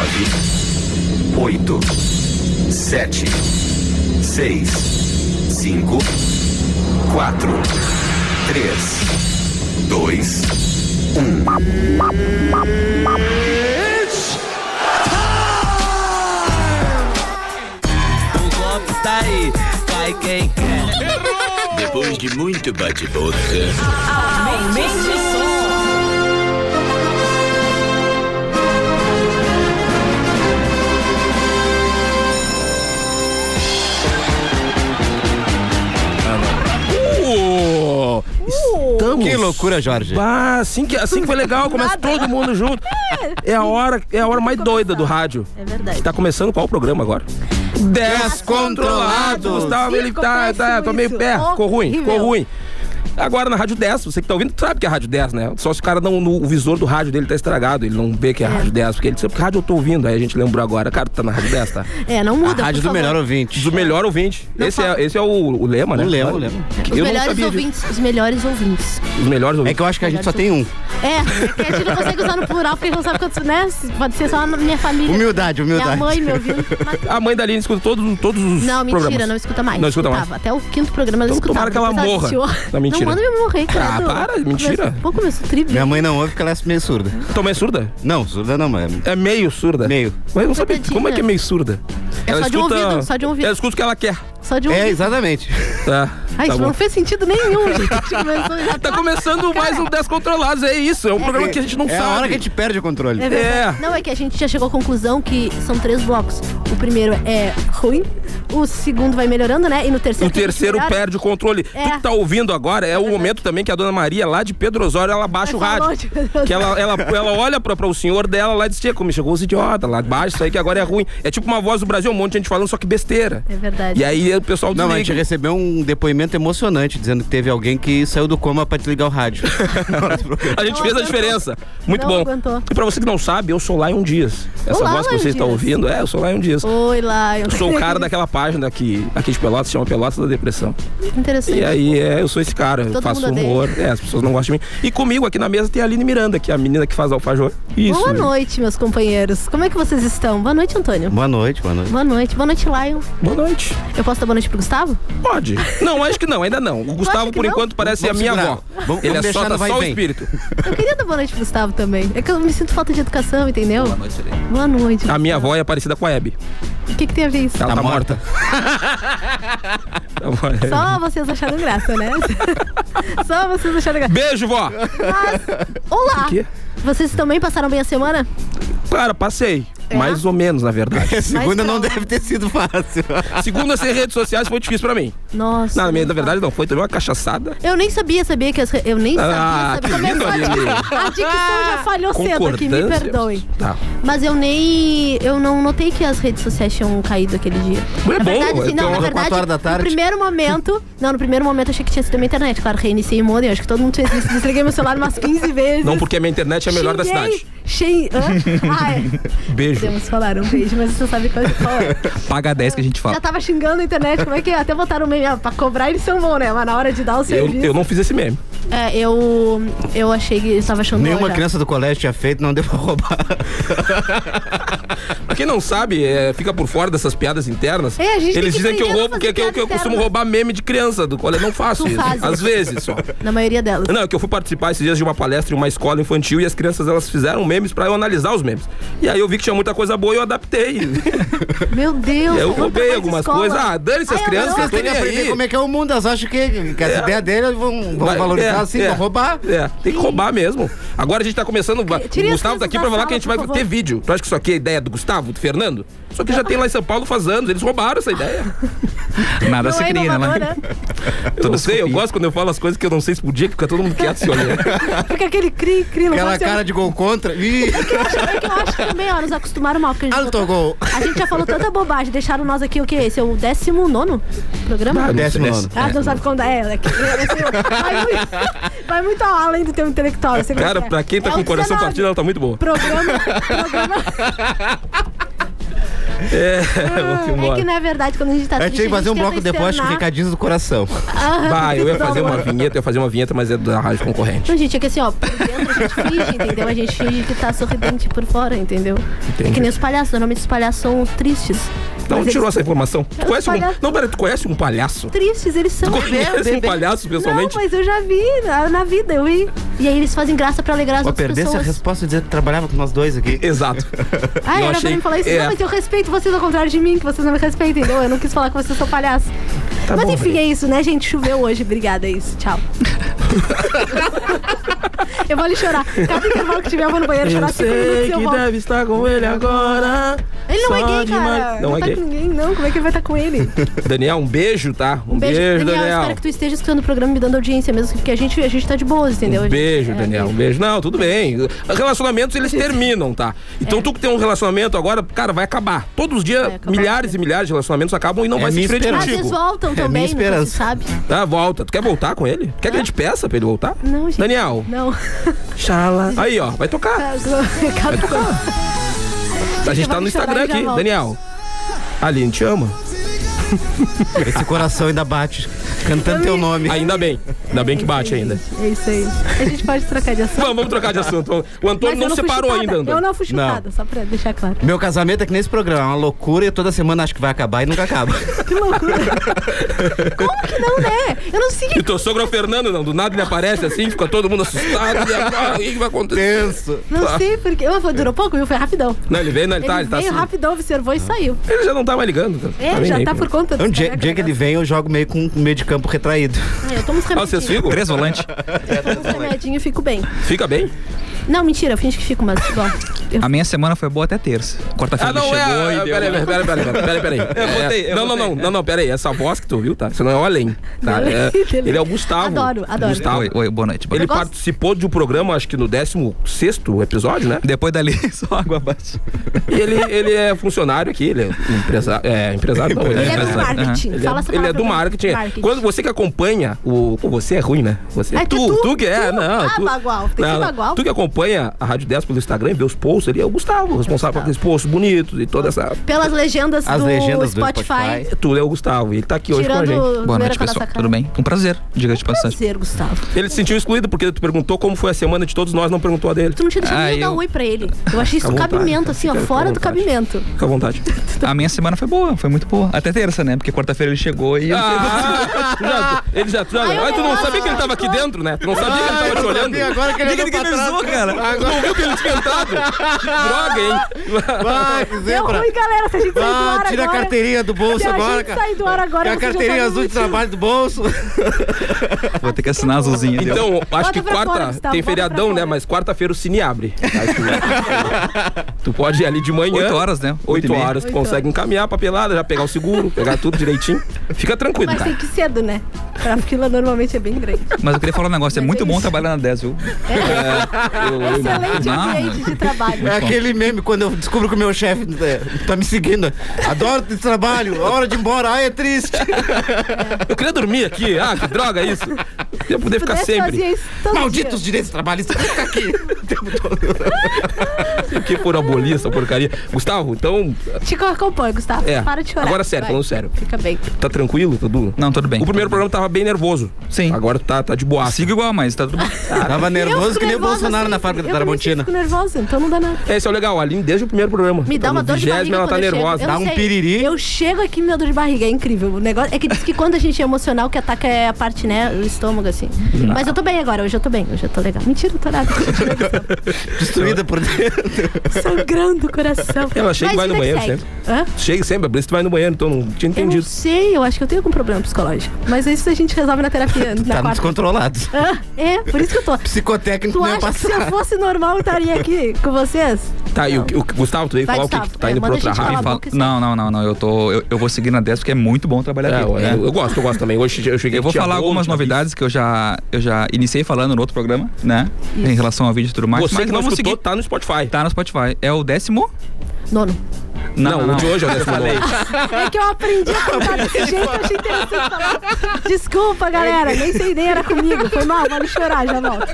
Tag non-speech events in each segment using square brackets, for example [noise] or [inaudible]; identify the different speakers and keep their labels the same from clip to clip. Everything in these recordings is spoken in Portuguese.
Speaker 1: nove, oito, sete, seis, cinco, quatro, três, dois, um.
Speaker 2: O golpe está tá aí, cai quem quer.
Speaker 3: Depois de muito bate-boca,
Speaker 4: Aumente o som.
Speaker 5: Estamos.
Speaker 6: Que loucura, Jorge.
Speaker 5: Bah, assim que, assim que foi legal, começa todo mundo junto. É a hora, é a hora mais doida do rádio.
Speaker 4: É verdade.
Speaker 5: Que tá começando qual o programa agora?
Speaker 6: Descontrolados.
Speaker 5: Gustavo, ele tá, tá, tô meio pé, ficou ruim, ficou ruim. Agora na Rádio 10, você que tá ouvindo sabe que é a Rádio 10, né? Só se o cara não, no, o visor do rádio dele tá estragado, ele não vê que é a Rádio 10, porque ele sabe que rádio eu tô ouvindo, aí a gente lembrou agora, cara, tu tá na Rádio 10,
Speaker 7: [laughs]
Speaker 5: tá?
Speaker 7: É, não muda.
Speaker 6: A rádio
Speaker 7: por favor.
Speaker 6: do melhor ouvinte.
Speaker 5: Do melhor ouvinte. Esse é, esse é o, o lema, né?
Speaker 6: O lema, o lema.
Speaker 5: Que
Speaker 7: Os
Speaker 5: eu não
Speaker 7: melhores
Speaker 5: sabia disso.
Speaker 7: ouvintes. Os melhores ouvintes.
Speaker 5: Os melhores
Speaker 6: É que
Speaker 5: ouvintes.
Speaker 6: eu acho que a gente só tem um.
Speaker 7: É, é que a gente não consegue usar no plural, porque não sabe quantos, né? Pode ser só na minha família.
Speaker 6: Humildade,
Speaker 7: Minha
Speaker 5: tá?
Speaker 6: humildade.
Speaker 7: mãe me ouvindo.
Speaker 5: A mãe da Aline escuta todos, todos os
Speaker 7: Não, mentira,
Speaker 5: programas.
Speaker 7: não escuta mais.
Speaker 5: Não escuta mais.
Speaker 7: Escutava. Até o quinto programa ela
Speaker 5: Então,
Speaker 7: escutava.
Speaker 5: tomara que ela
Speaker 7: Depois
Speaker 5: morra.
Speaker 7: desistiu.
Speaker 5: Não, mentira. Ah,
Speaker 7: Não manda me morrer, cara.
Speaker 5: para, mentira.
Speaker 7: Pô, começou um tribo.
Speaker 6: Minha mãe não ouve porque ela é meio surda.
Speaker 5: Então, mas é surda?
Speaker 6: Não, surda não, mas
Speaker 5: É meio surda?
Speaker 6: meio.
Speaker 5: Mas eu não sabia
Speaker 7: Coitadinha.
Speaker 5: como é que é meio surda.
Speaker 7: É só de um ouvido, só de um ouvido.
Speaker 5: Ela escuta o que ela quer.
Speaker 7: Só de um.
Speaker 6: É, exatamente. [laughs]
Speaker 5: Tá.
Speaker 7: Ai,
Speaker 5: tá
Speaker 7: isso
Speaker 5: bom.
Speaker 7: não fez sentido nenhum, gente. A gente começou já
Speaker 5: [laughs] Tá
Speaker 7: Ah,
Speaker 5: começando mais um Descontrolados, é isso. É um programa que a gente não
Speaker 6: é
Speaker 5: sabe.
Speaker 6: a hora que a gente perde o controle.
Speaker 7: É verdade. Não, é que a gente já chegou à conclusão que são três blocos. O primeiro é ruim, o segundo vai melhorando, né? E no terceiro.
Speaker 5: O terceiro perde o controle.
Speaker 7: É.
Speaker 5: Tu que tá ouvindo agora, é o momento também que a dona Maria, lá de Pedro Osório, ela baixa o
Speaker 7: Ela falou
Speaker 5: rádio.
Speaker 7: de Pedro Osório.
Speaker 5: Que ela, ela, ela olha pra, pra o senhor dela lá e diz: "Tia, como chegou os idiotas lá, baixa isso aí que agora é ruim. É tipo uma voz do Brasil, um monte de gente falando, só que besteira.
Speaker 7: É verdade.
Speaker 5: E aí o pessoal
Speaker 6: Não, mas a gente
Speaker 5: desliga.
Speaker 6: recebeu um depoimento emocionante dizendo que teve alguém que saiu do coma pra desligar o rádio.
Speaker 5: A gente
Speaker 7: Não
Speaker 5: fez a
Speaker 7: aguentou.
Speaker 5: diferença. Muito
Speaker 7: Não
Speaker 5: bom.
Speaker 7: aguentou.
Speaker 5: E pra você que não sabe, eu sou Lion Dias. Essa
Speaker 7: Olá,
Speaker 5: voz que
Speaker 7: Lion
Speaker 5: você está
Speaker 7: um Dias.
Speaker 5: ouvindo, é, eu sou Lion Dias.
Speaker 7: Oi, lá. Eu
Speaker 5: Eu sou o cara daquela página que aqui de Pelotas se chama Pelotas da Depressão.
Speaker 7: [laughs] Interessante.
Speaker 5: E aí, é, eu sou esse cara, eu
Speaker 7: Todo
Speaker 5: faço
Speaker 7: mundo odeia.
Speaker 5: humor, é, as pessoas não gostam de mim. E comigo aqui na mesa tem a Aline Miranda, que é a menina que faz alfajor. Isso.
Speaker 7: Boa noite, meus companheiros. Como é que vocês estão? Boa noite, Antônio.
Speaker 6: [laughs] boa noite, boa noite.
Speaker 7: Boa noite. Boa noite, Lion.
Speaker 5: Boa noite.
Speaker 7: Eu posso dar boa noite pro Gustavo?
Speaker 5: Pode. Não, acho que não, ainda não. O Gustavo,
Speaker 7: que
Speaker 5: por
Speaker 7: não?
Speaker 5: enquanto, parece
Speaker 6: Vamos
Speaker 5: a minha
Speaker 6: segurar.
Speaker 5: avó.
Speaker 6: Vamos-
Speaker 5: Ele
Speaker 6: vamos
Speaker 5: é
Speaker 6: deixar
Speaker 5: só,
Speaker 6: no
Speaker 5: tá
Speaker 6: vai e
Speaker 5: só o
Speaker 6: vem.
Speaker 5: espírito.
Speaker 7: Eu queria dar boa noite pro Gustavo também. É que eu me sinto falta de educação, entendeu? Boa noite. Boa noite.
Speaker 5: A minha avó é parecida com a Hebe.
Speaker 7: O que, que tem a ver isso?
Speaker 5: Ela tá,
Speaker 6: Tá
Speaker 5: morta.
Speaker 6: morta.
Speaker 5: Tá morta.
Speaker 7: Só vocês acharam graça,
Speaker 5: [laughs]
Speaker 7: né? Só vocês acharam graça.
Speaker 5: Beijo, vó!
Speaker 7: É. Olá!
Speaker 5: quê?
Speaker 7: Vocês também passaram bem a semana?
Speaker 5: Cara, passei.
Speaker 7: É?
Speaker 5: Mais ou menos, na verdade.
Speaker 6: [laughs] A segunda não
Speaker 7: calma.
Speaker 6: deve ter sido fácil.
Speaker 5: Segundo as redes sociais foi difícil pra mim.
Speaker 7: Nossa.
Speaker 5: Não, na minha- na verdade não, foi também uma cachaçada.
Speaker 7: Eu nem sabia, sabia que as. re- Eu nem
Speaker 5: Ah,
Speaker 7: sabia, sabia.
Speaker 5: que lindo,
Speaker 7: Começou a-
Speaker 5: Aline.
Speaker 7: a dicção já falhou cedo aqui, me
Speaker 5: Concordância.
Speaker 7: perdoem.
Speaker 5: Tá.
Speaker 7: Mas eu nem. Eu não notei que as redes sociais tinham caído aquele dia.
Speaker 5: Mas é
Speaker 7: na verdade,
Speaker 5: bom, é
Speaker 7: assim, não,
Speaker 5: bom.
Speaker 7: na
Speaker 5: Quatro
Speaker 7: verdade,
Speaker 6: horas da tarde.
Speaker 7: no primeiro
Speaker 5: [laughs]
Speaker 7: momento. Não, no primeiro momento eu achei que tinha sido minha internet. Claro, reiniciei o modem, acho que todo mundo fez isso. Desliguei meu celular umas 15 vezes.
Speaker 5: Não porque a minha internet é a melhor da
Speaker 7: Xinguei,
Speaker 5: cidade.
Speaker 7: Xing...
Speaker 5: [laughs]
Speaker 7: Hã? Ah, é.
Speaker 5: Beijo.
Speaker 7: Podemos falar um beijo, mas você sabe qual qual é.
Speaker 6: Paga 10 que a gente
Speaker 7: Já tá tava xingando a internet, como é que é? Até botaram um meme, ah, pra cobrar eles são bons, né? Mas na hora de dar o
Speaker 5: Eu,
Speaker 7: serviço...
Speaker 5: eu não fiz esse meme.
Speaker 7: É, eu... Eu achei que eles estavam achando bom
Speaker 6: Nenhuma
Speaker 7: já.
Speaker 6: criança do colégio tinha feito, não deu pra roubar.
Speaker 5: Pra quem não sabe, é, fica por fora dessas piadas internas.
Speaker 7: É, a gente tem
Speaker 5: Eles
Speaker 7: que
Speaker 5: dizem que eu
Speaker 7: aprender a
Speaker 5: roubo,
Speaker 7: fazer
Speaker 5: que, que eu, que eu
Speaker 7: piada
Speaker 5: costumo
Speaker 7: interna.
Speaker 5: roubar meme de criança do qual eu não faço
Speaker 7: Tu
Speaker 5: isso.
Speaker 7: faz. né?
Speaker 5: Às vezes só.
Speaker 7: Na maioria delas.
Speaker 5: Não, é que eu fui participar esses dias de uma palestra em uma escola infantil e as crianças elas fizeram memes pra eu analisar os memes. E aí eu vi que tinha muita coisa boa e eu adaptei.
Speaker 7: Meu Deus.
Speaker 5: eu
Speaker 7: quanta
Speaker 5: roubei
Speaker 7: coisa
Speaker 5: algumas
Speaker 7: escola.
Speaker 5: coisas. Ah, dane-se as
Speaker 7: Ai, eu
Speaker 5: crianças,
Speaker 7: não.
Speaker 5: eu tô
Speaker 6: Tem que
Speaker 5: nem
Speaker 6: aprender
Speaker 5: aí.
Speaker 6: como é que é o mundo. Elas acham que, que as ideias deles vão, vão
Speaker 5: Vai-
Speaker 6: valorizar
Speaker 5: é,
Speaker 6: assim,
Speaker 5: é.
Speaker 6: vão roubar.
Speaker 5: É, tem que roubar mesmo. Agora a gente tá começando.
Speaker 7: Tire
Speaker 5: o
Speaker 7: as
Speaker 5: Gustavo
Speaker 7: crianças
Speaker 5: tá aqui
Speaker 7: da
Speaker 5: pra falar
Speaker 7: sala,
Speaker 5: que a gente
Speaker 7: por
Speaker 5: vai
Speaker 7: favor.
Speaker 5: ter vídeo. Tu acha que isso aqui é ideia do Gustavo, do Fernando? Isso aqui já tem lá em São Paulo faz anos, eles roubaram essa ideia. [laughs]
Speaker 3: nada
Speaker 7: Não
Speaker 3: se
Speaker 7: é
Speaker 3: cria,
Speaker 7: inovador,
Speaker 3: né?
Speaker 7: né?
Speaker 5: Eu não sei, eu gosto quando eu falo as coisas que eu não sei se podia, que fica todo mundo quieto
Speaker 7: [laughs]
Speaker 5: se olhando.
Speaker 7: Porque aquele cri, cri, não
Speaker 6: Aquela
Speaker 7: pode ser-
Speaker 6: cara de gol contra. Ih,
Speaker 7: É que eu acho que também, ó, nos acostumaram mal. Porque
Speaker 5: Ah,
Speaker 7: a gente, já
Speaker 6: alto
Speaker 7: tá-
Speaker 6: gol.
Speaker 7: a gente já falou tanta bobagem. Deixaram nós aqui, o quê? Esse é o 19 programa?
Speaker 5: Ah,
Speaker 6: Décimo nono.
Speaker 7: Ah, tu não sabe quando é. é que- é assim, vai, muito, vai muito além do teu intelectual. eu sei como
Speaker 5: Cara,
Speaker 7: que é.
Speaker 5: pra quem tá
Speaker 7: É
Speaker 5: com o coração
Speaker 7: 19.
Speaker 5: [laughs] partido, ela tá muito boa.
Speaker 7: Programa, programa,
Speaker 5: É, vamos
Speaker 7: É
Speaker 5: embora.
Speaker 7: que, na verdade, quando a gente tá
Speaker 6: A
Speaker 5: É,
Speaker 7: triste,
Speaker 6: gente tem que fazer um
Speaker 7: tenta
Speaker 6: bloco depois com
Speaker 7: externar.
Speaker 6: recadinhos do coração.
Speaker 5: Bah, eu ia fazer uma vinheta, eu ia fazer uma vinheta, mas é da rádio concorrente.
Speaker 7: Então, Não, gente, é que assim, ó, por dentro a gente finge, entendeu? A gente finge que tá sorridente por fora, entendeu? É que
Speaker 5: Entendi.
Speaker 7: nem os palhaços, normalmente os palhaços são tristes.
Speaker 5: Não
Speaker 7: Mas
Speaker 5: Então, tirou
Speaker 7: eles-
Speaker 5: essa informação. Tu
Speaker 7: Os
Speaker 5: conhece um.
Speaker 7: palhaços-
Speaker 5: Não, pera, tu conhece um palhaço?
Speaker 7: Tristes, eles são.
Speaker 5: Tu conhece um palhaço pessoalmente?
Speaker 7: Não, mas eu já vi na, na vida, eu vi. E aí eles fazem graça pra alegrar as
Speaker 6: Vou
Speaker 7: outras
Speaker 6: perder essa
Speaker 7: pessoas.
Speaker 6: resposta e dizer que trabalhava com nós dois aqui.
Speaker 5: Exato.
Speaker 7: Ah,
Speaker 5: Eu
Speaker 7: era pra
Speaker 5: achei-
Speaker 7: mim falar isso.
Speaker 5: é.
Speaker 7: Não, mas eu respeito vocês ao contrário de mim, que vocês não me respeitam, entendeu? Eu não quis falar que vocês são palhaços.
Speaker 5: Tá
Speaker 7: mas
Speaker 5: bom,
Speaker 7: enfim,
Speaker 5: velho.
Speaker 7: é isso, né, gente? Choveu hoje, obrigada, é isso.
Speaker 5: [laughs]
Speaker 7: Tchau. eu vou ali chorar. Cada intervalo que tiver, eu vou no banheiro chorar. cinco minutos e eu volto.
Speaker 5: estar com ele agora.
Speaker 7: Ele não é
Speaker 5: Só
Speaker 7: gay,
Speaker 5: de
Speaker 7: cara.
Speaker 5: mar- Não é
Speaker 7: tá com
Speaker 5: gay.
Speaker 7: ninguém, não. Como é que ele vai estar com ele?
Speaker 5: Daniel, um beijo, tá? Um, beijo,
Speaker 7: Daniel. eu Espero que tu esteja escutando o programa e me dando audiência mesmo, porque a gente, a gente tá de boas, entendeu? A
Speaker 5: Um
Speaker 7: gente-
Speaker 5: beijo,
Speaker 7: é,
Speaker 5: Daniel. Um beijo. Não, tudo bem. Relacionamentos, eles terminam, tá? Então tu que tem um relacionamento agora, cara, vai acabar. Todos os dias,
Speaker 7: É. Vai acabar.
Speaker 5: milhares e milhares de relacionamentos acabam e não
Speaker 6: É
Speaker 5: vai ser
Speaker 6: minha
Speaker 5: diferente
Speaker 7: Mas
Speaker 6: esperança.
Speaker 7: eles
Speaker 5: contigo.
Speaker 7: Ah, voltam
Speaker 6: É minha
Speaker 7: também, não
Speaker 6: esperança.
Speaker 7: se sabe.
Speaker 5: Tá, volta. Tu quer voltar com ele? Quer que a gente peça pra ele voltar?
Speaker 7: Ah. Não, gente. Ah.
Speaker 5: Daniel.
Speaker 7: [laughs] Não.
Speaker 5: Xala. Aí, ó, vai tocar.
Speaker 7: É,
Speaker 5: É,
Speaker 7: Acabou.
Speaker 5: A gente tá
Speaker 7: vai
Speaker 5: no
Speaker 7: me Ah. chorar
Speaker 5: Instagram
Speaker 7: e já
Speaker 5: aqui,
Speaker 7: volto.
Speaker 5: Daniel. Aline, te ama.
Speaker 6: Esse coração ainda bate, cantando teu nome.
Speaker 5: Ainda bem. Ainda bem que bate ainda.
Speaker 7: É isso aí. A gente pode trocar de assunto.
Speaker 5: Vamos, vamos trocar de assunto. O Antônio
Speaker 7: eu
Speaker 5: não
Speaker 7: fui
Speaker 5: separou
Speaker 7: chutada.
Speaker 5: ainda, Antônio.
Speaker 7: Eu não fui chutada, só pra deixar claro.
Speaker 6: Meu casamento é que nem esse programa, é uma loucura e toda semana acho que vai acabar e nunca acaba.
Speaker 7: Que loucura. Como que não, né? Eu
Speaker 5: [laughs]
Speaker 7: não sei.
Speaker 5: E o teu sogro é o Fernando, não. Do nada ele aparece assim, fica todo mundo assustado. E agora, o que que vai acontecer?
Speaker 6: Tenso.
Speaker 7: Não sei porque. Eu, durou pouco, viu? Foi rapidão.
Speaker 5: Não, ele veio, não, Tá. ele,
Speaker 7: Ele
Speaker 5: tá, ele tá
Speaker 7: veio
Speaker 5: assim.
Speaker 7: rapidão, observou e saiu.
Speaker 5: Ele já não tá mais ligando. tá-
Speaker 7: É,
Speaker 5: nem
Speaker 7: já
Speaker 5: aí,
Speaker 7: tá
Speaker 5: né?
Speaker 7: por conta do
Speaker 6: Um dia,
Speaker 7: Instagram,
Speaker 6: dia que ele vem, eu jogo meio com meio de campo retraído.
Speaker 7: Ah, Eu tomo uns
Speaker 5: Ah, vocês
Speaker 7: remedinhos.
Speaker 5: ficam?
Speaker 8: Três volantes.
Speaker 7: Eu tomo uns remedinhos e fico bem.
Speaker 5: Fica bem?
Speaker 7: Não, mentira, eu finge que fico, mas igual. Eu-
Speaker 8: A minha semana foi boa até terça.
Speaker 5: Ah,
Speaker 8: Quarta-feira
Speaker 5: não,
Speaker 8: ele chegou e
Speaker 5: é. é,
Speaker 8: deu.
Speaker 5: Peraí, peraí, peraí, peraí, peraí, peraí. É,
Speaker 8: botei, [laughs] eu
Speaker 5: Não, não, não, não, não, peraí. Essa voz que tu ouviu, tá? Isso não é o além. Tá?
Speaker 7: [laughs] Não,
Speaker 5: É,
Speaker 7: ele-
Speaker 5: ele é o Gustavo.
Speaker 7: Adoro, adoro.
Speaker 5: Gustavo.
Speaker 8: Oi, oi, boa noite. boa
Speaker 5: Ele
Speaker 8: noite.
Speaker 7: gosto-
Speaker 5: participou de um programa, acho que no 16 episódio, né?
Speaker 8: Depois dali, [laughs] só água abaixo.
Speaker 5: E ele, ele é funcionário aqui, ele é empresário. É, empresário não,
Speaker 7: Ele é do
Speaker 8: Aham.
Speaker 7: marketing.
Speaker 5: Ele,
Speaker 7: Fala
Speaker 5: é,
Speaker 7: essa
Speaker 5: ele
Speaker 7: palavra
Speaker 5: é do
Speaker 7: pra mim.
Speaker 5: marketing. Quando você que acompanha o. Pô, você é ruim, né? Você,
Speaker 7: É que
Speaker 5: tu,
Speaker 7: tu-
Speaker 5: tu que é,
Speaker 7: tu-
Speaker 5: não.
Speaker 7: Ah,
Speaker 5: tu,
Speaker 7: bagual, tem que ser bagual.
Speaker 5: Tu que acompanha a Rádio 10 pelo Instagram, e vê os posts ali, é o Gustavo, responsável por aqueles posts bonitos e toda essa.
Speaker 7: Pelas legendas
Speaker 6: As
Speaker 7: do
Speaker 6: legendas do
Speaker 7: Spotify.
Speaker 6: Spotify.
Speaker 5: Tudo é o Gustavo. e Ele tá aqui
Speaker 7: Tirando
Speaker 5: hoje com a gente.
Speaker 8: Boa noite, pessoal. Tudo bem? Um prazer, diga de passagem.
Speaker 7: Prazer, Gustavo.
Speaker 5: Ele se sentiu excluído porque tu perguntou como foi a semana de todos nós, não perguntou a dele.
Speaker 7: Tu não tinha deixado
Speaker 8: Ah,
Speaker 7: nem eu dar
Speaker 8: eu-
Speaker 7: oi pra ele. Eu achei isso
Speaker 5: Fica à vontade,
Speaker 7: cabimento, assim, ó,
Speaker 5: fica à
Speaker 7: fora do
Speaker 5: vontade.
Speaker 7: cabimento.
Speaker 5: Fica à vontade.
Speaker 8: A minha semana foi boa, foi muito boa. Até terça, né? Porque quarta-feira ele chegou e.
Speaker 5: [laughs] Ah, tu já, ele já. Tu, já
Speaker 7: Ai, eu
Speaker 5: Ai, tu não
Speaker 7: não
Speaker 5: sabia que ele tava aqui dentro, né? Tu não sabia que ele tava te olhando.
Speaker 6: Agora que
Speaker 8: Diga que me zoou, cara.
Speaker 5: Tu não viu que ele tinha [laughs] cantado? Droga, hein?
Speaker 6: Vai, que
Speaker 7: Deu
Speaker 6: zebra.
Speaker 7: ruim, galera, se a gente sair do
Speaker 6: Ah,
Speaker 7: ar
Speaker 6: tira a
Speaker 7: agora-
Speaker 6: carteirinha do bolso
Speaker 7: Se a
Speaker 6: agora, tá
Speaker 7: gente
Speaker 6: cara.
Speaker 7: sair do ar agora,
Speaker 6: Tira a
Speaker 7: você já sabe
Speaker 6: carteirinha
Speaker 7: o
Speaker 6: azul de
Speaker 7: motivo.
Speaker 6: trabalho do bolso.
Speaker 8: [laughs] Vou ter que assinar azulzinha. deu.
Speaker 5: Então, acho que
Speaker 7: pra fora,
Speaker 5: quarta
Speaker 7: Gustavo,
Speaker 5: tem
Speaker 7: bota pra
Speaker 5: feriadão, né?
Speaker 7: fora.
Speaker 5: Mas quarta-feira o
Speaker 8: [laughs]
Speaker 5: Cine abre. Aí tu- tu pode ir ali de manhã.
Speaker 8: Oito horas, né? Oito e
Speaker 5: 8
Speaker 8: meia.
Speaker 5: horas, tu
Speaker 7: Oito
Speaker 5: consegue
Speaker 7: horas.
Speaker 5: encaminhar pra pelada, já pegar o seguro, pegar tudo direitinho. Fica tranquilo,
Speaker 7: Mas
Speaker 5: cara.
Speaker 7: tem que ir cedo, né? A fila normalmente é bem grande.
Speaker 8: Mas eu queria falar um negócio, é
Speaker 7: Mas
Speaker 8: muito
Speaker 7: é
Speaker 8: bom
Speaker 7: isso.
Speaker 8: trabalhar na 10, viu? É,
Speaker 7: Excelente
Speaker 8: Não,
Speaker 7: ambiente de trabalho.
Speaker 6: É aquele meme quando eu descubro que o meu chefe é, tá me seguindo. Adoro esse trabalho, a hora de ir embora, ai é triste.
Speaker 5: Eu queria dormir aqui. Ah, que droga isso. Eu ia poder ficar
Speaker 7: Pudesse fazer
Speaker 5: sempre.
Speaker 7: isso todo
Speaker 6: Malditos direitos trabalhistas, fica aqui. O tempo todo.
Speaker 5: Que por abolir essa porcaria. Gustavo, então.
Speaker 7: dia. Te acompanha, Gustavo.
Speaker 5: É.
Speaker 7: Para de chorar.
Speaker 5: Agora sério,
Speaker 7: Vai.
Speaker 5: falando sério.
Speaker 7: Fica bem.
Speaker 5: Tá tranquilo, Dudu?
Speaker 8: Não, tudo bem.
Speaker 5: O primeiro programa tava bem nervoso.
Speaker 8: Sim.
Speaker 5: Agora tu tá, tá de boa.
Speaker 8: Sigo igual, mas tá tudo bem.
Speaker 6: Tava nervoso
Speaker 7: fico
Speaker 6: que nem o
Speaker 7: nervosa
Speaker 6: Bolsonaro na
Speaker 7: sempre.
Speaker 6: fábrica da
Speaker 7: Eu também
Speaker 6: Tramontina.
Speaker 7: fico nervosa, então não dá nada.
Speaker 5: Esse é o legal, a Aline desde o primeiro programa.
Speaker 7: Me dá
Speaker 5: Tá
Speaker 7: uma
Speaker 5: no
Speaker 7: dor de barriga.
Speaker 5: vigésimo, ela tá
Speaker 7: quando eu chego.
Speaker 5: nervosa.
Speaker 7: Eu
Speaker 6: Dá
Speaker 7: não
Speaker 6: um
Speaker 7: sei.
Speaker 6: piriri.
Speaker 7: Eu chego aqui e minha dor de barriga. É incrível. O negócio é que diz que quando a gente é emocional, que ataca é a parte, né? O estômago, assim.
Speaker 5: Hum.
Speaker 7: Mas eu tô bem agora. Hoje eu tô bem. Hoje eu tô legal. Mentira, eu tô nada.
Speaker 6: Destruída por dentro.
Speaker 5: [laughs]
Speaker 7: Sangrando o coração.
Speaker 5: Ela chega e vai no
Speaker 7: vida que
Speaker 5: banheiro
Speaker 7: segue. Hã?
Speaker 5: Chega sempre, por isso tu vai no banheiro, então não tinha
Speaker 7: Eu não
Speaker 5: entendido.
Speaker 7: sei, eu acho que eu tenho algum problema psicológico. Mas isso a gente resolve na
Speaker 5: [laughs]
Speaker 7: terapia, na
Speaker 6: Tá
Speaker 7: quarta.
Speaker 6: descontrolado.
Speaker 7: Hã? é, por isso que eu tô.
Speaker 6: Psicotécnico
Speaker 7: Tu
Speaker 6: não é
Speaker 7: acha que se eu
Speaker 6: passar.
Speaker 7: fosse normal, eu estaria aqui com vocês?
Speaker 5: Tá, e o, o Gustavo, tu veio
Speaker 7: Vai,
Speaker 5: falar o que
Speaker 7: Gustavo.
Speaker 5: que tu tá
Speaker 7: É,
Speaker 5: indo pra
Speaker 7: manda a
Speaker 5: outra
Speaker 7: gente falar.
Speaker 5: rádio.
Speaker 7: Cala a
Speaker 8: Fala-
Speaker 7: boca e sai.
Speaker 8: Não, não, não, não. Eu, tô, eu, eu vou seguir na 10 porque é muito bom trabalhar
Speaker 5: É,
Speaker 8: aqui.
Speaker 5: eu,
Speaker 8: né?
Speaker 5: eu gosto, eu gosto também. Hoje eu cheguei
Speaker 8: Eu vou
Speaker 5: tinha
Speaker 8: falar
Speaker 5: bolo,
Speaker 8: algumas
Speaker 5: tinha
Speaker 8: novidades que eu já, eu já iniciei falando no outro programa, né? Em relação ao vídeo e tudo mais.
Speaker 5: pizza.
Speaker 8: mas
Speaker 5: Você
Speaker 8: Tá
Speaker 5: que não tá
Speaker 8: vamos
Speaker 5: escutou,
Speaker 8: seguir.
Speaker 5: tá no Spotify.
Speaker 8: Tá no Spotify. É o décimo
Speaker 7: Nono.
Speaker 5: Não, o de hoje é o décimo nono.
Speaker 7: É que eu aprendi a contar desse jeito, achei interessante falar. Desculpa, galera, nem sei nem era comigo. Foi mal, vale chorar, já volto.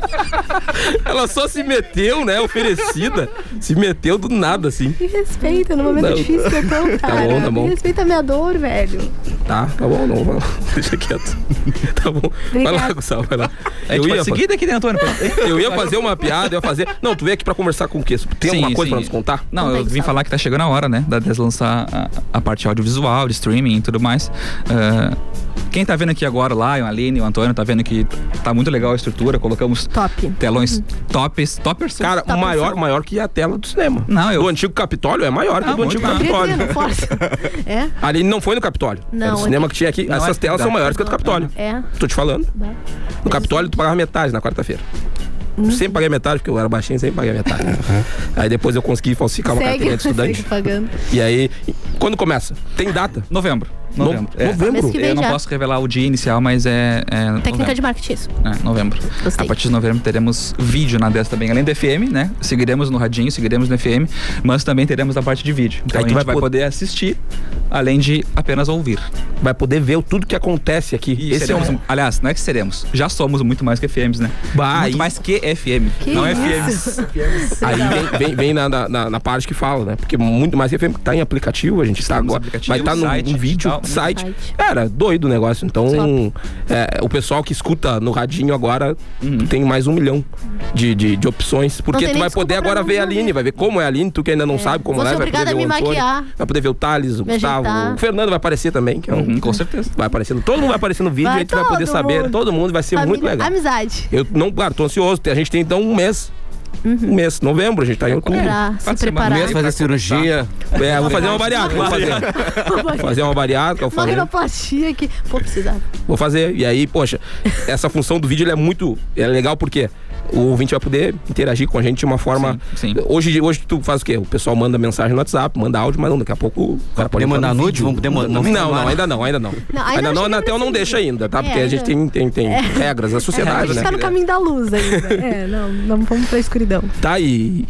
Speaker 5: [laughs] Ela só se meteu, né? Oferecida. Se meteu do nada, assim.
Speaker 7: Me respeita no momento
Speaker 5: Não.
Speaker 7: difícil que eu tô, cara.
Speaker 5: bom, tá bom.
Speaker 7: Me respeita a minha dor, velho.
Speaker 5: Tá, tá bom, não, vai lá. [laughs] Deixa quieto. Tá bom. Vai lá,
Speaker 7: Obrigada.
Speaker 5: Gonçalo, vai lá.
Speaker 8: A gente pode
Speaker 5: fa-
Speaker 8: seguir daqui, né,
Speaker 5: [laughs]
Speaker 8: Antônio?
Speaker 5: eu ia fazer uma piada, eu ia fazer. Não, tu veio aqui pra conversar com o quê? Tem
Speaker 8: Sim,
Speaker 5: alguma coisa
Speaker 8: sim.
Speaker 5: pra nos contar?
Speaker 8: Não,
Speaker 7: Conta
Speaker 8: eu
Speaker 7: aí,
Speaker 8: vim
Speaker 7: Gustavo.
Speaker 8: falar que tá chegando a hora, né? Da DES lançar a, a parte audiovisual, de streaming e tudo mais. Ah, quem tá vendo aqui agora, o Lion, a Aline, o Antônio, tá vendo que tá muito legal a estrutura. Colocamos
Speaker 7: Top. Uhum.
Speaker 8: telões tops, toppers.
Speaker 5: Cara,
Speaker 7: Tá
Speaker 5: maior,
Speaker 7: pensando.
Speaker 5: maior que a tela do cinema.
Speaker 8: Não, eu-
Speaker 5: Do antigo Capitólio é maior que
Speaker 8: Ah,
Speaker 5: o do
Speaker 8: muito
Speaker 5: antigo
Speaker 7: Tá
Speaker 8: maior.
Speaker 5: Capitólio.
Speaker 7: Não força. É?
Speaker 5: Ali não foi no Capitólio.
Speaker 7: Não,
Speaker 5: Era o cinema que tinha aqui.
Speaker 8: Não,
Speaker 5: Essas
Speaker 8: é-
Speaker 5: telas
Speaker 8: dá.
Speaker 5: são maiores que a do Capitólio.
Speaker 7: É.
Speaker 5: Tô te falando.
Speaker 7: Dá.
Speaker 5: No Capitólio tu pagava metade na quarta-feira.
Speaker 7: Hum.
Speaker 5: Sempre paguei metade, porque eu era baixinho, sempre paguei metade. aí depois eu consegui falsificar uma
Speaker 7: Segue,
Speaker 5: carteirinha de estudante.
Speaker 7: segue pagando.
Speaker 5: E aí, quando começa? Tem data?
Speaker 8: Novembro.
Speaker 5: No-
Speaker 8: Novembro. É,
Speaker 7: Mês que vem
Speaker 8: Eu não
Speaker 7: já.
Speaker 8: posso revelar o dia inicial, mas é. é
Speaker 7: Técnica
Speaker 8: novembro.
Speaker 7: de marketing, isso.
Speaker 8: É, novembro.
Speaker 7: Gostei.
Speaker 8: A partir de novembro teremos vídeo na 10 também, além do FM, né? Seguiremos no Radinho, seguiremos no FM, mas também teremos a parte de vídeo. Então
Speaker 5: Aí
Speaker 8: a
Speaker 5: tu
Speaker 8: gente
Speaker 5: vai
Speaker 8: vai,
Speaker 5: pod-
Speaker 8: poder assistir, além de apenas ouvir.
Speaker 5: Vai poder ver tudo que acontece aqui. um
Speaker 8: E seremos, Aliás, não é que seremos, já somos muito mais que FMs, né?
Speaker 5: Bah,
Speaker 8: muito
Speaker 5: e-
Speaker 8: mais que FM,
Speaker 7: Que
Speaker 8: não
Speaker 7: isso?
Speaker 8: FMs.
Speaker 5: Aí vem, vem- vem na, na- na- na parte que fala, né? Porque muito mais que FM tá em aplicativo, a gente está
Speaker 8: Estamos
Speaker 5: agora.
Speaker 8: aplicativo,
Speaker 5: Vai estar tá num-
Speaker 8: site,
Speaker 5: num vídeo,
Speaker 8: digital, né?
Speaker 5: site.
Speaker 7: Site.
Speaker 5: Cara, doido o negócio. Então, é, o pessoal que escuta no radinho agora
Speaker 8: Uhum.
Speaker 5: tem mais um milhão de, de- de opções. Porque
Speaker 7: tem
Speaker 5: tu
Speaker 7: nem
Speaker 5: vai
Speaker 7: desculpa
Speaker 5: poder
Speaker 7: pra
Speaker 5: agora
Speaker 7: não
Speaker 5: ver a
Speaker 7: ouvir.
Speaker 5: Aline, vai ver como é a Aline, tu que ainda não sabe como
Speaker 7: Vou
Speaker 5: ela é,
Speaker 7: ser
Speaker 5: vai poder
Speaker 7: obrigada
Speaker 5: ver
Speaker 7: a
Speaker 5: o
Speaker 7: me
Speaker 5: Antônio,
Speaker 7: maquiar.
Speaker 5: vai poder ver o Thales, o
Speaker 7: Me
Speaker 5: Gustavo.
Speaker 7: ajeitar.
Speaker 5: O Fernando vai aparecer também, que é um.
Speaker 8: Hum, Com certeza.
Speaker 5: Vai aparecendo, todo mundo vai aparecer no vídeo,
Speaker 7: Vai
Speaker 5: a gente vai poder
Speaker 7: todo
Speaker 5: saber,
Speaker 7: mundo.
Speaker 5: todo mundo vai ser muito
Speaker 7: Família,
Speaker 5: legal.
Speaker 7: Amizade.
Speaker 5: Eu não, claro, tô ansioso. A gente tem então um mês. Um mês, novembro, a gente tá em outubro.
Speaker 7: Pra se
Speaker 8: Quatro semanas.
Speaker 7: preparar.
Speaker 6: Mesmo fazer cirurgia.
Speaker 5: É, eu vou fazer uma bariátrica, vou fazer. Vou fazer uma bariátrica, vou
Speaker 7: Uma
Speaker 5: fazer.
Speaker 7: rinoplastia que. Pô, precisava.
Speaker 5: Vou fazer. E aí, poxa, essa função do vídeo ele é muito é legal porque o ouvinte vai poder interagir com a gente de uma forma.
Speaker 8: Sim, sim.
Speaker 5: Hoje, hoje tu faz o quê? O pessoal manda mensagem no WhatsApp, manda áudio, mas não, daqui a pouco o cara pode.
Speaker 6: Podemos
Speaker 5: entrar
Speaker 6: mandar
Speaker 5: no
Speaker 6: nude?
Speaker 5: vídeo.
Speaker 6: Vamos demo-
Speaker 5: Não,
Speaker 6: vamos
Speaker 5: não,
Speaker 6: filmar.
Speaker 5: ainda não, ainda não.
Speaker 7: Não, ainda
Speaker 5: Ainda
Speaker 7: acho
Speaker 5: não, a
Speaker 7: que não
Speaker 5: Anatel não
Speaker 7: precisa.
Speaker 5: deixa ainda, tá?
Speaker 7: É,
Speaker 5: Porque a gente
Speaker 7: ainda. É.
Speaker 5: tem, tem, tem regras, a
Speaker 7: a
Speaker 5: sociedade,
Speaker 7: gente
Speaker 5: né?
Speaker 7: tá no caminho da luz ainda. É, não, não vamos pra escuridão.
Speaker 5: Tá, e.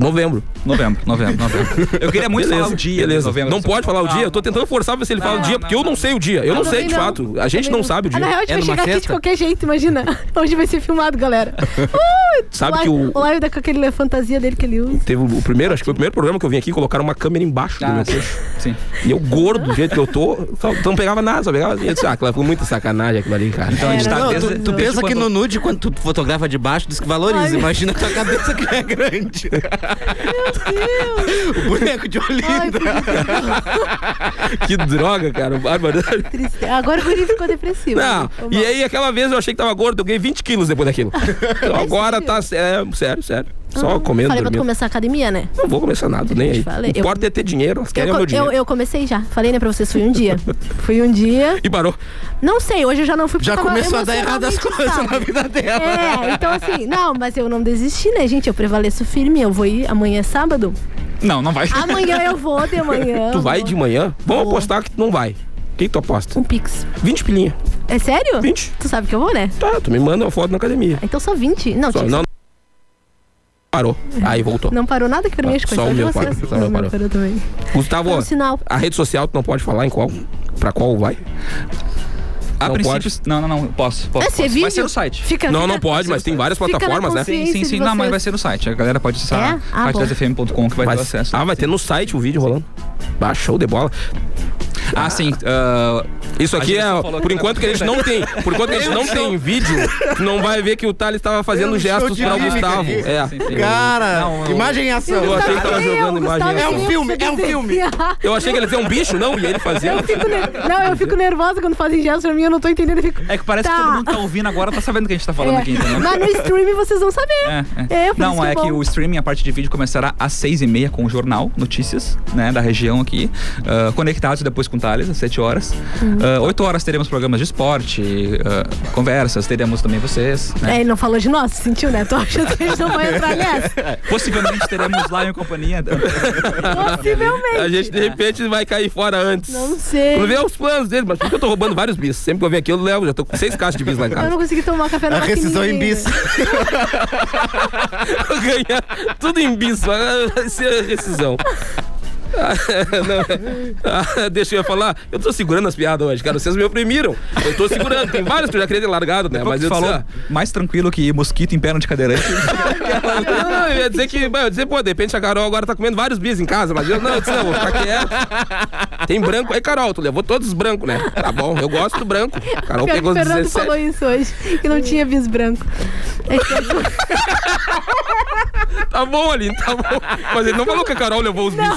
Speaker 5: Novembro.
Speaker 8: Novembro, novembro, novembro. Eu queria muito
Speaker 5: beleza,
Speaker 8: falar o dia, de
Speaker 5: beleza.
Speaker 8: novembro. assim.
Speaker 5: Não pode falar o dia. Eu tô tentando forçar pra ver se ele fala o
Speaker 8: não,
Speaker 5: dia,
Speaker 8: não,
Speaker 5: porque eu
Speaker 8: não.
Speaker 5: não sei o dia.
Speaker 7: Tá
Speaker 5: Eu não sei, de fato. A gente não sabe o
Speaker 7: Ah, na
Speaker 5: dia.
Speaker 7: real, a gente
Speaker 6: É
Speaker 7: vai
Speaker 6: numa
Speaker 7: chegar aqui de
Speaker 6: festa?
Speaker 7: qualquer jeito,
Speaker 5: [laughs]
Speaker 7: imagina. Hoje vai ser filmado, galera. Uh,
Speaker 5: Sabe
Speaker 7: o
Speaker 5: que
Speaker 7: Laio-
Speaker 5: o-
Speaker 7: O Laio tá com aquele fantasia dele que ele
Speaker 5: [laughs]
Speaker 7: usa.
Speaker 5: Teve o primeiro, acho que foi o primeiro programa que eu vim aqui, colocaram uma câmera embaixo do
Speaker 8: Ah,
Speaker 5: meu
Speaker 8: sim.
Speaker 5: peito.
Speaker 8: sim.
Speaker 5: E eu gordo do jeito que eu tô, só, só não pegava nada, só pegava assim. Eu disse, ah, aquela foi muita sacanagem aquilo ali, cara.
Speaker 8: Então a gente
Speaker 7: Era
Speaker 8: tá
Speaker 6: É, Não,
Speaker 8: desde,
Speaker 6: tu, tu
Speaker 8: desde
Speaker 6: pensa que
Speaker 8: quando-
Speaker 6: no nude, quando tu fotografa de baixo, diz que valoriza.
Speaker 7: Ai.
Speaker 6: Imagina a tua cabeça que é grande. [laughs]
Speaker 7: Meu Deus.
Speaker 6: O boneco de
Speaker 7: Ai,
Speaker 6: Olinda.
Speaker 7: que
Speaker 5: [laughs] que droga, cara. Barbaridade.
Speaker 7: triste. Ah, Agora o Guri ficou depressivo.
Speaker 5: Não,
Speaker 7: Foi mal.
Speaker 5: e aí aquela vez eu achei que tava gordo, eu ganhei 20 quilos
Speaker 7: [laughs]
Speaker 5: depois daquilo. Então agora tá. É, sério, sério. Só comendo,
Speaker 7: Falei pra tu
Speaker 5: dormindo.
Speaker 7: começar a academia, né?
Speaker 5: Não vou começar nada, nem aí.
Speaker 7: falei, eu-
Speaker 5: Importa é ter dinheiro, elas querem
Speaker 7: eu,
Speaker 5: o meu
Speaker 7: co- eu-
Speaker 5: dinheiro.
Speaker 7: eu comecei já. Falei, né, pra vocês, fui um
Speaker 5: [laughs]
Speaker 7: dia. fui um dia.
Speaker 5: E parou.
Speaker 7: Não sei, hoje eu já não fui porque
Speaker 6: Já
Speaker 7: eu tava
Speaker 6: começou a dar errado as
Speaker 7: emocionalmente
Speaker 6: coisas na
Speaker 5: né?
Speaker 7: instável.
Speaker 6: vida dela.
Speaker 7: É, então assim, não, mas eu não desisti, né, gente? Eu prevaleço firme, eu vou ir. Amanhã é sábado.
Speaker 8: Não, não vai.
Speaker 7: Amanhã eu vou, de manhã.
Speaker 5: Tu
Speaker 7: eu
Speaker 5: vai
Speaker 7: vou.
Speaker 5: de manhã? Vamos
Speaker 7: Vou.
Speaker 5: apostar que tu não vai. Quem tu aposta?
Speaker 7: Um pix.
Speaker 5: 20 pilinha.
Speaker 7: É sério?
Speaker 5: 20.
Speaker 7: Tu sabe que eu vou, né?
Speaker 5: Tá, tu me manda uma foto na academia.
Speaker 7: Então só 20. Não,
Speaker 5: Só,
Speaker 7: tinha-
Speaker 5: não. Parou. Aí voltou.
Speaker 7: não parou nada que pra mim acho que
Speaker 5: Só
Speaker 7: foi
Speaker 5: o meu
Speaker 7: de vocês.
Speaker 5: parou, só o
Speaker 7: Não,
Speaker 5: meu
Speaker 7: não
Speaker 5: parou.
Speaker 7: parou também.
Speaker 5: Gustavo,
Speaker 7: É um sinal.
Speaker 5: a rede social tu não pode falar em qual? Pra qual vai?
Speaker 8: A
Speaker 5: Não
Speaker 8: princípio.
Speaker 5: pode.
Speaker 8: Não, não, não. Posso. posso,
Speaker 7: É,
Speaker 8: posso.
Speaker 7: você viu?
Speaker 8: Vai ser no site.
Speaker 7: Fica,
Speaker 5: Não,
Speaker 7: fica-
Speaker 5: não pode, mas tem várias
Speaker 7: Fica na
Speaker 5: plataformas, né?
Speaker 7: consciência
Speaker 8: Sim, sim,
Speaker 7: de
Speaker 8: sim. Não, mas
Speaker 7: vocês.
Speaker 8: vai ser no site. A galera pode acessar
Speaker 7: É? Ah, bom.
Speaker 8: partidasfm.com que vai
Speaker 5: Vai-
Speaker 8: ter acesso.
Speaker 5: ah, vai ter no site o vídeo rolando. Ah, show de bola.
Speaker 8: Ah, sim. ah,
Speaker 5: Isso aqui
Speaker 8: A
Speaker 5: é.
Speaker 8: gente só falou
Speaker 5: Por
Speaker 8: que
Speaker 5: enquanto que a gente
Speaker 8: era
Speaker 5: não tem. Por enquanto que a gente não tem vídeo, tu não vai ver que o Thales tava fazendo
Speaker 6: um
Speaker 5: gestos
Speaker 6: show de
Speaker 5: pra o
Speaker 6: mímica
Speaker 5: Gustavo.
Speaker 6: aqui.
Speaker 5: É.
Speaker 8: Sim, sim.
Speaker 6: Cara,
Speaker 8: Não, eu-
Speaker 6: imagem em ação.
Speaker 7: Tá
Speaker 5: Eu achei que tava jogando imagem.
Speaker 6: É um filme, é um filme.
Speaker 5: Eu achei que ele ia ser um bicho, não? E ele fazia.
Speaker 7: [laughs] Eu fico ner- Não, eu fico nervosa quando fazem gesto pra mim, eu não tô entendendo. eu fico-
Speaker 8: É que parece
Speaker 7: Tá.
Speaker 8: que todo mundo tá ouvindo agora, tá sabendo o que a gente tá falando
Speaker 7: É.
Speaker 8: aqui, entendeu?
Speaker 7: Mas no stream vocês vão saber.
Speaker 8: É,
Speaker 7: É, por isso
Speaker 8: Não,
Speaker 7: que é
Speaker 8: é que
Speaker 7: bom.
Speaker 8: o streaming, a parte de vídeo, começará às seis e meia com o jornal Notícias, né, da região aqui. Ah, conectados depois com o Thales, às 7 horas.
Speaker 7: Uhum.
Speaker 8: Ah, Oito horas teremos programas de esporte, ah, conversas, teremos também vocês.
Speaker 7: É,
Speaker 8: Né?
Speaker 7: ele não falou de nós, sentiu, né? Tô achando que a gente não vai entrar nessa.
Speaker 8: Possivelmente teremos lá em [laughs] companhia.
Speaker 7: Possivelmente.
Speaker 5: A gente, de repente, vai cair fora antes.
Speaker 7: Não sei.
Speaker 5: Quando vê os planos dele, mas por que eu tô roubando vários bis? Sempre que eu venho aqui, eu levo, já tô com seis caixas de bis lá em
Speaker 7: Eu
Speaker 5: casa.
Speaker 7: não consegui tomar café na
Speaker 6: A rescisão em
Speaker 7: maquininha
Speaker 6: bis.
Speaker 7: ainda.
Speaker 5: [laughs] ganhar tudo em bis, vai ser rescisão. Ah, Deixa eu falar. Eu tô segurando as piadas hoje, cara. Vocês me oprimiram. Eu tô segurando. Tem vários que eu já queria ter largado, né?
Speaker 8: Mas
Speaker 5: Mas eu disse,
Speaker 8: falou
Speaker 5: ah,
Speaker 8: mais tranquilo que mosquito em perna de cadeirante.
Speaker 5: ah, Não, não, eu ia dizer que. Eu ia dizer, pô, de repente a Carol agora tá comendo vários bis em casa, mas eu não, eu disse, não, vou ficar quieto. Tem branco. Aí, Carol, tu levou todos os brancos, né? Tá bom, eu gosto do branco. Carol
Speaker 7: Pior que
Speaker 5: pegou
Speaker 7: o
Speaker 5: os
Speaker 7: Fernando
Speaker 5: 17.
Speaker 7: falou isso hoje, que não tinha bis branco. É que eu-
Speaker 5: Tá bom, Aline, tá bom. Mas ele não falou que a Carol levou os bis. Não,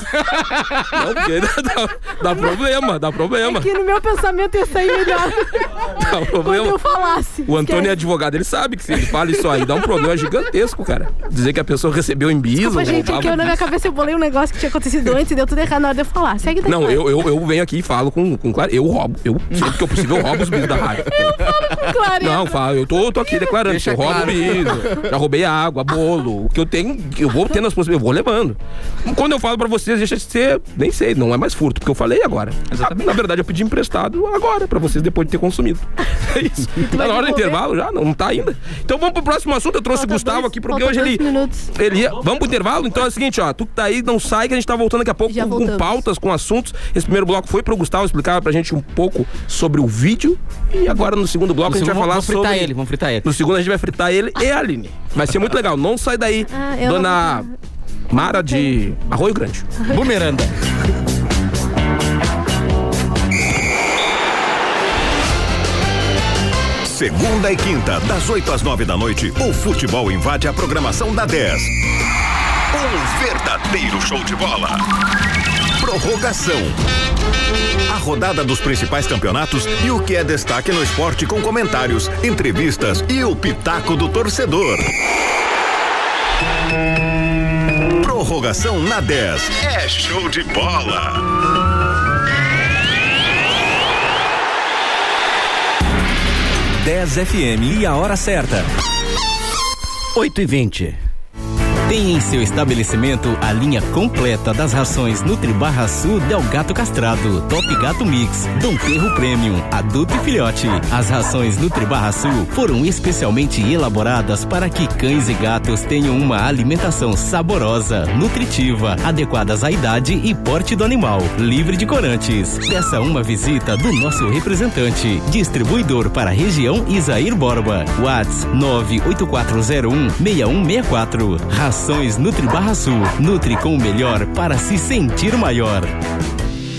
Speaker 5: porque dá, dá problema, dá problema.
Speaker 7: é que no meu pensamento ia sair
Speaker 5: [laughs]
Speaker 7: melhor
Speaker 5: Dá
Speaker 7: quando eu
Speaker 5: problema.
Speaker 7: falasse.
Speaker 5: O Antônio é advogado, ele sabe que se ele fala isso aí, dá um problema gigantesco, cara. Dizer que a pessoa recebeu em bis,
Speaker 7: Desculpa, gente, é
Speaker 5: roubava
Speaker 7: que eu, na
Speaker 5: bis.
Speaker 7: minha cabeça eu bolei um negócio que tinha
Speaker 5: [laughs]
Speaker 7: acontecido antes e deu tudo errado na hora de eu falar. Segue daqui.
Speaker 5: Não, eu, eu, eu venho aqui e falo com, com claro. Eu roubo. Eu, sempre que eu possível, eu roubo os bis da rádio.
Speaker 7: Claro,
Speaker 5: Não, fala, eu tô, tô aqui declarando. eu roubo bis, já roubei água, bolo. O que eu tenho, eu vou tendo as possibilidades, eu vou levando. Quando eu falo pra vocês, deixa de ser. Nem sei, não é mais furto, porque eu falei agora.
Speaker 8: Exatamente.
Speaker 5: Na verdade, eu pedi emprestado agora, pra vocês depois de ter consumido. [laughs] É isso. Tá
Speaker 7: vai
Speaker 5: na hora do
Speaker 7: devolver?
Speaker 5: intervalo já? Não, não tá ainda. Então vamos pro próximo assunto. Eu trouxe o
Speaker 7: Falta
Speaker 5: Gustavo
Speaker 7: dois-
Speaker 5: aqui, porque
Speaker 7: falta
Speaker 5: hoje
Speaker 7: dois
Speaker 5: ele.
Speaker 7: minutos.
Speaker 5: Ele ia- Vamos pro intervalo? Então é o seguinte, ó. Tu que tá aí, não sai que a gente tá voltando daqui a pouco
Speaker 7: Já
Speaker 5: com, com
Speaker 7: voltamos.
Speaker 5: pautas, com assuntos. Esse primeiro bloco foi pro Gustavo explicar pra gente um pouco sobre o vídeo. E agora no segundo bloco a gente vai falar
Speaker 6: vamos fritar
Speaker 5: sobre.
Speaker 6: ele, vamos fritar ele.
Speaker 5: No segundo a gente vai fritar ele e a Aline. Vai ser muito legal. Não sai daí,
Speaker 7: Ah, eu
Speaker 5: dona Mara de Arroio Grande.
Speaker 6: Bumeranda.
Speaker 1: Segunda e quinta, das 8 às 9 da noite, o futebol invade a programação da 10. Um verdadeiro show de bola. Prorrogação. A rodada dos principais campeonatos e o que é destaque no esporte com comentários, entrevistas e o pitaco do torcedor. Prorrogação na 10. É show de bola.
Speaker 9: Tem em seu estabelecimento a linha completa das rações Nutribarra Sul Del Gato Castrado, Top Gato Mix, Dom Perro Premium, Adulto e Filhote. As rações Nutribarra Sul foram especialmente elaboradas para que cães e gatos tenham uma alimentação saborosa, nutritiva, adequadas à idade e porte do animal, livre de corantes. Peça uma visita do nosso representante, distribuidor para a região Isair Borba. Whats 98401-6164. Rações Nutri Barra Sul. Nutri com o melhor para se sentir maior.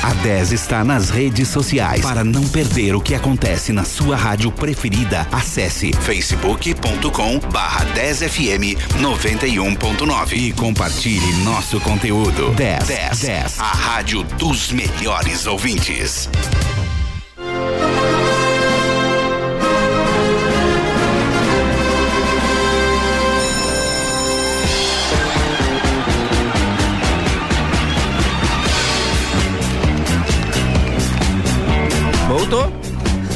Speaker 9: A 10 está nas redes sociais. Para não perder o que acontece na sua rádio preferida, acesse facebook.com barra 10fm 91.9 e compartilhe nosso conteúdo. 10, 10, 10, a rádio dos melhores ouvintes.
Speaker 6: Voltou.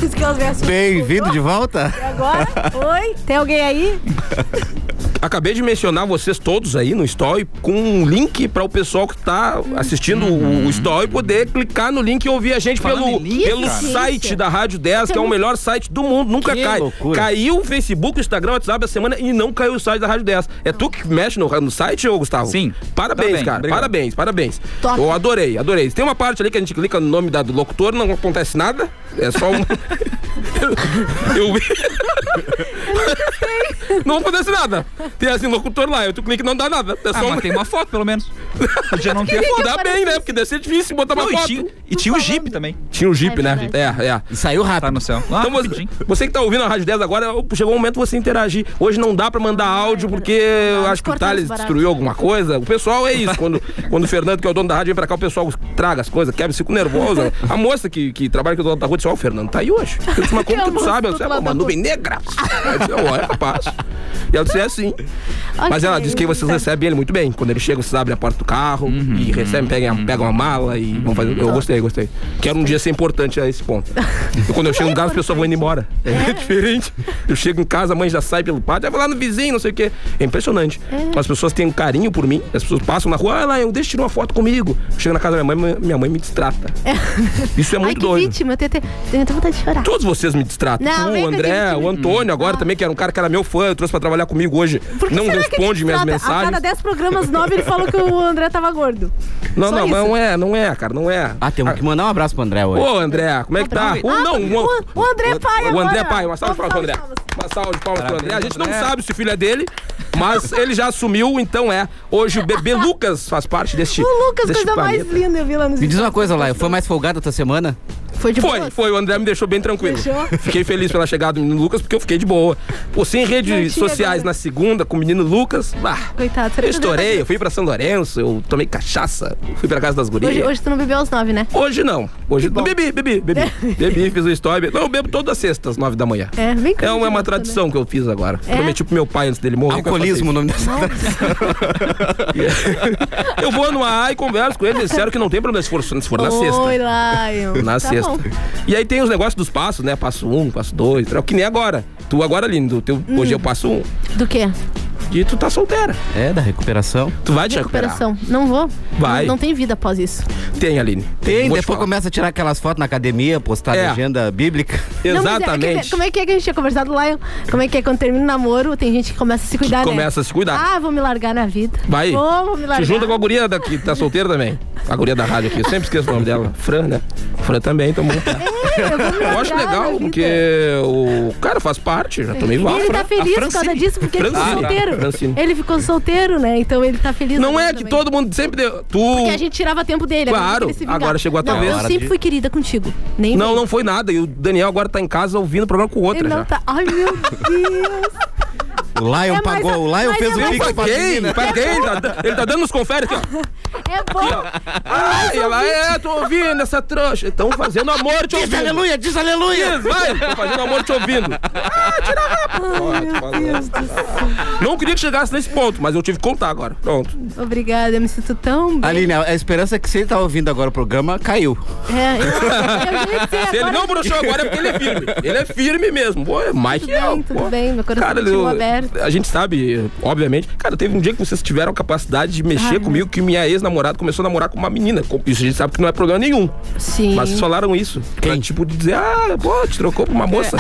Speaker 7: Isso que é elas me assustam.
Speaker 6: Bem-vindo de volta.
Speaker 7: Agora, oi, tem alguém aí?
Speaker 5: Acabei de mencionar vocês todos aí no Story com um link para o pessoal que tá
Speaker 8: Hum.
Speaker 5: assistindo o- o Story poder clicar no link e ouvir a gente
Speaker 8: Falando
Speaker 5: pelo,
Speaker 8: em link,
Speaker 5: pelo
Speaker 8: cara.
Speaker 5: site da Rádio 10, que é o melhor site do mundo. Nunca
Speaker 6: Que
Speaker 5: cai.
Speaker 6: loucura.
Speaker 5: Caiu o Facebook, o Instagram, o WhatsApp a semana e não caiu o site da Rádio 10. É tu que mexe no, no site, ô Gustavo?
Speaker 8: Sim.
Speaker 5: Parabéns,
Speaker 8: Tá bem,
Speaker 5: cara.
Speaker 8: obrigado.
Speaker 5: Parabéns, parabéns.
Speaker 7: Top.
Speaker 5: Eu adorei, adorei. Tem uma parte ali que a gente clica no nome da, do locutor, não acontece nada. É só
Speaker 8: [laughs]
Speaker 5: um. Eu vi. Não acontece nada. Tem assim, locutor lá, eu tu clica e não dá nada. É só
Speaker 8: Ah,
Speaker 5: um...
Speaker 8: mas tem uma foto, pelo menos. Podia não ter foto.
Speaker 5: Dá bem, né? Porque deve ser difícil botar uma
Speaker 8: Não, e
Speaker 5: foto.
Speaker 8: tinha, e tinha o Jeep também.
Speaker 5: Tinha um Jeep,
Speaker 7: É
Speaker 5: né? É, é.
Speaker 6: E saiu rápido.
Speaker 8: Tá no céu. Ah,
Speaker 5: Então você,
Speaker 8: rapidinho.
Speaker 5: você que tá ouvindo a Rádio 10 agora, chegou o momento de você interagir. Hoje não dá pra mandar áudio porque eu
Speaker 7: Nós
Speaker 5: acho que o
Speaker 7: cortamos
Speaker 5: Thales
Speaker 7: barato. [laughs]
Speaker 5: destruiu alguma coisa. O pessoal é isso. Quando, quando o Fernando, que é o dono da rádio, vem pra cá, o pessoal estraga as coisas, quebra, fico nervoso. A moça que, que trabalha aqui do lado da rua disse: Ó, o Fernando tá aí hoje. Eu disse, mas como
Speaker 7: [laughs] Que
Speaker 5: que
Speaker 7: almoço
Speaker 5: tu sabe? Eu
Speaker 7: do
Speaker 5: disse: "Ah,
Speaker 7: lado
Speaker 5: uma
Speaker 7: da
Speaker 5: nuvem
Speaker 7: rua."
Speaker 5: negra. Eu disse: Ó, é capaz. E ela disse: É assim. Mas ela disse que vocês
Speaker 7: Tá.
Speaker 5: recebem ele muito bem. Quando ele chega, vocês abrem a porta do carro e recebem, pegam, pegam a mala e vão fazer. Eu gostei, gostei. Quero um dia ser importante a esse
Speaker 7: [laughs]
Speaker 5: ponto. E quando eu chego em casa, as pessoas vão indo embora. É diferente. Eu chego em casa, a mãe já sai pelo pátio, vai lá no vizinho, não sei o quê. É impressionante. As pessoas têm um carinho por mim, as pessoas passam na rua, ah lá, eu deixo tirar uma foto comigo. Eu chego na casa da minha mãe, minha mãe
Speaker 7: [laughs]
Speaker 5: me distrata. Isso é
Speaker 7: Ai,
Speaker 5: muito
Speaker 7: que
Speaker 5: doido.
Speaker 7: vítima, eu tenho, tenho, tenho até vontade de chorar.
Speaker 5: Todos vocês me distratam.
Speaker 7: Não, vem
Speaker 5: o
Speaker 7: com a
Speaker 5: André,
Speaker 7: gente.
Speaker 5: o Antônio agora também, que era um cara que era meu fã, eu trouxe pra trabalhar comigo hoje.
Speaker 7: Por que
Speaker 5: não
Speaker 7: será que
Speaker 5: responde
Speaker 7: ele
Speaker 5: minhas
Speaker 7: trata? A
Speaker 5: mensagens.
Speaker 7: cada 10 programas, 9 ele falou que o André tava gordo.
Speaker 5: Não,
Speaker 7: Só
Speaker 5: não,
Speaker 7: isso.
Speaker 5: não é, não é, cara, não é.
Speaker 6: Ah, temos que mandar um abraço pro André hoje.
Speaker 5: Ô, André, como é que tá? Um,
Speaker 7: Ah,
Speaker 5: não, um,
Speaker 7: o, o André Pai
Speaker 5: o
Speaker 7: agora.
Speaker 5: André Pai, uma salva de palmas pro André.
Speaker 7: Salve,
Speaker 5: Uma salva de palmas pro André. A gente não sabe se o filho é dele, mas ele já assumiu, então é. Hoje o bebê Lucas faz parte deste.
Speaker 7: O Lucas,
Speaker 5: deste
Speaker 7: coisa mais
Speaker 5: planeta.
Speaker 7: linda, eu vi lá nos
Speaker 6: Me diz uma coisa,
Speaker 5: tá
Speaker 6: Laia, foi mais folgada tua semana?
Speaker 5: é
Speaker 7: Foi de
Speaker 5: Foi,
Speaker 7: boa?
Speaker 5: foi, o André me deixou bem tranquilo.
Speaker 7: Deixou?
Speaker 5: Fiquei feliz pela chegada do menino Lucas, porque eu fiquei de boa. Pô, sem
Speaker 7: Não tinha
Speaker 5: redes sociais
Speaker 7: agora.
Speaker 5: na segunda, com o menino Lucas, bah,
Speaker 7: Coitado, será
Speaker 5: eu
Speaker 7: que tu
Speaker 5: estourei,
Speaker 7: deu-
Speaker 5: eu fui pra São Lourenço, eu tomei cachaça, fui pra casa das gurias.
Speaker 7: Hoje, hoje tu não bebeu aos 9, né?
Speaker 5: Hoje não. Hoje
Speaker 7: Que bom.
Speaker 5: não. Bebi, bebi, bebi. bebi, fiz o story. Não, eu bebo todas as sextas, nove da manhã.
Speaker 7: É, vem cá.
Speaker 5: É uma, é uma tradição que eu fiz agora.
Speaker 7: É?
Speaker 5: Prometi pro meu pai antes dele morrer. que eu
Speaker 6: Alcoolismo, o nome dessa.
Speaker 5: fazia
Speaker 6: né?
Speaker 5: isso. Eu vou no AA e converso com ele. Eles disseram que não tem problema se for, se for na
Speaker 7: Oi,
Speaker 5: sexta.
Speaker 7: Lion.
Speaker 5: Na
Speaker 7: Tá
Speaker 5: sexta.
Speaker 7: bom.
Speaker 5: E aí tem os negócios dos passos, né? Passo um, passo dois, tal, que nem agora. Tu agora, lindo, teu,
Speaker 7: Hum.
Speaker 5: hoje é o passo um.
Speaker 7: Do quê?
Speaker 5: E tu tá solteira.
Speaker 6: É, da recuperação.
Speaker 5: Tu vai te recuperar.
Speaker 7: Recuperação. Não vou.
Speaker 5: Vai.
Speaker 7: Não, não tem vida após isso.
Speaker 5: Tem, Aline.
Speaker 6: Tem,
Speaker 5: Vou te
Speaker 6: depois
Speaker 5: falar.
Speaker 6: começa a tirar aquelas fotos na academia, postar
Speaker 5: É.
Speaker 6: na agenda
Speaker 5: [laughs]
Speaker 6: bíblica.
Speaker 7: Não, mas é- é que-
Speaker 5: Exatamente.
Speaker 7: como é que é que a gente tinha conversado lá? eu- Como é que é quando termina o namoro, tem gente que começa a se cuidar, né?
Speaker 5: começa a se cuidar.
Speaker 7: Ah, vou me largar na vida.
Speaker 5: Vai.
Speaker 7: Vou, vou me largar.
Speaker 5: Te junta com a guria daqui, tá solteira também. A guria da rádio aqui, eu sempre esqueço o nome dela. Fran, né? Fran também
Speaker 7: É,
Speaker 5: tomou.
Speaker 7: [laughs] eu vou me
Speaker 5: Eu
Speaker 7: largar
Speaker 5: acho
Speaker 7: na
Speaker 5: legal,
Speaker 7: vida.
Speaker 5: porque o cara faz parte, já tomei
Speaker 7: E
Speaker 5: vários.
Speaker 7: ele tá feliz por causa disso, porque ele ficou
Speaker 5: Francine. Ah,
Speaker 7: solteiro.
Speaker 5: Francine.
Speaker 7: Ele ficou solteiro, né? Então ele tá feliz.
Speaker 5: Não
Speaker 7: agora
Speaker 5: é que
Speaker 7: também.
Speaker 5: todo mundo sempre deu. Tu.
Speaker 7: Porque a gente tirava tempo dele. agora
Speaker 5: Claro,
Speaker 7: ele se vingar.
Speaker 5: agora chegou a tua
Speaker 7: não,
Speaker 5: vez.
Speaker 7: Eu sempre fui querida contigo. Nem
Speaker 5: Não,
Speaker 7: vem.
Speaker 5: não foi nada. E o Daniel agora tá em casa ouvindo o programa com outra
Speaker 7: Ele não
Speaker 5: já.
Speaker 7: tá. Ai, meu Deus.
Speaker 6: O Lion
Speaker 7: É, mas
Speaker 6: pagou,
Speaker 7: a-
Speaker 6: o Lion
Speaker 7: mas
Speaker 6: fez
Speaker 7: é
Speaker 6: o
Speaker 7: mais
Speaker 6: pix pra
Speaker 5: Paguei,
Speaker 6: menina.
Speaker 5: paguei. Ele tá, ele tá dando os confere
Speaker 7: [laughs]
Speaker 5: aqui, ó.
Speaker 7: É bom.
Speaker 5: Ai, ela é, tô ouvindo essa trouxa. Estão fazendo amor te
Speaker 7: é
Speaker 6: Diz
Speaker 5: ouvindo.
Speaker 6: aleluia, diz aleluia!
Speaker 5: Vai, tô fazendo amor te ouvindo. Ah,
Speaker 7: Ai, meu Deus do céu.
Speaker 5: tá Não queria que chegasse nesse ponto, mas eu tive que contar agora. Pronto.
Speaker 7: Obrigada, eu me sinto tão bem.
Speaker 6: Aline, a a esperança é que você tá ouvindo agora o programa caiu.
Speaker 7: É, eu, eu já ia dizer,
Speaker 5: [laughs] Se ele
Speaker 7: agora
Speaker 5: não broxou agora é porque ele é firme. Ele é firme mesmo. Pô, é mais que
Speaker 7: Tudo
Speaker 5: eu.
Speaker 7: bem, tudo
Speaker 5: pô.
Speaker 7: bem, meu coração tá
Speaker 5: Cara,
Speaker 7: continua
Speaker 5: eu-
Speaker 7: aberto.
Speaker 5: A gente sabe, obviamente. Cara, teve um dia que vocês tiveram a capacidade de mexer
Speaker 7: Ai.
Speaker 5: comigo que minha ex-namorada começou a namorar com uma menina. Com- Isso a gente sabe que não é problema nenhum.
Speaker 7: Sim.
Speaker 5: Mas vocês falaram isso. Pra, tipo, dizer, ah, pô, te trocou pra uma moça.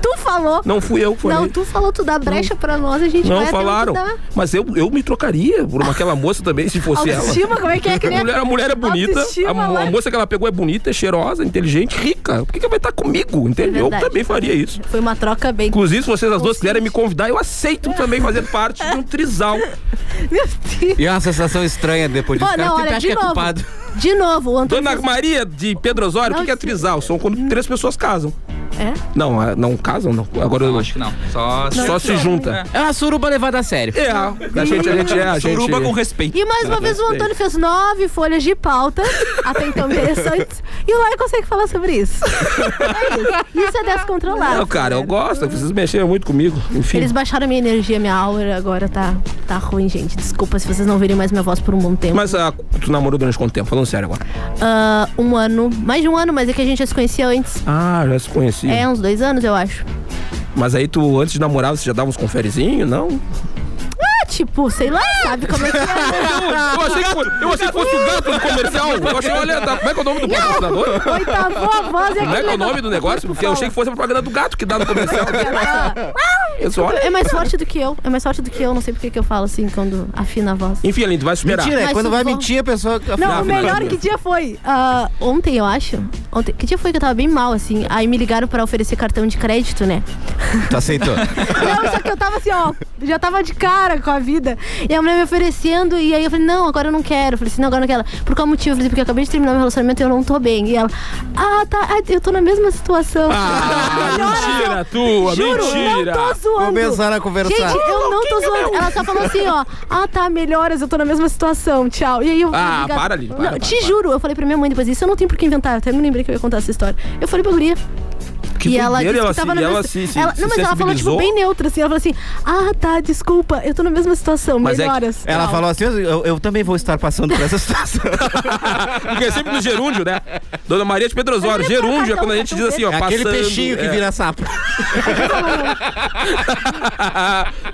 Speaker 7: Tu falou.
Speaker 5: Não fui eu que falei.
Speaker 7: Não, tu falou, tu dá brecha pra nós, é a gente
Speaker 5: Não
Speaker 7: vai
Speaker 5: falaram.
Speaker 7: até onde dá.
Speaker 5: Mas eu, eu me trocaria por uma- aquela moça também, se fosse ela.
Speaker 7: Autoestima, como é que é? Que
Speaker 5: A
Speaker 7: nem
Speaker 5: mulher, a mulher é bonita,
Speaker 7: Autoestima, né?
Speaker 5: a, mo-
Speaker 7: lá.
Speaker 5: a moça que ela pegou é bonita, é cheirosa, inteligente, rica. Por que, que ela vai estar comigo? Entendeu? eu
Speaker 7: É verdade.
Speaker 5: também faria isso.
Speaker 7: Foi uma troca bem...
Speaker 5: Inclusive, se vocês as duas
Speaker 7: Consciente.
Speaker 5: quiserem me convidar, eu aceito também fazer parte de um
Speaker 7: [laughs]
Speaker 5: trisal.
Speaker 7: [laughs] Meu Deus.
Speaker 6: E é uma sensação estranha depois
Speaker 7: Pô,
Speaker 6: disso. cara
Speaker 7: não,
Speaker 6: sempre
Speaker 7: olha,
Speaker 6: acha
Speaker 7: de
Speaker 6: que é
Speaker 7: novo.
Speaker 6: culpado.
Speaker 7: De novo, o Antônio...
Speaker 5: Dona
Speaker 7: fez-
Speaker 5: Maria de Pedro Osório, o que, que é trisal? São quando três pessoas casam.
Speaker 7: É?
Speaker 5: Não, ah, não casam, não. Agora
Speaker 8: Não,
Speaker 5: eu
Speaker 8: acho que não. Só,
Speaker 5: só se junta.
Speaker 8: É.
Speaker 6: É uma suruba levada a sério.
Speaker 5: É, a gente, a gente é, a gente.
Speaker 8: Suruba com respeito.
Speaker 7: E mais uma vez o Antônio fez nove folhas de
Speaker 5: [laughs]
Speaker 7: pauta, até então interessantes, e o Lai consegue falar sobre isso. É isso. Isso é descontrolado.
Speaker 5: Não, cara, eu gosto, vocês mexeram muito comigo. Enfim.
Speaker 7: Eles baixaram minha energia, minha aura, agora tá, tá ruim, gente. Desculpa se vocês não virem mais minha voz por um bom tempo.
Speaker 5: Mas ah, tu namorou durante quanto tempo? Falando sério agora.
Speaker 7: Ah, um ano, mais de um ano, mas é que a gente já se conhecia antes.
Speaker 5: Ah, já se conhecia.
Speaker 7: É, uns dois anos, eu acho.
Speaker 5: Mas aí tu, antes de namorar, você já dava uns conferezinhos, não?
Speaker 7: Ah, tipo, sei lá, sabe como é que é?
Speaker 5: Ah, Eu achei que, fosse- eu achei que fosse o gato do comercial. Eu achei, olha, tá- como é que é o nome do patrocinador?
Speaker 7: Oitavou a voz é
Speaker 5: Como é que é
Speaker 7: aquele
Speaker 5: o nome do negócio? Porque eu achei que fosse a propaganda do gato que dá
Speaker 7: [laughs]
Speaker 5: no comercial. Eu só, olha.
Speaker 7: É mais forte do que eu, é mais forte do que eu, não sei porque que eu falo assim quando afina a voz.
Speaker 5: Enfim, Aline, tu vai superar.
Speaker 6: Mentira, é
Speaker 7: Mas
Speaker 6: quando
Speaker 7: tudo
Speaker 6: vai
Speaker 7: bom.
Speaker 6: mentir a pessoa.
Speaker 7: Não,
Speaker 5: Afinal,
Speaker 7: o melhor
Speaker 5: afinal.
Speaker 7: que dia foi? Ah, ontem, eu acho. Ontem, que dia foi que eu tava bem mal, assim? Aí me ligaram pra oferecer cartão de crédito, né?
Speaker 5: Tá
Speaker 6: Tu
Speaker 7: [laughs]
Speaker 6: aceitou.
Speaker 7: Não, só que eu tava assim, ó, já tava de cara com a vida. E a mulher me oferecendo, e aí eu falei, não, agora eu não quero. Eu falei assim, não, agora eu não quero. Por qual motivo? Eu falei, porque eu acabei de terminar meu relacionamento e eu não tô bem. E ela, ah, tá, ah, eu tô na mesma situação.
Speaker 5: Ah,
Speaker 7: [laughs] Melhora,
Speaker 5: mentira tua,
Speaker 7: Juro,
Speaker 5: mentira.
Speaker 7: não tô zoando.
Speaker 6: Começaram a conversar.
Speaker 7: Gente, eu não tô zoando. Ela só falou assim, ó. Ah, tá, melhoras, eu tô na mesma situação, tchau. E aí eu.
Speaker 5: Ah,
Speaker 7: eu ligava-
Speaker 5: para, Lidy, para,
Speaker 7: Não,
Speaker 5: para,
Speaker 7: Te
Speaker 5: para.
Speaker 7: juro, eu falei pra minha mãe depois isso, eu não tenho por que inventar. Eu até me lembrei que eu ia contar essa história. Eu falei pra guria.
Speaker 5: Que
Speaker 7: e ela disse
Speaker 5: doideira,
Speaker 7: que
Speaker 5: ela
Speaker 7: tava
Speaker 5: se-
Speaker 7: na
Speaker 5: ela
Speaker 7: mesma
Speaker 5: se- se-
Speaker 7: ela-
Speaker 5: se
Speaker 7: Não, mas ela falou, tipo,
Speaker 5: sensibilizou?
Speaker 7: bem neutra, assim. Ela falou assim: Ah, tá, desculpa, eu tô na mesma situação,
Speaker 6: Mas é que
Speaker 7: melhoras.
Speaker 6: ela
Speaker 7: Tchau.
Speaker 6: falou assim, eu, eu também vou estar passando por essa [laughs] situação.
Speaker 5: Porque é sempre no gerúndio, né? Dona Maria de Pedro Osório, gerúndio é
Speaker 7: um
Speaker 5: quando a gente diz assim, ó,
Speaker 6: É aquele
Speaker 5: passando,
Speaker 6: peixinho que
Speaker 5: é.
Speaker 6: vira sapo.
Speaker 5: [laughs]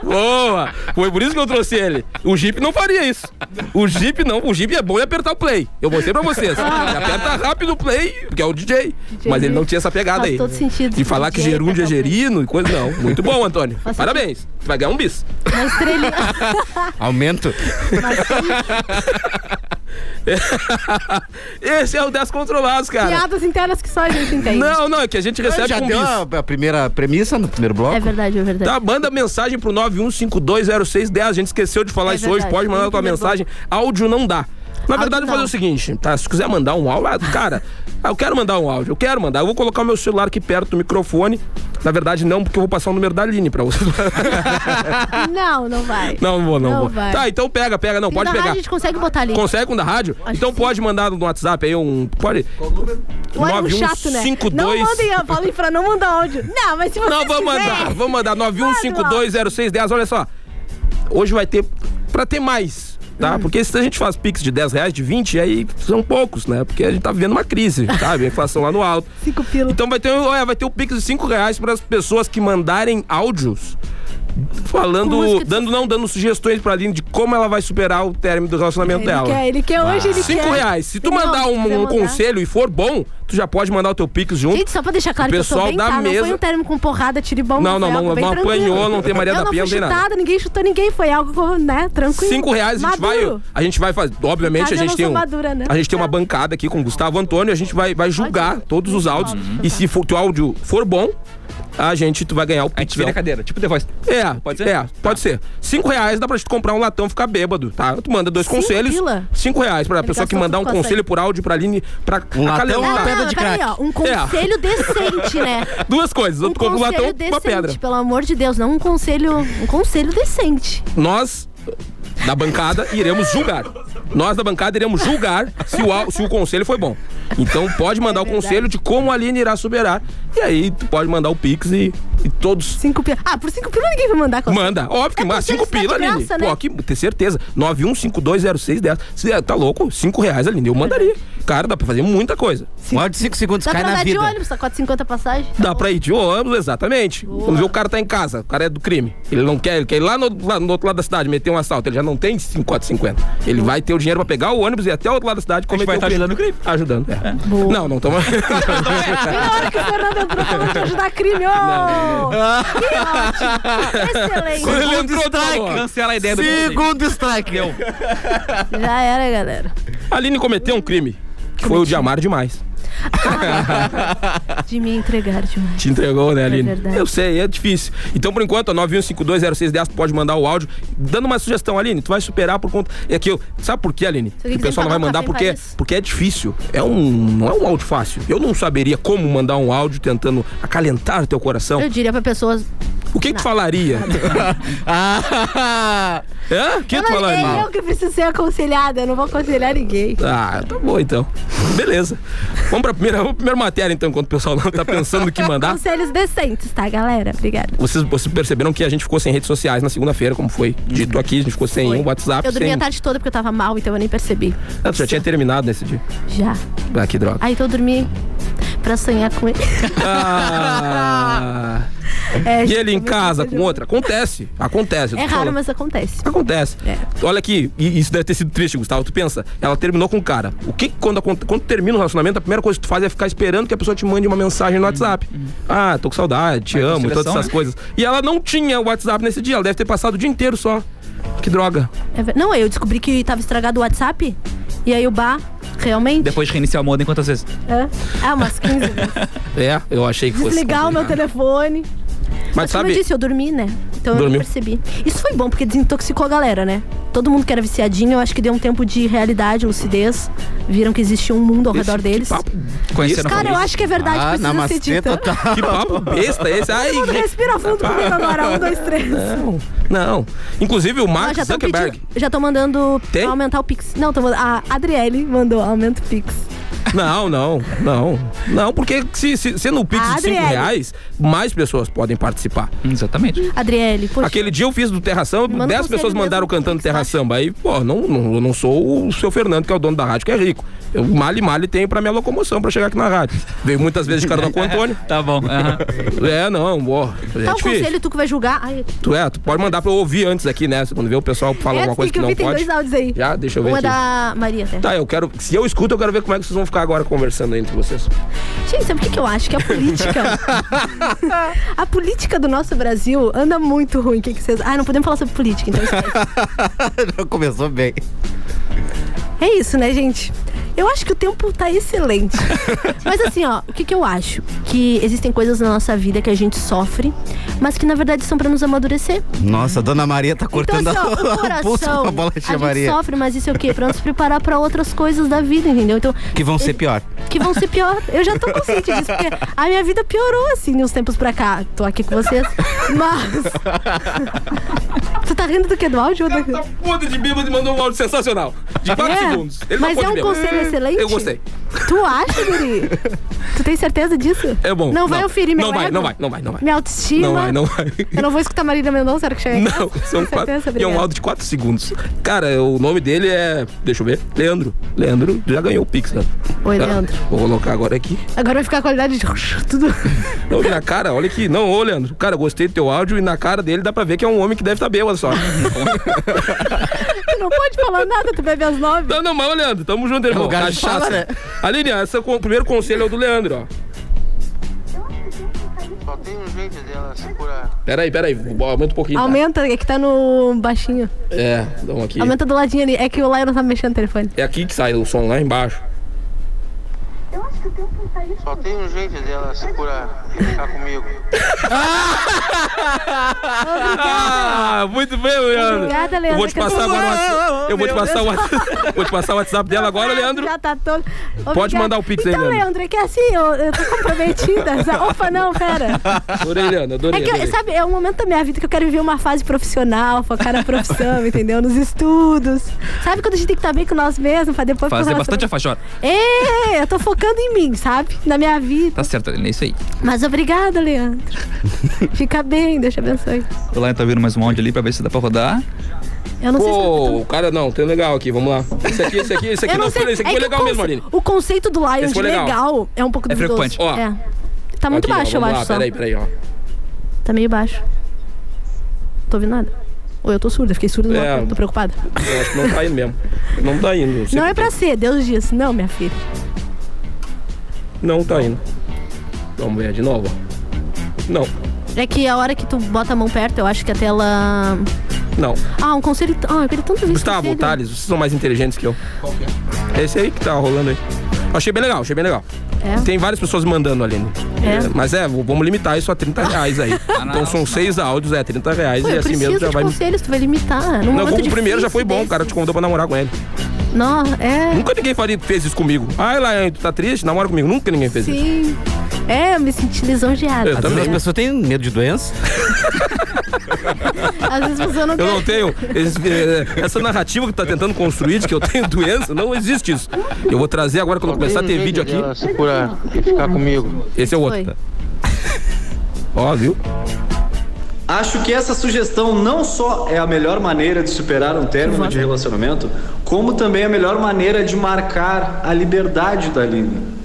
Speaker 5: Boa! Foi por isso que eu trouxe ele. O Jeep não faria isso. O Jeep não. O Jeep é bom em apertar o play. Eu mostrei pra vocês. Ele aperta rápido o play, porque é o DJ. Mas ele não tinha essa pegada
Speaker 7: Faz
Speaker 5: aí.
Speaker 7: todo sentido.
Speaker 5: De falar que
Speaker 7: DJ
Speaker 5: gerúndio é gerino e coisa não. Muito bom, Antônio.
Speaker 7: Faz
Speaker 5: Parabéns. Tu vai ganhar um bis.
Speaker 7: Uma estrelinha.
Speaker 6: Aumento.
Speaker 5: Esse é o Descontrolados, cara.
Speaker 7: Piadas internas que só a gente entende.
Speaker 5: Não, não, é que a gente recebe
Speaker 6: Já
Speaker 5: com um
Speaker 6: deu
Speaker 5: bis.
Speaker 6: a, a primeira premissa no primeiro bloco?
Speaker 7: É verdade, é verdade.
Speaker 5: Tá, manda mensagem pro 91520610. A gente esqueceu de falar
Speaker 7: É
Speaker 5: isso hoje.
Speaker 7: verdade.
Speaker 5: Pode mandar
Speaker 7: Tem
Speaker 5: a tua
Speaker 7: que mandar.
Speaker 5: mensagem. Áudio não dá. Na
Speaker 7: Áudio
Speaker 5: verdade, eu vou
Speaker 7: não.
Speaker 5: fazer o seguinte, tá? Se quiser mandar um áudio, ah, cara, ah, eu quero mandar um áudio, eu quero mandar. Eu vou colocar o meu celular aqui perto do microfone. Na verdade, não, porque eu vou passar o número da Aline pra vocês.
Speaker 7: Não, não vai.
Speaker 5: [laughs] não, não vou, não,
Speaker 7: Não
Speaker 5: vou.
Speaker 7: vai.
Speaker 5: Tá, então pega, pega, não,
Speaker 7: E
Speaker 5: pode
Speaker 7: na rádio
Speaker 5: pegar.
Speaker 7: a gente consegue botar ali.
Speaker 5: Consegue com o da rádio?
Speaker 7: Acho
Speaker 5: então
Speaker 7: que
Speaker 5: pode mandar no WhatsApp aí um. Pode. Qual número?
Speaker 7: Olha um chato, né? Não mandem, eu falei pra não mandar áudio. Não, mas se você
Speaker 5: Não, vamos mandar, vamos mandar. 91520610, olha só. Hoje vai ter. Pra ter mais. Tá?
Speaker 7: Hum.
Speaker 5: Porque se a gente faz pix de 10 reais, de 20, aí são poucos, né? Porque a gente tá vivendo uma crise,
Speaker 7: [laughs]
Speaker 5: sabe? A inflação lá no alto.
Speaker 7: Cinco pila.
Speaker 5: Então vai ter, é, vai ter o pix de 5 reais para as pessoas que mandarem áudios
Speaker 7: Com
Speaker 5: falando.
Speaker 7: música de-
Speaker 5: Dando, não dando sugestões pra Aline de como ela vai superar o término do relacionamento
Speaker 7: Ele
Speaker 5: dela.
Speaker 7: quer, ele quer hoje, ele quer.
Speaker 5: Ah, Cinco reais. Se tu
Speaker 7: Não,
Speaker 5: mandar
Speaker 7: se
Speaker 5: um,
Speaker 7: quiser
Speaker 5: um
Speaker 7: mandar.
Speaker 5: conselho e for bom, tu já pode mandar o teu pix junto.
Speaker 7: Gente, só pra deixar claro
Speaker 5: O
Speaker 7: que eu tô
Speaker 5: pessoal
Speaker 7: bem,
Speaker 5: da
Speaker 7: tá? Não foi
Speaker 5: mesa-
Speaker 7: um término com porrada, tiribom,
Speaker 5: Não, não,
Speaker 7: foi
Speaker 5: não,
Speaker 7: algo bem
Speaker 5: não
Speaker 7: tranquilo.
Speaker 5: apanhou, não tem Maria
Speaker 7: eu
Speaker 5: da Penha,
Speaker 7: não
Speaker 5: não
Speaker 7: fui
Speaker 5: tem nada.
Speaker 7: chutada, ninguém chutou ninguém, foi algo, né, tranquilo.
Speaker 5: Cinco reais a gente
Speaker 7: Maduro.
Speaker 5: vai. A gente vai fazer. Obviamente,
Speaker 7: Mas
Speaker 5: a
Speaker 7: eu
Speaker 5: gente
Speaker 7: não
Speaker 5: tem.
Speaker 7: sou
Speaker 5: um-
Speaker 7: madura, né?
Speaker 5: A gente tem uma bancada aqui com o Gustavo Antônio, a gente vai, vai julgar todos os áudios.
Speaker 7: Uhum.
Speaker 5: E se for, teu áudio for bom, a gente tu vai ganhar o
Speaker 8: A gente
Speaker 5: pix.
Speaker 8: vira a cadeira, tipo The Voice.
Speaker 5: É,
Speaker 8: Pode
Speaker 5: pode
Speaker 8: ser? Tá.
Speaker 5: ser? É, pode ser. Cinco reais dá pra te comprar um latão e ficar bêbado, tá? Tu manda dois
Speaker 7: Cinco
Speaker 5: conselhos.
Speaker 7: pila?
Speaker 5: Cinco reais pra
Speaker 7: Ele
Speaker 5: pessoa que
Speaker 7: gastou
Speaker 5: mandar um
Speaker 7: tudo com
Speaker 5: conselho
Speaker 7: açaí.
Speaker 5: por áudio pra Aline pra
Speaker 7: Não,
Speaker 6: Um latão, uma
Speaker 7: não,
Speaker 5: acalentar.
Speaker 6: pedra de
Speaker 7: peraí,
Speaker 6: crack.
Speaker 7: ó, um conselho decente, né?
Speaker 5: Duas coisas,
Speaker 7: Um
Speaker 5: É. [laughs] tu compra um latão,
Speaker 7: conselho
Speaker 5: uma
Speaker 7: decente,
Speaker 5: pedra.
Speaker 7: pelo amor de Deus, não um conselho, um conselho decente.
Speaker 5: nós da bancada iremos julgar. Nós da bancada iremos julgar se o, au- se o conselho foi bom. Então pode
Speaker 7: É
Speaker 5: mandar o conselho de como a Aline irá superar. E aí tu pode mandar o Pix e, e todos.
Speaker 7: Cinco pila. Ah, por cinco pila ninguém vai mandar. conselho.
Speaker 5: Manda. Óbvio que
Speaker 7: É
Speaker 5: manda.
Speaker 7: conselho
Speaker 5: Cinco
Speaker 7: que dá de
Speaker 5: pila, Aline.
Speaker 7: graça,
Speaker 5: Pô,
Speaker 7: né?
Speaker 5: aqui, ter certeza. 91520610. Você é- Tá louco? Cinco reais, Aline. Eu mandaria. Cara, dá pra fazer muita coisa.
Speaker 6: Um áudio de 5 segundos,
Speaker 7: Dá
Speaker 6: cai
Speaker 7: pra
Speaker 6: na
Speaker 7: andar de
Speaker 6: vida.
Speaker 7: ônibus, tá 4,50
Speaker 5: [laughs]
Speaker 7: passagem.
Speaker 5: Dá pra ir de ônibus, exatamente. Vamos ver, o cara tá em casa, o cara é do crime. Ele não quer, ele quer ir lá no, lá no outro lado da cidade meter um assalto. Ele já não tem 5450. Ele vai ter o dinheiro pra pegar o ônibus e ir até o outro lado da cidade cometer
Speaker 8: vai
Speaker 5: o
Speaker 8: tá
Speaker 5: crime.
Speaker 8: ajudando o crime.
Speaker 5: Ajudando, é. Não, não toma.
Speaker 7: Bem na hora que o Fernando entrou falando de ajudar crime, ô! Que ótimo!
Speaker 5: Quando
Speaker 7: Excelente!
Speaker 5: ele entrou, falou.
Speaker 8: Cancela a ideia do
Speaker 6: Segundo strike. [laughs]
Speaker 7: Já era, galera.
Speaker 5: A [laughs] Aline cometeu um crime. Que foi o de amar demais.
Speaker 7: De me entregar demais.
Speaker 5: Te entregou, né, Aline?
Speaker 7: verdade.
Speaker 5: Eu sei, é difícil. Então, por enquanto, ó, 91520610, tu pode mandar o áudio. Dando uma sugestão, Aline, tu vai superar por conta. É que eu. Sabe por quê, Aline?
Speaker 7: alguém
Speaker 5: Que o pessoal
Speaker 7: quiser
Speaker 5: não vai
Speaker 7: pagar um
Speaker 5: mandar
Speaker 7: café em
Speaker 5: porque,
Speaker 7: Paris.
Speaker 5: porque é difícil. É um, não é um áudio fácil. Eu não saberia como mandar um áudio tentando acalentar teu coração.
Speaker 7: Eu diria pra pessoas.
Speaker 5: O que, que
Speaker 7: [laughs]
Speaker 5: tu falaria? [laughs]
Speaker 6: Ah,
Speaker 5: Hã? O que
Speaker 7: Eu
Speaker 5: tu
Speaker 7: não-
Speaker 5: falaria?
Speaker 7: é eu que preciso ser aconselhada, eu não vou aconselhar ninguém.
Speaker 5: Ah, tá bom então. Beleza. Vamos pra primeira, vamos pra primeira matéria, então, enquanto o pessoal não tá pensando no que mandar.
Speaker 7: Conselhos decentes, tá, galera? Obrigada.
Speaker 5: Vocês, vocês perceberam que a gente ficou sem redes sociais na segunda-feira, como foi dito aqui, a gente ficou sem
Speaker 7: Uhum.
Speaker 5: um
Speaker 7: Foi.
Speaker 5: WhatsApp.
Speaker 7: Eu dormi
Speaker 5: sem...
Speaker 7: a tarde toda porque eu tava mal, então eu nem percebi.
Speaker 5: Ah, tu já tinha terminado nesse dia.
Speaker 7: Já.
Speaker 5: Ah, que droga.
Speaker 7: Aí então eu dormi pra sonhar com ele.
Speaker 5: Ah,
Speaker 7: [laughs] É,
Speaker 5: e
Speaker 7: gente,
Speaker 5: ele em
Speaker 7: como eu
Speaker 5: casa
Speaker 7: tô
Speaker 5: com outra? Acontece. Acontece. eu
Speaker 7: É
Speaker 5: tô
Speaker 7: raro,
Speaker 5: falando.
Speaker 7: mas É. acontece.
Speaker 5: Acontece. Olha aqui, e isso deve ter sido triste, Gustavo. Tu pensa, ela terminou com o cara. O que que quando, acon- quando termina o relacionamento, a primeira coisa que tu faz é ficar esperando que a pessoa te mande uma mensagem no Whatsap.
Speaker 7: Uhum,
Speaker 5: Ah, tô com saudade, te
Speaker 8: Vai
Speaker 5: amo,
Speaker 8: conciliação,
Speaker 5: todas essas
Speaker 8: né?
Speaker 5: coisas. E ela não tinha o WhatsApp nesse dia, ela deve ter passado o dia inteiro só. Que droga.
Speaker 7: É ver- Não, eu descobri que tava estragado o WhatsApp. E aí o bar, realmente.
Speaker 8: Depois de reiniciar o modem quantas vezes?
Speaker 7: É, ah, umas 15
Speaker 5: [laughs]
Speaker 7: vezes.
Speaker 5: É, eu achei que fosse.
Speaker 7: Desligar o meu telefone.
Speaker 5: Mas
Speaker 7: Como eu
Speaker 5: sabe,
Speaker 7: disse, eu dormi, né? Então eu
Speaker 5: Dormiu.
Speaker 7: não percebi. Isso foi bom, porque desintoxicou a galera, né? todo mundo que era viciadinho, eu acho que deu um tempo de realidade, lucidez. Viram que existia um mundo ao
Speaker 5: Esse-
Speaker 7: redor
Speaker 5: que
Speaker 7: deles.
Speaker 5: papo-
Speaker 8: Conheceram
Speaker 7: Cara, eu
Speaker 8: família.
Speaker 7: acho que é verdade,
Speaker 6: Ah,
Speaker 7: precisa ser
Speaker 6: namastê
Speaker 7: dita.
Speaker 6: total.
Speaker 5: Que papo besta é esse? Ai,
Speaker 7: Todo mundo
Speaker 5: gente.
Speaker 7: respira fundo comigo agora. Um, dois, três.
Speaker 5: Não, não. Inclusive o
Speaker 7: Ó,
Speaker 5: Mark
Speaker 7: já estão
Speaker 5: É. Zuckerberg.
Speaker 7: Já estão mandando
Speaker 5: Tem?
Speaker 7: aumentar o Pix. Não, tô mandando, a Adriele mandou aumento Pix.
Speaker 5: Não, não, não. Não, porque se, se, sendo o Pix de 5
Speaker 7: Adriele.
Speaker 5: reais, mais pessoas podem participar.
Speaker 8: Hum, Exatamente.
Speaker 7: Adriele, poxa.
Speaker 5: Aquele dia eu fiz do Terra Samba,
Speaker 7: Manda
Speaker 5: 10
Speaker 7: conselho
Speaker 5: pessoas
Speaker 7: mesmo, tá?
Speaker 5: mandaram
Speaker 7: como
Speaker 5: cantando
Speaker 7: que você
Speaker 5: Terra
Speaker 7: acha?
Speaker 5: Samba. Aí, pô, não, não, eu não sou o seu Fernando, que é o dono da rádio, que é rico. Eu male, male tenho pra minha locomoção pra chegar aqui na rádio. Veio muitas vezes de carona com o Antônio.
Speaker 7: [laughs]
Speaker 8: Tá bom. aham.
Speaker 5: É, não, ó. É
Speaker 7: Tá um
Speaker 5: difícil.
Speaker 7: conselho tu que vai julgar. Ai,
Speaker 5: Tu é, tu pode mandar pra eu ouvir antes aqui, né? Quando vê o pessoal fala
Speaker 7: é,
Speaker 5: alguma coisa
Speaker 7: que
Speaker 5: que
Speaker 7: eu
Speaker 5: não
Speaker 7: vi, tem
Speaker 5: pode.
Speaker 7: dois áudios aí.
Speaker 5: Já, deixa eu ver
Speaker 7: Uma
Speaker 5: aqui.
Speaker 7: da Maria, até.
Speaker 5: Tá, eu quero. Se eu escuto, eu quero ver como é que vocês vão ficar agora conversando entre vocês.
Speaker 7: Gente, sabe o que, que eu acho? Que a
Speaker 5: [laughs]
Speaker 7: política. a política do nosso Brasil anda muito ruim. O que, que vocês. Ah, não podemos falar sobre política, então
Speaker 5: [laughs]
Speaker 7: esquece.
Speaker 6: Já Começou bem.
Speaker 7: É isso, né, gente? Eu acho que o tempo tá excelente.
Speaker 5: [laughs]
Speaker 7: mas assim, ó, o que, que eu acho? Que existem coisas na nossa vida que a gente sofre, mas que na verdade são pra nos amadurecer.
Speaker 6: Nossa, a Dona Maria tá cortando
Speaker 5: [laughs]
Speaker 7: então, assim, ó,
Speaker 6: a,
Speaker 7: o
Speaker 6: a pulso
Speaker 7: coração.
Speaker 6: com a bola
Speaker 7: a
Speaker 6: de
Speaker 7: gente
Speaker 6: Maria.
Speaker 7: sofre, mas isso é o quê? Pra nos preparar pra outras coisas da vida, entendeu? Então,
Speaker 6: Que vão ser pior.
Speaker 7: que vão ser pior. Eu já tô consciente disso, porque a minha vida piorou, assim, de uns tempos pra cá. Tô aqui com vocês.
Speaker 5: [laughs]
Speaker 7: Mas. tu tá rindo do que? Do áudio? ou do-
Speaker 5: Tá puta de bêbado e mandou um áudio sensacional. De 4
Speaker 7: É,
Speaker 5: segundos. Ele
Speaker 7: mas
Speaker 5: não pode
Speaker 7: é um
Speaker 5: bêbado.
Speaker 7: conselho excelente?
Speaker 5: Eu gostei.
Speaker 7: Tu acha, Guri? tu tem certeza disso?
Speaker 5: É bom.
Speaker 7: Não vai oferir meu
Speaker 5: Não vai,
Speaker 7: ego?
Speaker 5: não vai, não vai, não vai.
Speaker 7: Minha autoestima.
Speaker 5: Não vai,
Speaker 7: [laughs]
Speaker 5: não vai.
Speaker 7: Eu não vou escutar Marília Mendonça na hora que chegar em casa.
Speaker 5: Não, são
Speaker 7: Tem
Speaker 5: quatro.
Speaker 7: certeza?
Speaker 5: E é um
Speaker 7: Obrigada.
Speaker 5: áudio de 4 segundos. Cara, o nome dele é. Deixa eu ver. Leandro. Leandro já ganhou o Pix, né?
Speaker 7: Oi,
Speaker 5: Tá?
Speaker 7: Leandro.
Speaker 5: Vou colocar agora aqui.
Speaker 7: Agora vai ficar a qualidade de tudo. [laughs]
Speaker 5: Não, na cara, olha aqui. Não, ô, Leandro. Cara, eu gostei do teu áudio e na cara dele dá pra ver que é um homem que deve estar tá
Speaker 7: [laughs]
Speaker 5: bêbado só.
Speaker 7: tu não pode falar nada, tu bebe às nove.
Speaker 5: Não, não, mas, ô, Leandro, tamo junto,
Speaker 7: É
Speaker 5: irmão.
Speaker 6: lugar de
Speaker 5: Cachaça.
Speaker 6: falar, né?
Speaker 5: Aline, esse é o con- primeiro conselho é o do Leandro, ó.
Speaker 10: Só tem um jeito dela se curar.
Speaker 5: Peraí, peraí. bo- Aumenta um pouquinho. tá?
Speaker 7: Aumenta, é que tá no baixinho.
Speaker 5: É, dão aqui.
Speaker 7: Aumenta do ladinho ali. É que o Laio não tá mexendo no telefone.
Speaker 5: É aqui que sai o som, lá embaixo.
Speaker 10: Só tem um jeito dela se curar e ficar comigo.
Speaker 5: Ah, muito bem, Leandro.
Speaker 7: Obrigada,
Speaker 5: Eu
Speaker 7: Leandro.
Speaker 5: vou te
Speaker 7: que
Speaker 5: passar
Speaker 7: tô-
Speaker 5: agora o WhatsApp. Eu vou te passar o WhatsApp. [laughs] Vou te passar o WhatsApp dela agora, Leandro.
Speaker 7: Já tá todo.
Speaker 5: Pode
Speaker 7: Obrigada.
Speaker 5: mandar o pix aí,
Speaker 7: Então,
Speaker 5: Leandro.
Speaker 7: Leandro, é que assim, eu, eu tô
Speaker 5: [laughs]
Speaker 7: comprometida. sabe? Opa, não, pera.
Speaker 5: Adorei, Leandro.
Speaker 7: É
Speaker 5: Adorei.
Speaker 7: que, eu-
Speaker 5: adorei.
Speaker 7: sabe, é um momento da minha vida que eu quero viver uma fase profissional, focar na profissão, [laughs] entendeu? Nos estudos. Sabe quando a gente tem que estar bem com nós mesmos, pra depois
Speaker 8: Fazer
Speaker 7: pro
Speaker 8: bastante a fachota.
Speaker 7: É, eu tô focando em mim, sabe? Na minha vida.
Speaker 8: Tá certo, Aline, é isso aí.
Speaker 7: Mas obrigada, Leandro. Fica bem, Deus te abençoe.
Speaker 8: O Lion tá vindo mais um áudio ali pra ver se dá pra rodar.
Speaker 7: Eu não sei se eu
Speaker 5: Pô, o cara não, tem legal aqui, vamos lá. Esse aqui, esse aqui, esse aqui
Speaker 7: Eu
Speaker 5: não,
Speaker 7: não sei.
Speaker 5: esse aqui
Speaker 7: é
Speaker 5: foi
Speaker 7: que o
Speaker 5: legal
Speaker 7: conce-
Speaker 5: mesmo, Aline.
Speaker 7: O conceito do Lion
Speaker 5: Esse
Speaker 7: de
Speaker 5: foi
Speaker 7: legal.
Speaker 5: legal.
Speaker 7: é um pouco
Speaker 8: É
Speaker 7: duvidoso.
Speaker 8: frequente.
Speaker 5: Ó.
Speaker 7: É. Tá muito
Speaker 5: Aqui, ó,
Speaker 7: baixo, eu
Speaker 5: vamos
Speaker 7: acho.
Speaker 5: lá,
Speaker 7: só.
Speaker 5: Peraí, peraí, ó.
Speaker 7: Tá meio baixo. Tô ouvindo nada. Ou eu tô surda, fiquei surda,
Speaker 5: É.
Speaker 7: não, tô preocupada.
Speaker 5: Eu acho que não tá indo mesmo. Não tá indo.
Speaker 7: Não é pra ser, Deus diz. Não, minha filha.
Speaker 5: Não tá indo. Vamos ver é de novo. ó. Não,
Speaker 7: É que a hora que tu bota a mão perto, eu acho que a tela.
Speaker 5: não.
Speaker 7: Ah, um conselho. Ah, eu queria tanto ver esse
Speaker 5: Gustavo,
Speaker 7: conselho.
Speaker 5: Thales, vocês são mais inteligentes que eu. Qual que é? Esse aí que tá rolando aí. Achei bem legal, achei bem legal.
Speaker 7: É.
Speaker 5: Tem várias pessoas mandando, Aline.
Speaker 7: É.
Speaker 5: Mas é, v- vamos limitar isso a 30 reais aí. então são seis áudios, é, 30 reais
Speaker 7: Pô,
Speaker 5: e
Speaker 7: eu
Speaker 5: assim
Speaker 7: preciso
Speaker 5: mesmo já
Speaker 7: de
Speaker 5: vai.
Speaker 7: conselhos, tu vai limitar. Num
Speaker 5: Não,
Speaker 7: momento
Speaker 5: como o primeiro já foi bom, o
Speaker 7: difícil
Speaker 5: cara te convidou pra namorar com ele.
Speaker 7: desse. Não, é.
Speaker 5: Nunca ninguém faria, fez isso comigo. Ai, Laiane, tu tá triste? Namora comigo. Nunca ninguém fez isso.
Speaker 7: Sim. É, eu me senti lisonjeada.
Speaker 5: Eu
Speaker 6: Às vezes
Speaker 5: também.
Speaker 6: as pessoas têm medo de doença.
Speaker 7: Às vezes você não
Speaker 5: Eu
Speaker 7: quer.
Speaker 5: não tenho. esse- eh, Essa narrativa que tá tentando construir de que eu tenho [laughs] doença, não existe isso. Eu vou trazer agora quando
Speaker 10: Só
Speaker 5: começar a
Speaker 10: tem um
Speaker 5: ter vídeo
Speaker 10: jeito
Speaker 5: aqui.
Speaker 10: dela se curar e ficar comigo.
Speaker 5: Esse é o
Speaker 7: Foi.
Speaker 5: outro. Ó, viu?
Speaker 11: Acho que essa sugestão não só é a melhor maneira de superar um término de relacionamento, como também é a melhor maneira de marcar a liberdade da Aline.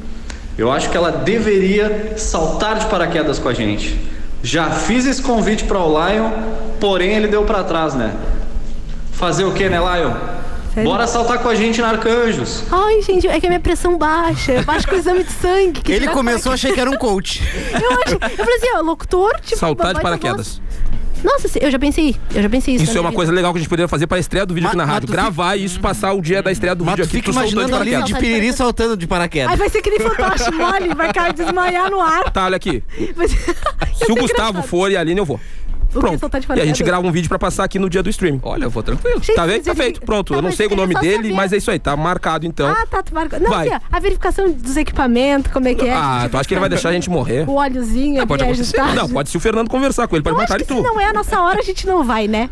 Speaker 11: Eu acho que ela deveria saltar de paraquedas com a gente. Já fiz esse convite para o Lion, porém ele deu para trás, né? Fazer o que, né, Lion?
Speaker 7: Sério?
Speaker 11: Bora saltar com a gente na Arcanjos.
Speaker 7: Ai, gente, é que a minha pressão baixa. Eu baixo com o exame de sangue. que
Speaker 6: Ele
Speaker 7: tirar
Speaker 6: começou, achei que era um coach.
Speaker 7: fora. Eu, acho, eu falei assim, ó, locutor, tipo.
Speaker 5: Saltar de
Speaker 7: babaca,
Speaker 5: paraquedas.
Speaker 7: voz. Nossa, eu já pensei. Eu já pensei isso.
Speaker 5: Isso
Speaker 7: na
Speaker 5: é uma
Speaker 7: minha
Speaker 5: coisa legal que a gente poderia fazer pra estreia do vídeo
Speaker 6: Mas-
Speaker 5: aqui na
Speaker 6: mas
Speaker 5: rádio.
Speaker 6: tu
Speaker 5: Gravar isso, passar o dia da estreia do
Speaker 6: Mas
Speaker 5: vídeo
Speaker 6: tu
Speaker 5: aqui.
Speaker 6: fica
Speaker 5: tu soltando
Speaker 6: imaginando
Speaker 5: de
Speaker 6: a Aline
Speaker 5: paraquedas.
Speaker 6: de piriri saltando de
Speaker 7: vida.
Speaker 6: paraquedas.
Speaker 7: Ai, vai ser que nem fantoche mole, vai cair, desmaiar no ar.
Speaker 5: Tá, olha aqui.
Speaker 7: Vai ser- Ia
Speaker 5: [laughs] Se
Speaker 7: ser
Speaker 5: o Gustavo
Speaker 7: engraçado.
Speaker 5: for e a Aline, eu vou.
Speaker 7: O que
Speaker 5: Pronto.
Speaker 7: soltar de fora
Speaker 5: E a
Speaker 7: do
Speaker 5: gente
Speaker 7: criador.
Speaker 5: grava um vídeo pra passar aqui no dia do stream.
Speaker 8: Olha, eu vou tranquilo.
Speaker 5: Tá feito? Tá
Speaker 7: gente,
Speaker 5: feito. Pronto.
Speaker 7: tá,
Speaker 5: Eu não
Speaker 7: mas
Speaker 5: sei o
Speaker 7: eu
Speaker 5: nome
Speaker 7: queria só
Speaker 5: dele,
Speaker 7: saber.
Speaker 5: mas é isso aí. Tá marcado então.
Speaker 7: Ah, tá, tu marcou. Não,
Speaker 5: Vai.
Speaker 7: aqui, ó, a verificação dos equipamentos, como é que é.
Speaker 5: Ah, tu acha que ele vai deixar a gente morrer?
Speaker 7: O óleozinho
Speaker 5: Ah,
Speaker 7: aqui
Speaker 5: pode acontecer.
Speaker 7: ajustado.
Speaker 5: Não, pode se o Fernando conversar com ele, pode
Speaker 7: Eu acho
Speaker 5: matar
Speaker 7: que
Speaker 5: ele
Speaker 7: se
Speaker 5: tu.
Speaker 7: não é a nossa hora, a gente não vai, né?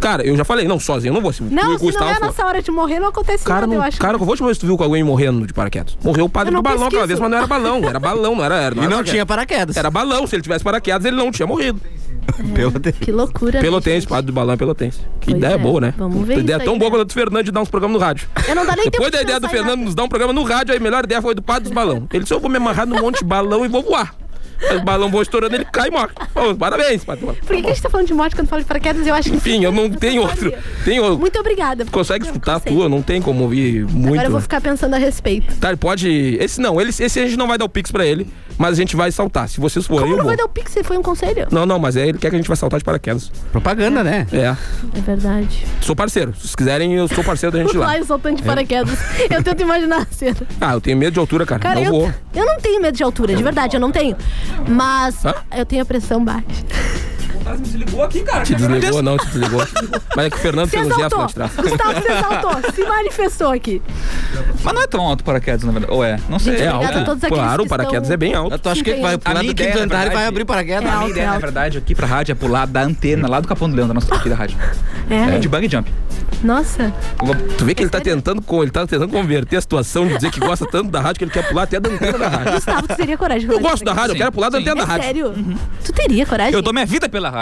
Speaker 5: Cara, eu já falei, não, sozinho eu não vou. Se tu e
Speaker 7: Não,
Speaker 5: o
Speaker 7: se não é a
Speaker 5: Gustavo. for.
Speaker 7: nossa hora de morrer, não acontece
Speaker 5: Cara,
Speaker 7: nada,
Speaker 5: não,
Speaker 7: eu acho.
Speaker 5: cara, eu vou te mostrar se tu viu com alguém morrendo de paraquedas. Morreu o padre
Speaker 7: Eu
Speaker 5: do
Speaker 7: não
Speaker 5: balão aquela
Speaker 7: pesquiso.
Speaker 5: vez, mas não era balão, era balão, não era. era
Speaker 6: E
Speaker 5: era
Speaker 6: não tinha paraquedas.
Speaker 5: Era balão, se ele tivesse paraquedas, ele não tinha morrido.
Speaker 7: É
Speaker 6: Pelotense.
Speaker 7: Que loucura. né,
Speaker 5: Pelotense, padre do balão é pelotense. Que
Speaker 7: Pois
Speaker 5: ideia
Speaker 7: é,
Speaker 5: boa, né?
Speaker 7: vamos ver
Speaker 5: Puta, ideia
Speaker 7: isso
Speaker 5: tão
Speaker 7: aí,
Speaker 5: boa quanto a do Fernando de dar uns programas no rádio.
Speaker 7: Eu não dá nem tempo
Speaker 5: Depois da
Speaker 7: de
Speaker 5: ideia do
Speaker 7: pensar em
Speaker 5: Fernando nos dar um programa no rádio, aí a melhor ideia foi do padre dos balão. Ele disse: eu vou me amarrar num monte de balão e vou voar. Aí o balão voa estourando, ele cai e morre. Ô, parabéns, padre.
Speaker 7: nada. Por que, que a gente tá falando de morte quando fala de paraquedas? Eu acho que.
Speaker 5: Enfim, eu não tenho outro. Tenho,
Speaker 7: Muito obrigada.
Speaker 5: Tu consegue escutar a tua, não tem como ouvir muito.
Speaker 7: Agora eu vou
Speaker 5: né?
Speaker 7: ficar pensando a respeito.
Speaker 5: Tá, ele pode. Esse não, ele, esse a gente não vai dar o pix pra ele, mas a gente vai saltar. Se vocês forem,
Speaker 7: Como
Speaker 5: Então, eu
Speaker 7: não
Speaker 5: vou.
Speaker 7: vai dar o pix? Você foi um conselho?
Speaker 5: Não, não, mas é, ele quer que a gente vai saltar de paraquedas.
Speaker 6: Propaganda, né?
Speaker 5: É.
Speaker 7: É verdade.
Speaker 5: Sou parceiro. Se quiserem, eu sou parceiro da
Speaker 7: [laughs]
Speaker 5: gente
Speaker 7: O
Speaker 5: lá. É.
Speaker 7: Laio soltando de paraquedas. Eu tento imaginar a cena.
Speaker 5: Ah, eu tenho medo de altura, cara.
Speaker 7: Cara,
Speaker 5: não
Speaker 7: eu,
Speaker 5: vou.
Speaker 7: eu não tenho medo de altura, de verdade, eu não tenho. Mas
Speaker 5: Hã?
Speaker 7: eu tenho a pressão baixa.
Speaker 5: Te desligou, não,
Speaker 7: [laughs]
Speaker 5: te desligou. mas é que o Fernando
Speaker 7: Se
Speaker 5: tem um gesto
Speaker 7: exaltou.
Speaker 5: lá de trás.
Speaker 7: Gustavo se exaltou, se manifestou aqui.
Speaker 8: Mas não é tão alto paraquedas, na verdade. Ou é? Não sei.
Speaker 7: Gente,
Speaker 8: é
Speaker 7: obrigada a todos aqueles
Speaker 5: Claro,
Speaker 7: que
Speaker 5: o paraquedas
Speaker 7: estão-
Speaker 5: é bem alto.
Speaker 6: Tu acha que ele vai pular
Speaker 8: A
Speaker 6: do
Speaker 8: minha
Speaker 6: quinto
Speaker 8: ideia, na
Speaker 6: andar e
Speaker 8: verdade-
Speaker 6: vai abrir paraquedas?
Speaker 7: É
Speaker 8: A
Speaker 7: alto,
Speaker 8: minha ideia,
Speaker 7: é
Speaker 8: na
Speaker 7: alto.
Speaker 8: verdade, aqui pra rádio é pular da antena lá do Capão do Leão, da nossa aqui da rádio.
Speaker 7: É.
Speaker 8: De bang jump.
Speaker 7: Nossa.
Speaker 8: Eu vou-
Speaker 5: Tu vê que ele tá tentando, com, ele tá tentando converter a situação de dizer que gosta tanto da rádio que ele quer pular até da antena da rádio.
Speaker 7: Gustavo, tu teria coragem de
Speaker 5: Eu
Speaker 7: rolar
Speaker 5: gosto
Speaker 7: isso
Speaker 5: da rádio, Ah, eu
Speaker 8: Sim,
Speaker 5: quero pular da
Speaker 8: sim.
Speaker 5: antena da
Speaker 7: aqui? É
Speaker 5: rádio.
Speaker 7: sério? Tu teria coragem?
Speaker 8: Uhum. Eu dou minha vida pela rádio.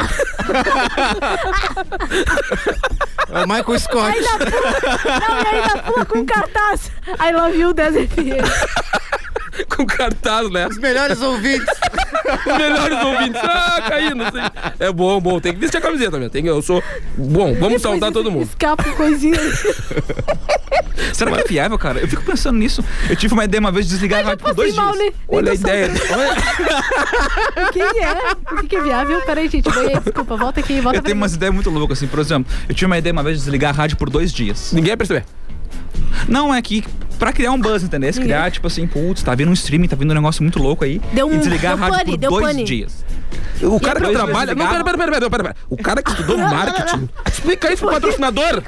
Speaker 6: É o Michael Scott.
Speaker 7: Não, e ainda pula com um cartaz. I love you, 10
Speaker 8: [laughs]
Speaker 7: FM.
Speaker 5: Com cartaz, né?
Speaker 6: Os
Speaker 5: [laughs]
Speaker 6: melhores ouvintes.
Speaker 5: melhores ouvintes. Ah, caindo. assim. É bom, bom. Tem que vestir a camiseta mesmo. Tem que, eu sou. Bom, vamos saudar todo mundo.
Speaker 7: Escapa coisinha.
Speaker 8: Será que é viável, cara? Eu fico pensando nisso. Eu tive uma ideia uma vez de desligar a rádio por dois
Speaker 7: Passei mal,
Speaker 8: dias.
Speaker 7: né?
Speaker 5: Olha a ideia. Olha,
Speaker 7: Quem é? O que que é viável? Peraí, gente. banhei. Desculpa, volta aqui, volta
Speaker 8: Eu
Speaker 7: pra
Speaker 8: tenho umas ideias muito loucas, assim. Por exemplo, eu tive uma ideia uma vez de desligar a rádio por dois dias.
Speaker 5: ninguém vai perceber.
Speaker 8: Não é que pra criar um buzz, entendeu? Se Criar, tipo assim, putz, tá vindo um streaming, tá vindo um negócio muito louco aí.
Speaker 7: Deu um-
Speaker 8: e desligar
Speaker 7: deu
Speaker 8: a rádio
Speaker 7: pane,
Speaker 8: por
Speaker 7: deu
Speaker 8: dois
Speaker 7: pane.
Speaker 8: dias.
Speaker 5: O cara que
Speaker 8: dois
Speaker 5: trabalha.
Speaker 8: meses
Speaker 5: Não, pera,
Speaker 8: ligado.
Speaker 5: pera, pera, pera, pera, pera. O cara que [laughs] estudou marketing. Explica isso pro patrocinador.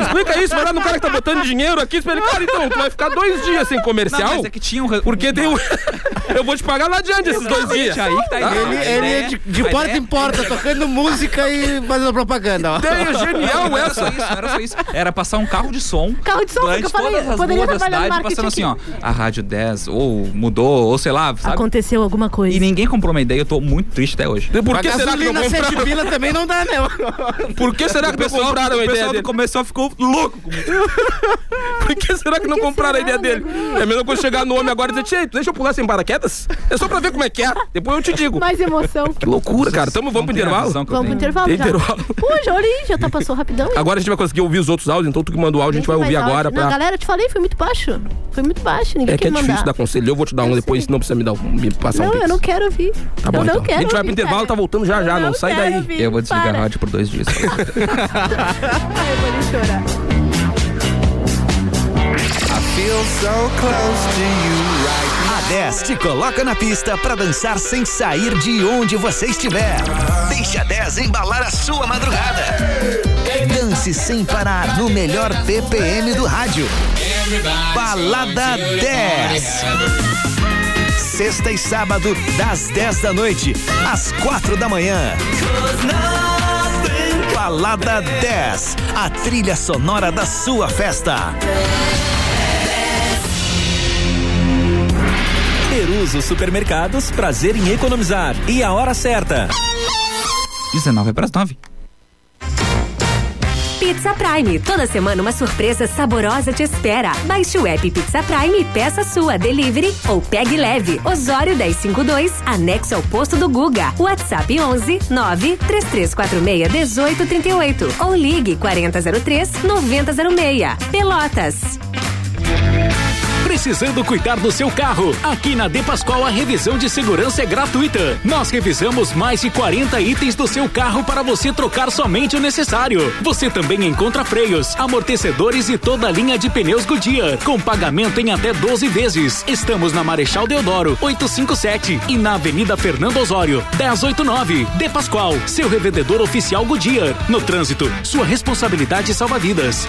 Speaker 5: Explica isso. Vai lá no cara que tá botando dinheiro aqui. Explica, cara, então, tu vai ficar dois dias sem
Speaker 8: Não,
Speaker 5: comercial.
Speaker 8: mas é que tinha um. re-
Speaker 5: Porque tem um. Eu vou te pagar lá adiante esses dois dias.
Speaker 8: Aí que tá a ideia.
Speaker 6: Ele,
Speaker 8: A
Speaker 6: ele
Speaker 8: ideia-
Speaker 6: é de, de
Speaker 8: a ideia-
Speaker 6: porta em porta, tocando música e fazendo propaganda, ó.
Speaker 5: Ideia genial
Speaker 8: Não, era
Speaker 5: essa.
Speaker 8: só isso, não era só isso. Era passar um carro de som.
Speaker 7: Carro de som,
Speaker 8: durante
Speaker 7: que eu falei,
Speaker 8: todas as
Speaker 7: poderia
Speaker 8: ruas da
Speaker 7: trabalhar no
Speaker 8: cidade,
Speaker 7: marketing
Speaker 8: passando assim, ó. A Rádio 10, ou mudou, ou sei lá, sabe?
Speaker 7: Aconteceu alguma coisa.
Speaker 8: E ninguém comprou uma ideia, eu tô muito triste até hoje.
Speaker 5: Por
Speaker 6: A
Speaker 5: que será que não
Speaker 6: gasolina sete
Speaker 5: compraram?
Speaker 6: pila também não dá, né?
Speaker 5: Por que será que não compraram a
Speaker 8: o
Speaker 5: ideia
Speaker 8: pessoal
Speaker 5: dele?
Speaker 8: do comercial ficou louco. comigo.
Speaker 5: [laughs] Por que será que não compraram a
Speaker 7: será,
Speaker 5: ideia dele? É a mesma coisa chegar no homem agora e dizer, "Tchê, tu deixa eu pular sem paraquedas? É só pra ver como é que é. Depois eu te digo.
Speaker 7: Mais emoção.
Speaker 5: Que loucura, cara. Tamo, vamos
Speaker 8: Não
Speaker 5: pro
Speaker 8: tem a
Speaker 5: intervalo?
Speaker 8: visão que eu
Speaker 7: Vamos pro
Speaker 8: tenho.
Speaker 7: intervalo
Speaker 5: Tem
Speaker 7: já.
Speaker 5: intervalo.
Speaker 7: Pô, já olhei, já tá passou rapidão. hein?
Speaker 5: Agora a gente vai conseguir ouvir os outros áudios, então tu que mandou o áudio, a gente vai
Speaker 7: Tem
Speaker 5: ouvir
Speaker 7: mais
Speaker 5: agora
Speaker 7: áudio. Não,
Speaker 5: pra.
Speaker 7: galera, eu te falei, foi muito baixo. Foi muito baixo, ninguém
Speaker 5: É que
Speaker 7: quer
Speaker 5: é
Speaker 7: mandar.
Speaker 5: difícil dar conselho. Eu vou te dar um depois, senão precisa me dar um- me passar um
Speaker 7: Não,
Speaker 5: pix.
Speaker 7: eu não quero ouvir.
Speaker 5: Tá bom,
Speaker 7: eu não
Speaker 5: então.
Speaker 7: quero
Speaker 5: a gente vai pro
Speaker 7: ouvir,
Speaker 5: intervalo,
Speaker 7: cara.
Speaker 5: tá voltando já já,
Speaker 7: Eu
Speaker 5: não, sai
Speaker 7: quero
Speaker 5: daí.
Speaker 7: ouvir,
Speaker 8: Eu vou desligar
Speaker 7: para.
Speaker 8: a rádio por
Speaker 7: [laughs]
Speaker 8: dois dias.
Speaker 7: Ai, eu vou ali chorar.
Speaker 12: A 10 te coloca na pista pra dançar sem sair de onde você estiver. Deixa a 10 embalar a sua madrugada. Dance sem parar no melhor BPM do rádio. Balada 10. Sexta e sábado, das 10 da noite às 4 da manhã. Balada 10, a trilha sonora da sua festa.
Speaker 13: Peruso Supermercados, prazer em economizar. E a hora certa.
Speaker 8: 19 é pras 9.
Speaker 14: Pizza Prime. Toda semana uma surpresa saborosa te espera. Baixe o app Pizza Prime e peça a sua delivery ou pegue leve. Osório 1052, anexo ao posto do Guga. WhatsApp 11 93346 1838 ou ligue 4003 9006. Pelotas.
Speaker 15: Precisando cuidar do seu carro? Aqui na De Pascoal a revisão de segurança é gratuita. Nós revisamos mais de 40 itens do seu carro para você trocar somente o necessário. Você também encontra freios, amortecedores e toda a linha de pneus Goodyear, com pagamento em até 12 vezes. Estamos na Marechal Deodoro, 857 e na Avenida Fernando Osório, 1089. De Pascoal, seu revendedor oficial Goodyear. No trânsito, sua responsabilidade salva vidas.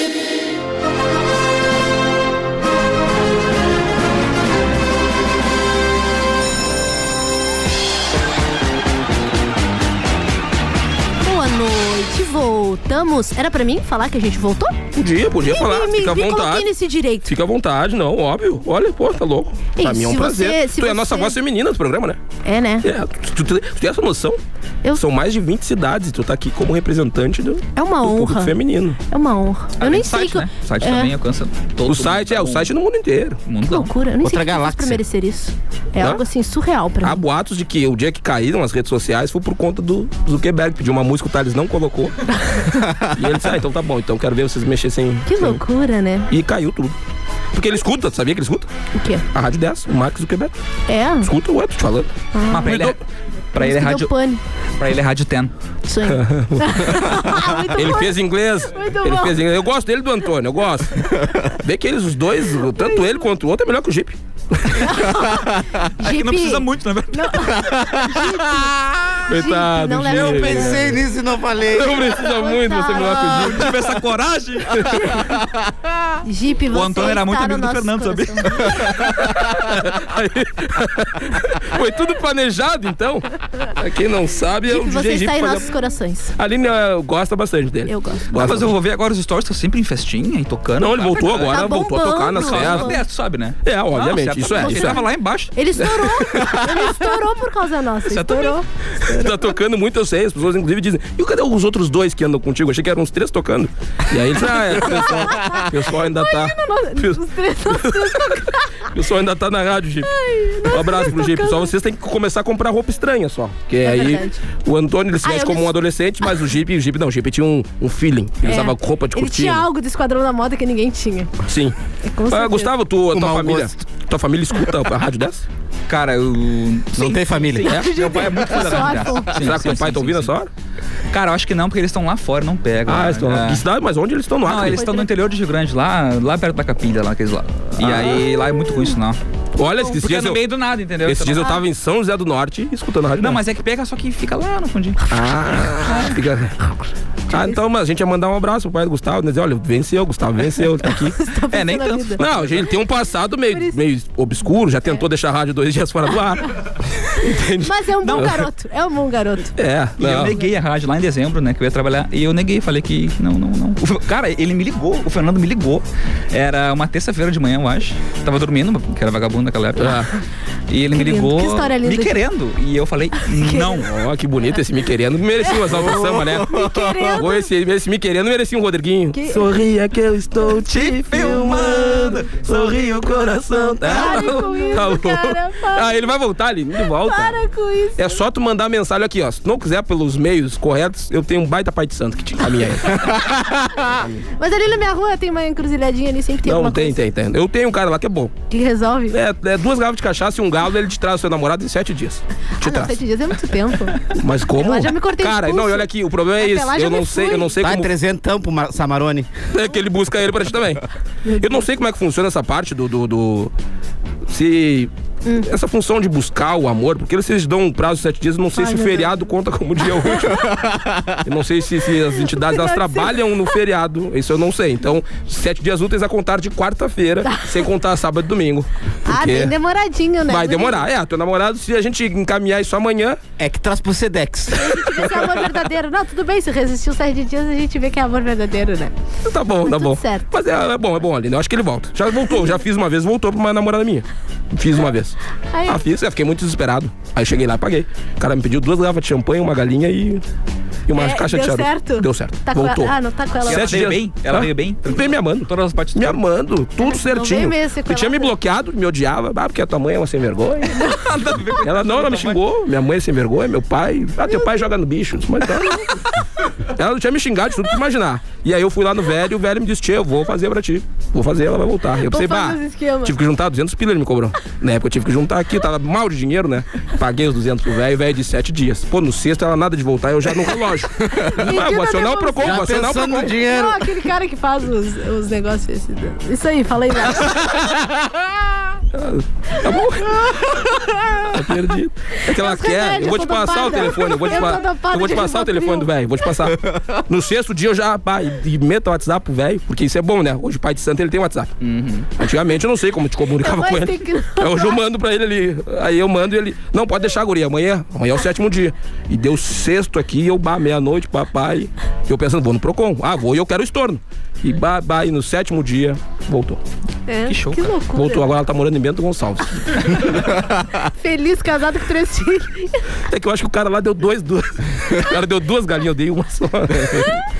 Speaker 7: Boa noite, voltamos. Era pra mim falar que a gente voltou?
Speaker 5: Podia, podia
Speaker 7: Me-
Speaker 5: falar.
Speaker 7: me-
Speaker 5: Fica à
Speaker 7: me coloquei
Speaker 5: vontade.
Speaker 7: nesse direito.
Speaker 5: Fica à vontade, não, óbvio. Olha, pô, tá louco. Pra
Speaker 7: Ei,
Speaker 5: mim é um
Speaker 7: se
Speaker 5: prazer.
Speaker 7: você-
Speaker 5: tu
Speaker 7: se
Speaker 5: é a nossa
Speaker 7: você-
Speaker 5: voz feminina do programa, né?
Speaker 7: É, né?
Speaker 5: É, tu, tu- tu- tu tem essa noção?
Speaker 7: Eu-
Speaker 5: São mais de 20 cidades e tu tá aqui como representante do,
Speaker 7: É uma
Speaker 5: do público
Speaker 7: honra.
Speaker 5: feminino.
Speaker 7: É uma honra. eu nem sei que.
Speaker 5: O site também é alcança todo O site, é, o site no mundo inteiro.
Speaker 7: Que loucura. Eu nem sei o que eu fiz pra merecer isso. É
Speaker 5: Hã?
Speaker 7: algo assim surreal pra mim.
Speaker 5: Há boatos de que o dia que caíram as redes sociais foi por conta do Zuckerberg. Pediu uma música, o Thales não
Speaker 7: [laughs]
Speaker 5: colocou. e ele disse, ah, então tá bom, então quero ver vocês mexessem.
Speaker 7: Que loucura, né?
Speaker 5: E caiu tudo. Porque ele escuta, sabia que ele escuta?
Speaker 7: O quê?
Speaker 5: A Rádio 10, o Marcos Zuckerberg.
Speaker 7: É?
Speaker 5: Escuta o outro te falando.
Speaker 8: Mas pra ele é, pra ele é rádio. Pra ele é rádio 10.
Speaker 7: Isso
Speaker 5: [laughs]
Speaker 7: aí.
Speaker 5: ele fez inglês.
Speaker 7: Muito
Speaker 5: ele
Speaker 7: bom.
Speaker 5: fez inglês. Eu gosto dele do Antônio,
Speaker 7: [laughs]
Speaker 5: eu gosto. Vê que eles, os dois, tanto ele quanto o outro, é melhor que o Jeep.
Speaker 8: É que não precisa muito,
Speaker 5: né?
Speaker 8: na verdade.
Speaker 5: Coitado,
Speaker 6: não leva
Speaker 5: Jeep.
Speaker 6: Eu pensei nisso e não falei.
Speaker 5: Não precisa muito você melhor que o Jeep.
Speaker 8: Tive essa [laughs] coragem.
Speaker 7: Jeep, você
Speaker 8: O Antônio era muito
Speaker 7: está no
Speaker 8: amigo do
Speaker 7: nosso
Speaker 8: Fernando, sabia?
Speaker 5: [laughs] Foi tudo planejado, então. Pra quem não sabe, é o
Speaker 7: Jeep, você
Speaker 5: DJ
Speaker 7: está
Speaker 5: Jeep.
Speaker 7: em
Speaker 5: fazia-
Speaker 7: nossos corações.
Speaker 5: A Aline eh, gosta bastante dele.
Speaker 7: Eu gosto.
Speaker 8: Ah,
Speaker 5: um-
Speaker 8: mas eu vou ver agora os stories, tá sempre em festinha e tocando.
Speaker 5: Não, ele voltou agora,
Speaker 7: Tá voltou a tocar nas bombando. festas.
Speaker 8: Tu sabe, né?
Speaker 5: É, obviamente,
Speaker 8: Ah,
Speaker 5: isso é,
Speaker 8: certamente.
Speaker 5: isso
Speaker 8: Ele
Speaker 5: é.
Speaker 8: tava lá embaixo.
Speaker 7: Ele estourou. ele estourou por causa nossa. Estourou.
Speaker 5: [laughs] tá tocando muito, eu sei. As pessoas, inclusive, dizem: e cadê os outros dois que andam contigo? Eu achei que eram uns três tocando. E aí eles, ah, é, o pessoal, o pessoal ainda tá.
Speaker 7: Os três, os três
Speaker 5: O pessoal ainda tá na rádio, Jeep. Um abraço pro Jeep. Só vocês têm que começar a comprar roupa estranha só. Porque
Speaker 7: É
Speaker 5: aí
Speaker 7: verdade.
Speaker 5: o Antônio ele se
Speaker 7: Ah,
Speaker 5: veste
Speaker 7: eu
Speaker 5: como
Speaker 7: me-
Speaker 5: um adolescente, mas o Jeep, o Jeep não, o Jeep tinha um, um feeling. Ele
Speaker 7: É.
Speaker 5: usava roupa de
Speaker 7: Ele
Speaker 5: cortina.
Speaker 7: tinha algo do Esquadrão da Moda que ninguém tinha. É,
Speaker 5: Sim.
Speaker 7: com
Speaker 5: Ah,
Speaker 7: certeza. [laughs]
Speaker 5: Gustavo, tu, a
Speaker 8: Um
Speaker 5: tua família. Tua família escuta a rádio dessa?
Speaker 8: Cara, eu.
Speaker 6: Não tem família.
Speaker 5: É? Meu pai é muito fã da
Speaker 8: Só
Speaker 5: rádio
Speaker 8: iPhone.
Speaker 5: dessa.
Speaker 8: Sim,
Speaker 5: Será que
Speaker 8: sim,
Speaker 5: teu pai
Speaker 8: sim,
Speaker 5: tá ouvindo
Speaker 8: sim,
Speaker 5: essa hora?
Speaker 8: Cara, eu acho que não, porque eles estão lá fora, não pegam.
Speaker 5: Ah, eles estão lá. Que cidade? Mas onde eles estão no
Speaker 8: Não,
Speaker 5: Acre?
Speaker 8: Ah, eles estão no interior do Rio Grande, lá, lá perto da Capilha, lá, aqueles lá. E
Speaker 5: Ah.
Speaker 8: aí, lá é muito ruim isso, não.
Speaker 5: Olha, esses
Speaker 8: Porque é
Speaker 5: dias
Speaker 8: no
Speaker 5: eu...
Speaker 8: meio do nada, entendeu?
Speaker 5: Esses dias eu tava em São José do Norte escutando a rádio
Speaker 8: Não,
Speaker 5: dessa.
Speaker 8: mas é que pega, só que fica lá no fundinho.
Speaker 5: Ah, fica... Ah, então, mas a gente ia mandar um abraço pro pai do Gustavo, né? Dizer, olha, venceu, Gustavo, venceu,
Speaker 8: [laughs]
Speaker 5: tá aqui.
Speaker 8: É, nem tanto.
Speaker 5: Não, gente, ele tem um passado meio, meio obscuro, já
Speaker 7: É.
Speaker 5: tentou deixar a rádio dois dias fora do ar.
Speaker 7: [laughs]
Speaker 5: Entende?
Speaker 7: Mas é um bom
Speaker 5: Não.
Speaker 7: garoto. É um bom
Speaker 5: [laughs]
Speaker 7: garoto.
Speaker 5: É,
Speaker 8: E eu
Speaker 5: não.
Speaker 8: neguei a rádio lá em dezembro, né? Que eu ia trabalhar. E eu neguei, falei que não, não, não. O Fe- cara, ele me ligou, o Fernando me ligou. Era uma terça-feira de manhã, eu acho. Tava dormindo, que era vagabundo naquela época. E ele me
Speaker 5: lindo.
Speaker 8: ligou.
Speaker 5: Que história linda.
Speaker 8: Me querendo. E eu
Speaker 5: [laughs]
Speaker 8: falei, não.
Speaker 5: Ó, que bonito esse me querendo. Merecia uma salva de samba, né?
Speaker 8: Me querendo.
Speaker 5: Ou Esse, esse me querendo merecia um Rodriguinho.
Speaker 8: Que-
Speaker 5: Sorria é que eu estou te filmando. Sorri o coração. [laughs]
Speaker 4: Pare com isso,
Speaker 5: bom.
Speaker 4: cara, para.
Speaker 5: tá Ah, ele vai voltar ali, de volta.
Speaker 4: Para com isso.
Speaker 5: É só tu mandar mensagem aqui, ó. Se não quiser pelos meios corretos, eu tenho um baita pai de santo que te encaminha aí.
Speaker 7: [laughs] Mas ali na minha rua tem uma encruzilhadinha ali, sempre tem
Speaker 5: não,
Speaker 7: alguma
Speaker 5: tem, tem, tem. Eu tenho um cara lá que é bom.
Speaker 7: coisa que resolve.
Speaker 5: É, é duas garrafas de cachaça e um galo, ele te traz o seu namorado em sete dias. Te
Speaker 7: Ah, não,
Speaker 5: traz.
Speaker 7: sete dias é muito
Speaker 5: [laughs]
Speaker 7: tempo.
Speaker 5: Mas como?
Speaker 7: Ela já me cortei
Speaker 5: Cara,
Speaker 7: expulso.
Speaker 5: não, e olha aqui, o problema é
Speaker 7: Até
Speaker 5: esse.
Speaker 7: lá já
Speaker 5: Eu
Speaker 7: me
Speaker 5: não sei, eu não sei
Speaker 6: Vai,
Speaker 5: como.
Speaker 6: 300 tampo, Mar- Samarone.
Speaker 5: É [laughs] que ele busca ele pra ti também. Eu não sei como é que funciona essa parte do. do, do- se. Essa função de buscar o amor, porque vocês dão um prazo de sete dias, eu não sei
Speaker 1: Ai,
Speaker 5: se o
Speaker 1: meu
Speaker 5: feriado conta como dia útil. eu não sei se, se as entidades elas trabalham no feriado, isso eu não sei. Então, sete dias úteis a contar de quarta-feira, sem contar sábado e domingo.
Speaker 7: Ah,
Speaker 5: porque-
Speaker 7: bem demoradinho, né?
Speaker 5: Vai demorar. É, teu namorado, se a gente encaminhar isso amanhã.
Speaker 6: É que traz pro Sedex.
Speaker 7: Esse é amor verdadeiro. Não, tudo bem, se resistiu sete dias, a gente vê que é amor verdadeiro, né?
Speaker 5: Tá bom, tá bom. Mas é, é bom, é bom, Aline. Eu acho que ele volta. Já voltou, já fiz uma vez, voltou pra uma namorada minha. Fiz uma vez.
Speaker 7: Aí-
Speaker 5: é, Ah, fiz, eu fiquei muito desesperado. Aí eu cheguei lá e paguei. O cara me pediu duas garrafas de champanhe, uma galinha e. E e uma
Speaker 7: É,
Speaker 5: caixa de
Speaker 7: deu
Speaker 5: charuto.
Speaker 7: certo?
Speaker 5: Deu certo.
Speaker 7: Tá com
Speaker 5: Voltou.
Speaker 7: ela- ah, não tá com ela
Speaker 5: Sete
Speaker 7: lá. Ela veio
Speaker 5: dias-
Speaker 7: bem? Ela
Speaker 5: Hã?
Speaker 7: veio bem?
Speaker 5: Bem me amando.
Speaker 8: Todas as partes.
Speaker 5: Me amando. Tudo certinho.
Speaker 7: veio mesmo,
Speaker 5: Tu tinha me bloqueado, me odiava. Ah, porque a tua mãe é uma
Speaker 7: [laughs]
Speaker 5: sem vergonha. ela não, ela me xingou. Minha mãe é sem vergonha, meu pai. Ah, teu pai joga no bicho. Eu disse, Mas tá. Ela não tinha me xingado de tudo que tu imaginar. E aí eu fui lá no velho e o velho me disse: Tchê, eu vou fazer pra ti. Vou fazer, ela vai voltar. E Eu
Speaker 7: Vou
Speaker 5: pensei,
Speaker 7: fazer
Speaker 5: bah,
Speaker 7: os esquemas."
Speaker 5: tive que juntar 200 pila, ele me cobrou. Na época eu tive que juntar aqui, eu tava mal de dinheiro, né? Paguei os 200 pro velho, o velho de 7 dias. Pô, no sexto ela nada de voltar, eu já
Speaker 7: [laughs]
Speaker 5: no relógio.
Speaker 7: tá
Speaker 5: Mas vou acionar o Procon, vou acionar o Procon.
Speaker 7: Não, aquele cara que faz os, os negócios. esse- Isso aí, falei nada.
Speaker 5: [laughs] Tá bom. Tá perdido. É que ela
Speaker 7: Meus
Speaker 5: quer.
Speaker 7: remédios,
Speaker 5: Eu vou
Speaker 7: eu
Speaker 5: te
Speaker 7: tô
Speaker 5: passar o
Speaker 7: dopada.
Speaker 5: telefone. Eu vou te,
Speaker 7: Eu
Speaker 5: pa-
Speaker 7: tô dopada
Speaker 5: eu vou te
Speaker 7: de
Speaker 5: passar o telefone do velho. Vou
Speaker 7: [laughs]
Speaker 5: te passar. No sexto dia eu já. Pá, e, e meto o WhatsApp pro velho, porque isso é bom, né? Hoje o pai de santo ele tem WhatsApp.
Speaker 7: Uhum.
Speaker 5: Antigamente eu não sei como te comunicava
Speaker 7: Mas
Speaker 5: com
Speaker 7: tem
Speaker 5: ele.
Speaker 7: que-
Speaker 5: Aí Hoje eu mando pra ele ali. Aí eu mando e ele. Não, pode deixar, guria. Amanhã. Amanhã é o sétimo dia. E deu sexto aqui, eu bah, meia-noite, papai. Eu pensando, vou no Procon. Ah, vou e eu quero estorno. E bah, bah, e no sétimo dia, voltou.
Speaker 7: É, que
Speaker 5: show,
Speaker 7: Que
Speaker 5: cara.
Speaker 7: loucura.
Speaker 5: Voltou agora, ela tá morando em Bento Gonçalves.
Speaker 7: Feliz, casado com três
Speaker 5: [laughs]
Speaker 7: filhos.
Speaker 5: É que eu acho que o cara lá deu dois, duas. [laughs] O cara deu duas galinhas, eu dei uma só.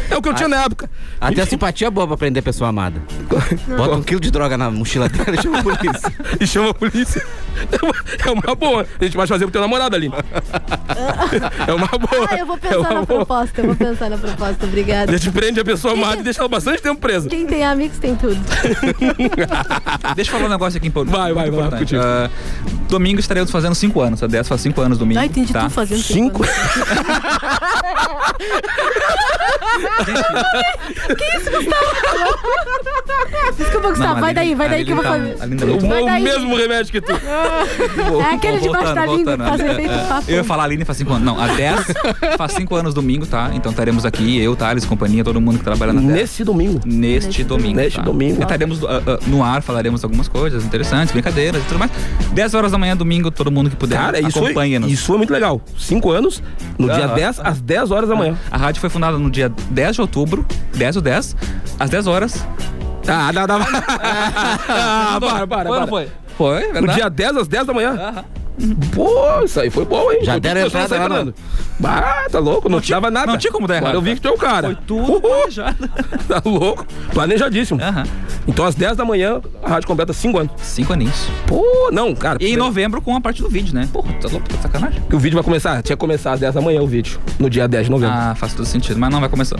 Speaker 5: É o que eu tinha na época.
Speaker 6: Até a simpatia é boa pra prender pessoa amada. Bota um quilo de droga na mochila dela e chama a polícia.
Speaker 5: E chama a polícia. É uma, é uma boa. A gente vai fazer pro teu namorado ali. É uma boa.
Speaker 7: Ah, eu vou
Speaker 5: é
Speaker 7: pensar
Speaker 5: uma
Speaker 7: na
Speaker 5: boa.
Speaker 7: proposta, eu vou pensar na proposta, obrigada.
Speaker 5: A gente prende a pessoa amada e deixa ela bastante tempo presa.
Speaker 7: Quem tem amigos tem tudo.
Speaker 8: Deixa eu falar um negócio aqui importante. Vai, vai, vai.
Speaker 5: contigo.
Speaker 8: domingo estaremos fazendo 5 anos. A 10 faz 5 anos domingo.
Speaker 7: Ah, entendi,
Speaker 8: tá?
Speaker 7: tu fazendo cinco.
Speaker 5: [laughs]
Speaker 7: que isso, Gustavo? Desculpa, Gustavo,
Speaker 8: Não,
Speaker 7: vai
Speaker 8: a
Speaker 7: daí, vai
Speaker 8: Lili-
Speaker 7: daí que eu vou
Speaker 8: a Lili
Speaker 7: fazer.
Speaker 8: tá- a Lili tá muito-
Speaker 7: Vai
Speaker 8: O
Speaker 7: daí.
Speaker 8: mesmo
Speaker 5: remédio que tu.
Speaker 7: É aquele de baixo da língua que faz efeito papo.
Speaker 8: Eu ia falar a Aline faz 5 anos. Não, a 10
Speaker 5: [laughs]
Speaker 8: faz 5 anos domingo, tá? Então estaremos aqui, eu, Thales, companhia, todo mundo que trabalha na 10.
Speaker 5: Neste domingo.
Speaker 8: Neste, domingo.
Speaker 5: Neste
Speaker 8: tá?
Speaker 5: domingo.
Speaker 8: Estaremos ah, ah, no ar, falaremos algumas coisas interessantes, brincadeiras e tudo mais. 10 horas da manhã, domingo, todo mundo que puder
Speaker 5: Cara, isso foi-
Speaker 8: acompanha-nos.
Speaker 5: isso foi muito legal. 5 anos, no dia 10, às 10 horas da manhã.
Speaker 8: A rádio foi fundada no dia 10 de outubro, 10 ou 10, às 10 horas.
Speaker 5: Ah, dá, dá. Ah, para, para.
Speaker 8: Foi ou não
Speaker 5: para.
Speaker 8: foi? Foi, é
Speaker 5: No
Speaker 8: verdade.
Speaker 5: dia 10 às 10 da manhã. Pô, isso aí foi bom, hein?
Speaker 8: Já
Speaker 5: Eu
Speaker 8: deram
Speaker 5: vi que você
Speaker 8: entrada
Speaker 5: saiu
Speaker 8: lá,
Speaker 5: Fernando. Bah, tá louco, não, tinha, dava nada.
Speaker 8: não tinha como dar
Speaker 5: Agora
Speaker 8: errado,
Speaker 5: Eu vi que tu é o cara. Foi
Speaker 8: tudo planejado.
Speaker 5: [laughs] Tá louco, planejadíssimo. Então às 10 da manhã a rádio completa 5 anos.
Speaker 8: 5 aninhos.
Speaker 5: Pô, não, cara. né?
Speaker 8: E em novembro com a parte do vídeo, né? Porra, tá louco, tá de sacanagem.
Speaker 5: Que o vídeo vai começar, tinha que começar às 10 da manhã o vídeo, no dia 10 de [laughs] novembro.
Speaker 8: Ah, faz todo sentido, mas não vai
Speaker 5: [laughs]
Speaker 8: começar.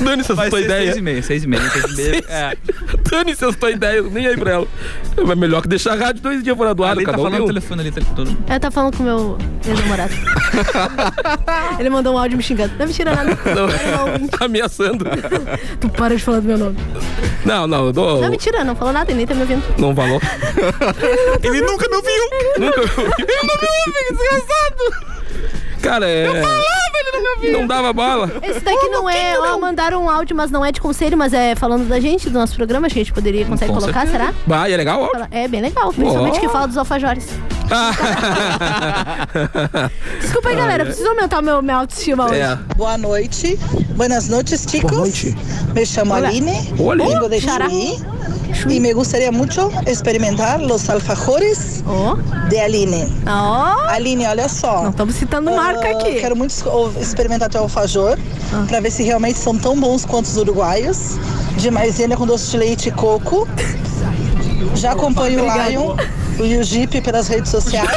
Speaker 5: Dane-se essa
Speaker 8: Vai
Speaker 5: tua
Speaker 8: ser
Speaker 5: ideia.
Speaker 8: 6 e meia, 6 e meia, 6 e
Speaker 5: [laughs]
Speaker 8: meia.
Speaker 5: Dane-se essa tua ideia, nem aí pra ela. É melhor que deixar a rádio dois dias fora do ar,
Speaker 8: Ali tá
Speaker 5: cada um
Speaker 8: falando
Speaker 5: tem
Speaker 8: o
Speaker 5: um.
Speaker 8: telefone ali, tá todo
Speaker 7: Eu tava falando com meu [laughs] ex-namorado. Ele mandou um áudio me xingando. Não me tira nada.
Speaker 5: Tá [laughs] ameaçando.
Speaker 7: Tu para de falar do meu nome.
Speaker 5: Não, não, eu dou.
Speaker 7: Não, mentira, não falou nada, ele nem tá me [laughs] ouvindo.
Speaker 5: Não falou.
Speaker 7: Ele nunca me ouviu.
Speaker 5: Nunca me ouviu.
Speaker 7: Ele não me ouve, que desgraçado.
Speaker 5: Cara, é.
Speaker 7: Eu falava, ele não me ouvia.
Speaker 5: Não dava bola.
Speaker 7: Esse daqui não é, ó, mandaram um áudio, mas não é de conselho, mas é falando da gente, do nosso programa, acho que a gente poderia, consegue
Speaker 5: Com
Speaker 7: colocar,
Speaker 5: certeza.
Speaker 7: será?
Speaker 5: Bah, e é legal, ó.
Speaker 7: Fala- É bem legal, principalmente
Speaker 5: Ó.
Speaker 7: que fala dos
Speaker 5: [laughs]
Speaker 7: alfajores. Desculpa aí, galera, preciso aumentar meu, minha autoestima hoje.
Speaker 5: É.
Speaker 16: Boa noite. Buenas noches, chicos. Me chamo
Speaker 7: Hola.
Speaker 16: Aline.
Speaker 7: Hola.
Speaker 16: Vengo de
Speaker 7: Sara.
Speaker 16: Chuy. Y me gustaría mucho experimentar los alfajores de Aline. Aline, olha só. Não
Speaker 7: estamos citando marca aqui.
Speaker 16: Quero muito o- experimentar teu alfajor pra ver se realmente são tão bons quanto os uruguaios. De maisena com doce de leite e coco. Já acompanho
Speaker 7: Obrigada.
Speaker 16: o Lion e o Jeep pelas redes
Speaker 5: [laughs]
Speaker 16: sociais.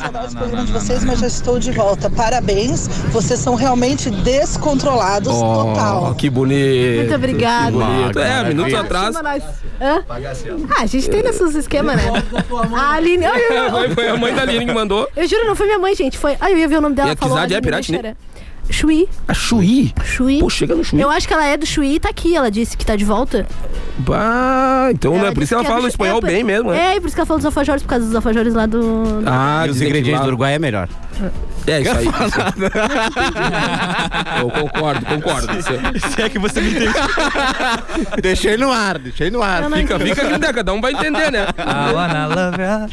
Speaker 16: saudades do programa de vocês, mas já estou de volta. Parabéns, vocês são realmente descontrolados total.
Speaker 5: Oh, que bonito.
Speaker 7: Muito obrigada.
Speaker 5: Que bonito.
Speaker 7: Ah,
Speaker 5: é, minutos atrás. É.
Speaker 7: Hã? Ah, a gente tem nossos esquemas, né? A Aline.
Speaker 5: [laughs]
Speaker 7: Ai, eu-
Speaker 5: Foi, foi a mãe da Aline que mandou.
Speaker 7: Eu juro, não foi minha mãe, gente. Foi. Ai, eu ia ver o nome
Speaker 5: E
Speaker 7: dela.
Speaker 5: a
Speaker 7: falou,
Speaker 5: Kizad é
Speaker 7: Aline
Speaker 5: Piratini?
Speaker 7: Teixeira. Chuí.
Speaker 5: A Chuí?
Speaker 7: Chuí.
Speaker 5: Pô, chega no Chuí.
Speaker 7: Eu acho que ela é do Chuí e tá aqui. Ela disse que tá de volta.
Speaker 5: Bah, então, né? Por
Speaker 7: disse
Speaker 5: isso ela
Speaker 7: que é
Speaker 5: fala
Speaker 7: do-
Speaker 5: o espanhol
Speaker 7: é, por-
Speaker 5: bem mesmo, né?
Speaker 7: É, e por isso que ela fala dos alfajores, por causa dos alfajores lá do. do-
Speaker 5: Ah,
Speaker 6: E os
Speaker 5: dizem que
Speaker 6: ingredientes
Speaker 5: lá-
Speaker 6: do Uruguai é melhor.
Speaker 5: É, isso aí. [laughs] Eu concordo, concordo. Se
Speaker 8: é que você me
Speaker 5: [laughs]
Speaker 8: entende.
Speaker 6: Deixei no ar, deixei no ar.
Speaker 5: Eu não Fica- entendi. fica que der, cada um vai entender, né?
Speaker 8: I wanna love ya.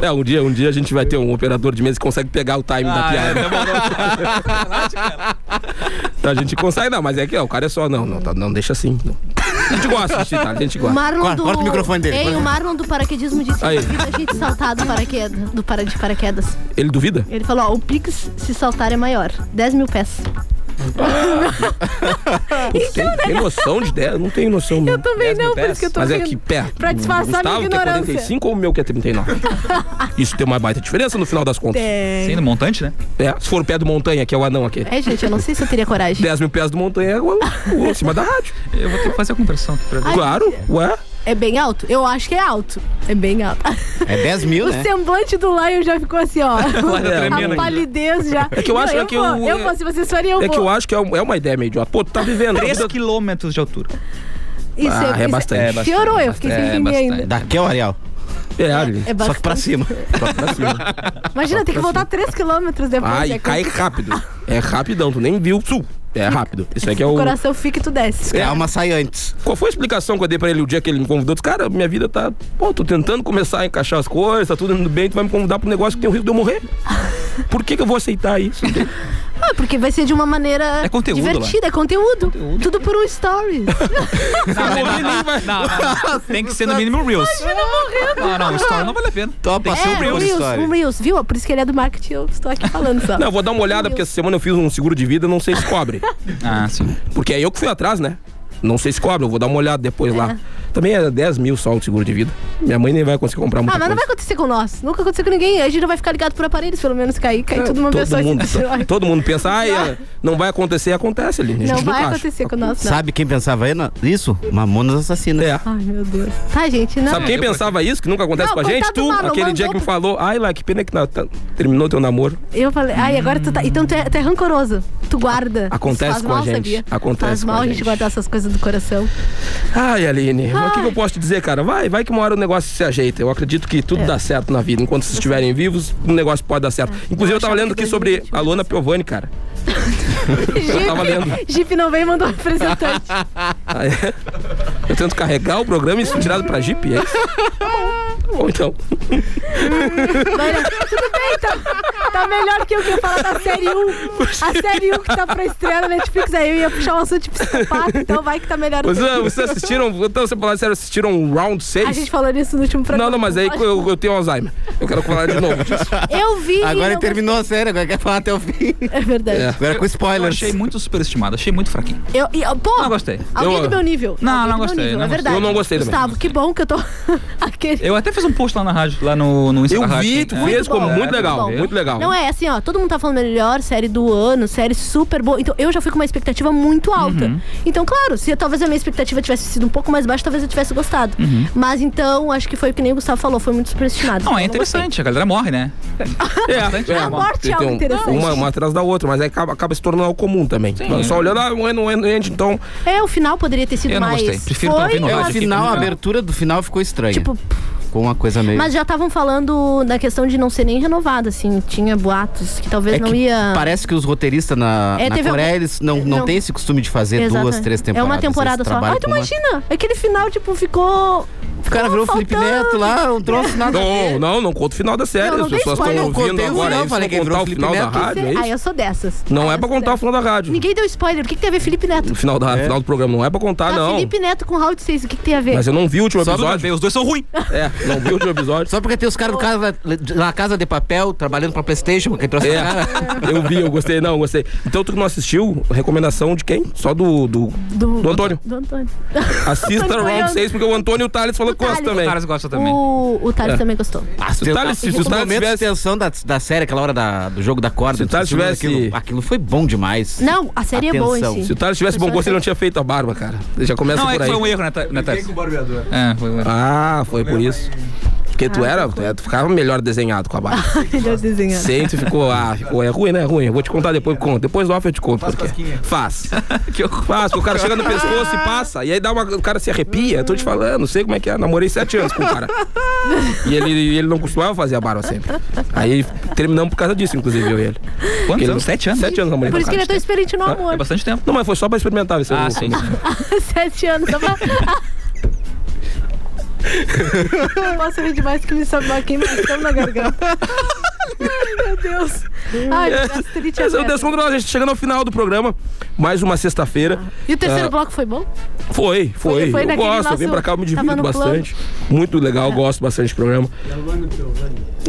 Speaker 5: É, um dia, um dia a gente vai ter um operador de mesa que consegue pegar o time da piada. [laughs] Então é a gente consegue, não, mas é que ó, o cara é só, não, não, tá- não deixa assim. não. A gente gosta disso, tá? A gente gosta.
Speaker 7: Marlon
Speaker 5: Corta-
Speaker 7: do...
Speaker 5: corta o microfone dele,
Speaker 7: Ei,
Speaker 5: corta.
Speaker 7: o Marlon do paraquedismo disse
Speaker 5: Aí.
Speaker 7: que duvida a gente saltar do paraquedas, do para de paraquedas.
Speaker 5: Ele duvida?
Speaker 7: Ele falou, ó, o Pix se saltar é maior. 10 mil pés.
Speaker 5: tem, tem noção de 10? Eu não tenho noção mesmo. Eu
Speaker 7: Então, né? também não, por isso que eu tô
Speaker 5: Mas é
Speaker 7: rindo.
Speaker 5: que pé.
Speaker 7: Pra disfarçar
Speaker 5: o Gustavo
Speaker 7: minha
Speaker 5: que é
Speaker 7: ignorância.
Speaker 5: 45 ou o meu que
Speaker 7: [laughs]
Speaker 5: é 39? Isso tem uma baita diferença no final das contas.
Speaker 7: Tem. Sim,
Speaker 5: no montante, né? É, se for o pé do montanha, que é o anão aqui.
Speaker 7: É, gente, eu não sei se eu teria coragem.
Speaker 5: 10 mil pés do montanha é o, o, em cima da rádio.
Speaker 8: Eu vou ter que fazer a conversão aqui pra
Speaker 7: ver. Ai,
Speaker 5: Claro, ué.
Speaker 7: É bem alto? Eu acho que é alto. É bem alto.
Speaker 5: É 10 mil,
Speaker 7: o
Speaker 5: né?
Speaker 7: semblante do Lion já ficou assim,
Speaker 5: [laughs]
Speaker 7: ó.
Speaker 5: Olha, tremendo
Speaker 7: a
Speaker 5: aqui.
Speaker 7: palidez já.
Speaker 5: É que eu acho
Speaker 7: Não,
Speaker 5: é que
Speaker 7: vou,
Speaker 5: eu-
Speaker 7: eu vou, se vocês forem, eu
Speaker 5: é
Speaker 7: vou.
Speaker 5: que eu acho que é, um- é uma ideia meio idiota. Pô, tu tá vivendo.
Speaker 8: 3
Speaker 5: quilômetros de altura.
Speaker 7: Isso
Speaker 5: ah, é, bastante.
Speaker 7: Piorou, eu fiquei sem entender ainda.
Speaker 5: Daqui é o areal. É, ali.
Speaker 7: é Só que pra bastante.
Speaker 5: cima. Só que pra cima.
Speaker 7: Imagina, tem que voltar 3 quilômetros depois.
Speaker 5: Ai,
Speaker 7: é
Speaker 5: cai rápido. É rapidão, tu nem viu. Sul. É rápido. Isso aqui é
Speaker 7: O
Speaker 5: o.
Speaker 7: coração fica e tu desce.
Speaker 6: É
Speaker 5: uma sai antes. Qual foi a explicação que eu dei pra ele o dia que ele me convidou? Eu disse, cara, minha vida tá. Pô, tô tentando começar a encaixar as coisas, tá tudo indo bem, tu vai me convidar pra um negócio que tem o risco de eu morrer. Por que, que eu vou aceitar isso?
Speaker 7: Ah, porque vai ser de uma maneira
Speaker 5: É conteúdo lá.
Speaker 7: divertida, é conteúdo. Tudo por um
Speaker 5: [laughs]
Speaker 7: story.
Speaker 8: Não, não, [laughs] tem que ser no mínimo Reels.
Speaker 7: Imagina morrendo.
Speaker 8: Não, não, Story não vale a pena.
Speaker 6: Então
Speaker 5: Topa,
Speaker 7: é, um Reels, um Reels, viu? Por isso que ele é do marketing, eu estou aqui falando só.
Speaker 5: [laughs] Não, eu vou dar uma olhada, porque essa semana eu fiz um seguro de vida, não sei se cobre. ah, sim. Porque é eu que fui atrás, né? Não sei se cobre, eu vou dar uma olhada depois lá. Também é 10 mil só o seguro de vida. Minha mãe nem vai conseguir comprar
Speaker 7: Ah,
Speaker 5: muita
Speaker 7: mas não
Speaker 5: coisa.
Speaker 7: vai acontecer com nós. Nunca aconteceu com ninguém. A gente não vai ficar ligado por aparelhos, pelo menos cair. Cai tudo numa
Speaker 5: É, Todo
Speaker 7: pessoa [laughs]
Speaker 5: mundo,
Speaker 7: aqui.
Speaker 5: todo mundo pensa, ah, é, não vai acontecer, acontece ali.
Speaker 7: Não vai acontecer com nós, não.
Speaker 6: Sabe quem pensava aí na- isso? Mamonas assassinas.
Speaker 5: É.
Speaker 7: Ai, meu Deus. Tá, gente, não.
Speaker 5: Sabe quem pensava isso, que nunca acontece
Speaker 7: Não,
Speaker 5: com a gente?
Speaker 7: coitado do
Speaker 5: Tu,
Speaker 7: Marlon,
Speaker 5: aquele dia
Speaker 7: mandou
Speaker 5: que me falou, ai lá, que pena que na- tá- terminou teu namoro.
Speaker 7: Eu falei, ai, agora tu tá. Então tu é, tu é rancoroso. Tu guarda.
Speaker 5: Acontece
Speaker 7: Isso faz
Speaker 5: com a
Speaker 7: mal,
Speaker 5: gente.
Speaker 7: Sabia?
Speaker 5: Acontece
Speaker 7: Faz
Speaker 5: com
Speaker 7: mal
Speaker 5: a
Speaker 7: a gente
Speaker 5: gente.
Speaker 7: guardar essas coisas do coração.
Speaker 5: Ai, Aline, mas o que,
Speaker 7: Ai.
Speaker 5: que eu posso te dizer, cara? Vai, vai que uma hora o negócio se ajeita. Eu acredito que tudo
Speaker 7: É.
Speaker 5: dá certo na vida. Enquanto vocês estiverem vivos, o negócio pode dar certo. Inclusive, eu tava lendo aqui sobre a Luana Piovani, cara. [laughs] eu tava lendo.
Speaker 7: Jeep não vem mandou um representante.
Speaker 5: [laughs] Ah, é? Eu tento carregar o programa e isso tirado pra Jeep, é isso?
Speaker 7: [laughs]
Speaker 5: Ou então.
Speaker 7: Olha, tudo bem, tá, tá melhor que eu que ia falar da série 1. A série 1 que tá pra estreia na Netflix, aí eu ia puxar um assunto de psicopata, então vai que tá melhor.
Speaker 5: Mas, ah, vocês assistiram. Então, você falar sério, assistiram Round 6?
Speaker 7: A gente falou nisso no último programa.
Speaker 5: Não, não, mas aí eu, eu tenho Alzheimer. Eu quero falar de novo disso.
Speaker 7: Eu vi.
Speaker 6: Agora
Speaker 7: e
Speaker 6: ele
Speaker 7: eu
Speaker 6: terminou a série, agora quer falar até o fim.
Speaker 7: É verdade.
Speaker 6: Agora com
Speaker 8: Eu
Speaker 6: spoilers.
Speaker 8: achei muito superestimado, achei muito fraquinho.
Speaker 7: Eu, e, eu- pô,
Speaker 8: Não gostei.
Speaker 7: Alguém
Speaker 8: Eu-
Speaker 7: do meu nível.
Speaker 8: Não,
Speaker 7: Alguém
Speaker 8: não
Speaker 7: do meu
Speaker 8: gostei,
Speaker 7: nível,
Speaker 8: não
Speaker 7: é
Speaker 8: gostei.
Speaker 7: verdade.
Speaker 8: Eu não gostei também.
Speaker 7: Gustavo, que bom que eu tô. [laughs] Aquele.
Speaker 8: Eu até fiz um post lá na rádio, lá no, no Instagram.
Speaker 5: Eu vi, tu fez, como muito legal, muito legal.
Speaker 7: é, Não é assim, ó. Todo mundo tá falando melhor série do ano, série super boa. Então eu já fui com uma expectativa muito alta.
Speaker 8: Uhum.
Speaker 7: Então, claro, se talvez a minha expectativa tivesse sido um pouco mais baixa, talvez eu tivesse gostado.
Speaker 8: Uhum.
Speaker 7: Mas então, acho que foi o que nem o Gustavo falou, foi muito superestimado.
Speaker 8: Não, é interessante, a galera morre, né?
Speaker 5: É,
Speaker 7: A morte é algo
Speaker 5: Tem um-
Speaker 7: interessante.
Speaker 5: Uma, uma atrás da outra, mas aí acaba, acaba se tornando algo comum também. Só olhando, ah, não é, não é, não é, então.
Speaker 7: É, o final poderia ter sido mais. foi,
Speaker 6: É, o
Speaker 7: mas-
Speaker 6: final, a abertura do final ficou estranha. Tipo, com uma coisa meio.
Speaker 7: Mas já estavam falando da questão de não ser nem renovada, assim. Tinha boatos que talvez
Speaker 6: É
Speaker 7: não
Speaker 6: que
Speaker 7: ia.
Speaker 6: Parece que os roteiristas na,
Speaker 7: É,
Speaker 6: na
Speaker 7: teve
Speaker 6: Coreia,
Speaker 7: algum-
Speaker 6: eles não, não,
Speaker 7: não.
Speaker 6: têm esse costume de fazer duas,
Speaker 7: Exatamente.
Speaker 6: três temporadas.
Speaker 7: É uma temporada
Speaker 6: Eles
Speaker 7: só.
Speaker 6: trabalham
Speaker 7: Ai, tu
Speaker 6: com uma-
Speaker 7: imagina! Aquele final, tipo, ficou.
Speaker 6: O cara virou o Felipe Neto lá, um troço nada. a ver.
Speaker 5: Não, não, não conta o final da série.
Speaker 7: Não, não
Speaker 5: As
Speaker 7: tem
Speaker 5: pessoas
Speaker 7: spoiler.
Speaker 5: estão
Speaker 7: Eu
Speaker 5: ouvindo
Speaker 6: contei o
Speaker 5: agora.
Speaker 6: final,
Speaker 5: Eles
Speaker 6: falei
Speaker 5: vão
Speaker 6: que
Speaker 5: contar
Speaker 6: virou
Speaker 5: o
Speaker 6: o Felipe
Speaker 5: final da
Speaker 6: Neto.
Speaker 5: rádio, é
Speaker 7: Ah, eu
Speaker 5: isso?
Speaker 7: sou dessas.
Speaker 5: Não é pra contar o final da rádio.
Speaker 7: Ninguém deu spoiler. O que, que tem a ver Felipe Neto?
Speaker 5: O final da, final do programa não é pra contar,
Speaker 7: Tá
Speaker 5: não.
Speaker 7: Felipe Neto com Round 6, o que, que tem a ver?
Speaker 5: Mas é eu não vi o último
Speaker 6: Só
Speaker 5: episódio.
Speaker 8: Os dois são ruins.
Speaker 5: É, não vi o último episódio.
Speaker 6: Só porque tem os caras do cara da- da Casa de Papel trabalhando pra Playstation, que trouxe
Speaker 5: É,
Speaker 6: cara.
Speaker 5: eu vi, eu gostei, não, eu gostei. Então tu que não assistiu, recomendação de quem? Só do. Do,
Speaker 7: do,
Speaker 5: Antônio.
Speaker 7: Do Antônio.
Speaker 5: Assista
Speaker 7: Antônio
Speaker 5: Round
Speaker 7: Goiano.
Speaker 5: 6, porque o Antônio e o Thales falou que gosta
Speaker 7: Thales.
Speaker 5: também.
Speaker 7: O
Speaker 8: Thales gosta
Speaker 7: O, o Thales
Speaker 6: É.
Speaker 7: também gostou.
Speaker 6: Ah, se o Thales, se o
Speaker 5: Thales
Speaker 6: momento
Speaker 5: tivesse-
Speaker 6: de tensão da, da série, aquela hora da- do jogo da corda,
Speaker 5: Se o Thales
Speaker 6: do filme,
Speaker 5: tivesse-
Speaker 6: aquilo, aquilo foi bom demais.
Speaker 7: Não, a série é boa em si.
Speaker 5: Se o Thales tivesse bom gosto, ele
Speaker 7: é [laughs]
Speaker 5: não tinha feito a barba, cara. Ele já começa
Speaker 8: Não, é
Speaker 5: por
Speaker 8: que
Speaker 5: aí.
Speaker 8: foi um erro, né, Tha- né, Thales? É, foi um erro.
Speaker 5: Ah, foi por isso. Porque tu era, tu, é, tu ficava melhor desenhado com a barba.
Speaker 7: Melhor desenhado.
Speaker 5: Sei, tu ficou, ah, ficou, é ruim, né? É ruim. Eu vou te contar depois, conto. Depois do off eu te conto. Faz Faz. [laughs] que Ah. eu... Faz, porque o cara chega no pescoço e passa. E aí dá uma, o cara se arrepia. Eu tô te falando, não sei como é que é. Namorei sete anos com o cara. E ele, ele não costumava fazer a barba sempre. Aí terminamos por causa disso, inclusive, eu e ele.
Speaker 8: Quantos
Speaker 5: Ele-
Speaker 8: anos? Sete anos?
Speaker 5: Sete anos namorei
Speaker 7: É por
Speaker 5: com
Speaker 7: isso
Speaker 5: o
Speaker 7: que ele é
Speaker 5: cara.
Speaker 7: tão experiente no amor.
Speaker 5: É bastante tempo. Não, mas foi só pra experimentar. Esse ah, sim.
Speaker 7: [laughs] Sete anos,
Speaker 5: [laughs]
Speaker 7: tá bom? Não posso rir demais que me sobe uma queimação na
Speaker 5: [laughs]
Speaker 7: garganta. Ai, meu Deus. Ai, gastrite
Speaker 5: Esse é o
Speaker 7: aberta.
Speaker 5: descontrolado. A gente tá chegando ao final do programa. Mais uma sexta-feira.
Speaker 7: E o terceiro
Speaker 5: Ah,
Speaker 7: bloco foi bom?
Speaker 5: Foi, foi.
Speaker 7: Foi- foi
Speaker 5: eu
Speaker 7: naquele
Speaker 5: gosto, eu vim
Speaker 7: nosso-
Speaker 5: pra cá, eu me
Speaker 7: tava
Speaker 5: divido
Speaker 7: no plano. É.
Speaker 5: bastante. Muito legal, gosto bastante do programa.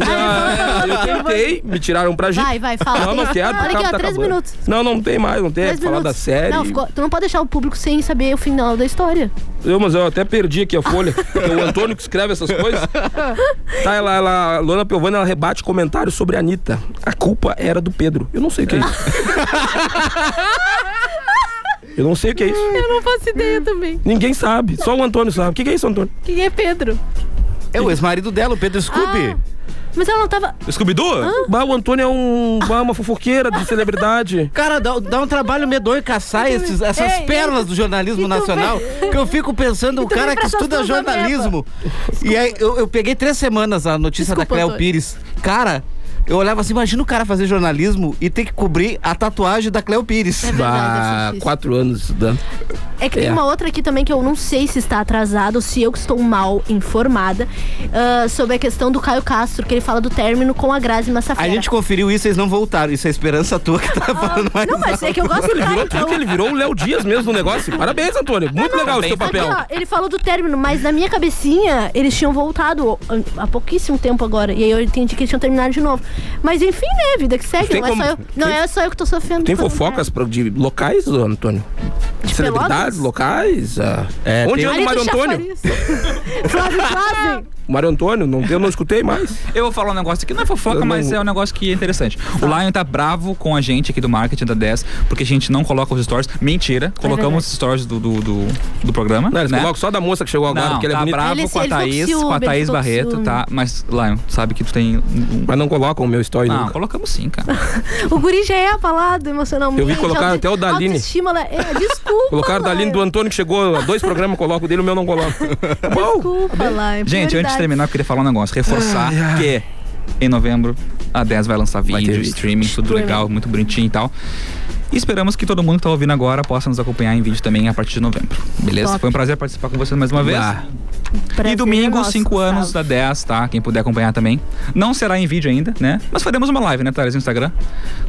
Speaker 7: Ah,
Speaker 5: Eu tentei, me tiraram pra gente.
Speaker 7: Vai, vai, fala.
Speaker 5: Não, não
Speaker 7: Tem-
Speaker 5: quero.
Speaker 7: Olha
Speaker 5: acaba-
Speaker 7: aqui, ó,
Speaker 5: Ah. tá
Speaker 7: três
Speaker 5: acabando.
Speaker 7: minutos.
Speaker 5: Não, não tem mais, não tem. é
Speaker 7: Três
Speaker 5: Falar da
Speaker 7: minutos.
Speaker 5: série.
Speaker 7: Não, ficou- tu não pode deixar o público sem saber o final da história.
Speaker 5: Eu, mas eu até perdi aqui a folha. É o Antônio que escreve essas coisas. Tá, ela, ela, a Luana Piovani, ela rebate comentários sobre a Anitta. A culpa era do Pedro. Eu não sei o que
Speaker 7: [laughs]
Speaker 5: é isso. Eu não sei o que é isso.
Speaker 4: Eu não faço
Speaker 7: Hum.
Speaker 4: ideia também.
Speaker 5: Ninguém sabe, só o Antônio sabe. O que, que é isso, Antônio?
Speaker 7: Quem é Pedro?
Speaker 5: É o ex-marido dela, o Pedro Scooby.
Speaker 7: Mas ela não tava.
Speaker 5: Scooby-Doo? Bah, o Antônio é um, bah, uma fofoqueira de celebridade.
Speaker 6: Cara, dá, dá um trabalho medonho caçar esses- essas
Speaker 5: Ei,
Speaker 6: pérolas do jornalismo nacional que eu fico pensando, o
Speaker 5: tu
Speaker 6: cara
Speaker 5: vem
Speaker 6: que
Speaker 5: pra
Speaker 6: estuda
Speaker 5: São João da
Speaker 6: jornalismo. E aí, eu, eu peguei três semanas a notícia da
Speaker 5: Desculpa,
Speaker 6: Cléo
Speaker 5: Antônio.
Speaker 6: Pires. Cara, eu olhava assim, imagina o cara fazer jornalismo e ter que cobrir a tatuagem da Cléo Pires.
Speaker 5: É Bah, quatro anos estudando.
Speaker 7: É que tem uma outra aqui também que eu não sei se está atrasado ou se eu que estou mal informada ah, sobre a questão do Caio Castro, que ele fala do término com a Grazi
Speaker 6: A
Speaker 7: Massafera.
Speaker 6: gente conferiu isso, eles não voltaram. Isso é esperança tua que tá
Speaker 5: Ah,
Speaker 6: falando mais
Speaker 7: não, mas é que eu
Speaker 5: [laughs]
Speaker 7: gosto
Speaker 5: Ele
Speaker 7: do Caio,
Speaker 5: virou,
Speaker 7: então-
Speaker 5: ele virou o Léo Dias mesmo do negócio. Parabéns, Antônio. Muito legal o seu papel.
Speaker 7: Aqui, ó, ele falou do término, mas na minha cabecinha eles tinham voltado há pouquíssimo tempo agora. E aí eu entendi que eles tinham terminado de novo. Mas enfim, né? Vida que segue.
Speaker 5: Tem
Speaker 7: Não,
Speaker 5: como-
Speaker 7: é, só eu, não
Speaker 5: tem-
Speaker 7: é só eu que tô sofrendo.
Speaker 5: Tem
Speaker 7: com a
Speaker 5: fofocas pra- de locais, ô, Antônio? De Celebridades locais? ah. Onde
Speaker 8: É, tem- um
Speaker 5: anda o Mário
Speaker 8: Marido
Speaker 5: Antônio?
Speaker 7: [laughs]
Speaker 8: [laughs]
Speaker 7: Flávio Flávio!
Speaker 5: Mário Antônio, não, eu não escutei mais.
Speaker 8: Eu vou falar um negócio que não é fofoca,
Speaker 5: Eu não-
Speaker 8: mas é um negócio que é interessante. O Lion tá bravo com a gente aqui do marketing da 10, porque a gente não coloca os stories. Mentira,
Speaker 5: É
Speaker 8: colocamos os stories do, do, do, do programa.
Speaker 5: Não, eles
Speaker 8: né?
Speaker 5: colocam só da moça que chegou agora,
Speaker 8: Não,
Speaker 5: porque ela é
Speaker 8: tá
Speaker 5: bonita.
Speaker 8: bravo
Speaker 5: Ele-
Speaker 8: com a
Speaker 5: ele ficou com
Speaker 8: Thaís,
Speaker 5: ciúme,
Speaker 8: com a
Speaker 5: ele
Speaker 8: Thaís
Speaker 5: ficou com
Speaker 8: Barreto,
Speaker 5: ciúme.
Speaker 8: tá? Mas, Lion, tu sabe que tu tem. um,
Speaker 5: Mas não colocam o meu story
Speaker 8: Não,
Speaker 5: nunca.
Speaker 8: colocamos sim, cara.
Speaker 7: O guri já é abalado emocionalmente.
Speaker 5: Eu vi colocar até o Daline.
Speaker 7: Autoestima, ela- é, desculpa.
Speaker 5: Colocaram da
Speaker 7: é.
Speaker 5: linha do Antônio que chegou a dois programas, coloco o dele, o meu não coloco.
Speaker 7: Desculpa,
Speaker 5: É
Speaker 7: Lai.
Speaker 8: Gente, antes de
Speaker 7: prioridade.
Speaker 8: terminar, eu queria falar um negócio. Reforçar
Speaker 5: Ai, ai.
Speaker 8: que em novembro a 10 vai lançar vídeo,
Speaker 5: vídeo.
Speaker 8: streaming, tudo
Speaker 5: Streaming.
Speaker 8: legal, muito bonitinho e tal. E esperamos que todo mundo que tá ouvindo agora possa nos acompanhar em vídeo também a partir de novembro. Beleza?
Speaker 5: Top.
Speaker 8: Foi um prazer participar com vocês mais uma vez.
Speaker 5: Ah.
Speaker 8: e domingo, 5 anos da 10, tá? Quem puder acompanhar também. Não será em vídeo ainda, né? Mas faremos uma live, né, Thales, no Instagram.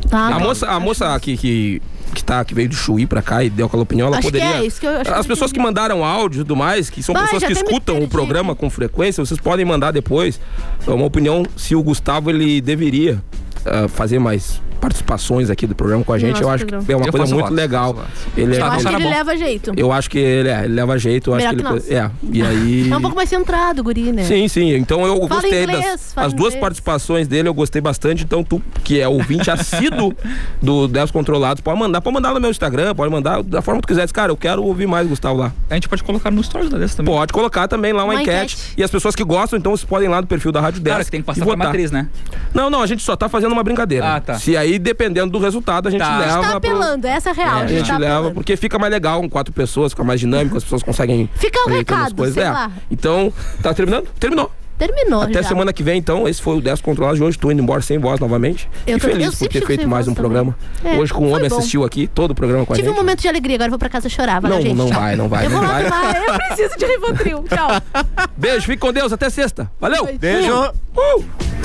Speaker 7: Tá.
Speaker 5: a moça, a moça que, que, que, tá, que veio do Chuí pra cá e deu calopinhol, ela
Speaker 7: Acho que
Speaker 5: poderia.
Speaker 7: é isso que eu- acho que eu
Speaker 5: as pessoas que mandaram áudio e tudo mais, que são
Speaker 7: Vai,
Speaker 5: pessoas
Speaker 7: já
Speaker 5: que
Speaker 7: até me
Speaker 5: escutam o programa com frequência, vocês podem mandar depois é, uma opinião se o Gustavo ele deveria ah, fazer mais participações aqui do programa com a gente. eu
Speaker 7: Nosso
Speaker 5: acho que é
Speaker 7: programa.
Speaker 5: uma
Speaker 8: Eu
Speaker 5: coisa
Speaker 8: faço
Speaker 5: muito
Speaker 8: votos,
Speaker 5: legal. Ele é
Speaker 7: Eu acho que ele
Speaker 5: ele-
Speaker 7: leva jeito.
Speaker 5: tá Eu acho que ele, é, ele leva jeito. Eu acho que
Speaker 7: Melhor
Speaker 5: ele,
Speaker 7: que
Speaker 5: é, e aí.
Speaker 7: É um pouco mais centrado, guri, né?
Speaker 5: Sim, sim. Então eu
Speaker 7: Fala
Speaker 5: gostei
Speaker 7: inglês,
Speaker 5: das
Speaker 7: fala
Speaker 5: as duas
Speaker 7: inglês.
Speaker 5: participações dele, eu gostei bastante. Então tu, que é
Speaker 7: [laughs]
Speaker 5: ouvinte assíduo do 10 Controlados, pode mandar, pode mandar no meu Instagram, pode mandar da forma que tu quiser. Diz, Cara, eu quero ouvir mais Gustavo lá.
Speaker 8: A gente pode colocar no stories da dessa também.
Speaker 5: Pode colocar também lá uma,
Speaker 8: Uma
Speaker 5: enquete. E as pessoas que gostam, então vocês podem ir lá do perfil da Rádio 10.
Speaker 8: Claro que tem que passar
Speaker 5: e
Speaker 8: pra
Speaker 5: votar.
Speaker 8: matriz, né?
Speaker 5: Não, não, a gente só tá fazendo uma brincadeira.
Speaker 8: Ah, tá.
Speaker 5: Se aí, dependendo do resultado, a gente
Speaker 7: A
Speaker 5: leva.
Speaker 7: gente tá
Speaker 5: pro-
Speaker 7: apelando, essa é a real.
Speaker 5: É, a
Speaker 7: gente
Speaker 5: gente
Speaker 7: tá
Speaker 5: leva,
Speaker 7: apelando.
Speaker 5: porque fica mais legal com quatro pessoas, fica mais dinâmico, as pessoas conseguem.
Speaker 7: Fica o
Speaker 5: fazer todas as
Speaker 7: recado, sei lá.
Speaker 5: Então, tá terminando? Terminou.
Speaker 7: Terminou
Speaker 5: Até
Speaker 7: já.
Speaker 5: semana que vem, então. Esse foi o 10 Controlados de hoje. Tô indo embora sem voz novamente.
Speaker 7: Eu
Speaker 5: e
Speaker 7: tô- eu
Speaker 5: feliz por
Speaker 7: sempre
Speaker 5: ter
Speaker 7: fico
Speaker 5: feito
Speaker 7: sem
Speaker 5: mais um
Speaker 7: voz
Speaker 5: programa.
Speaker 7: também. É,
Speaker 5: hoje com um
Speaker 7: foi
Speaker 5: homem
Speaker 7: bom.
Speaker 5: assistiu aqui, todo o programa com a
Speaker 7: Tive um
Speaker 5: gente.
Speaker 7: momento de alegria, agora eu vou pra casa chorar, vai
Speaker 5: né? Não,
Speaker 7: lá, gente.
Speaker 5: não
Speaker 7: Tchau.
Speaker 5: vai, não vai,
Speaker 7: Eu
Speaker 5: não
Speaker 7: vou lá
Speaker 5: vai.
Speaker 7: tomar, eu
Speaker 5: [laughs]
Speaker 7: preciso de Rivotril. Tchau.
Speaker 5: Beijo, fique com Deus. Até sexta. Valeu.
Speaker 7: Beijo.
Speaker 5: Uh!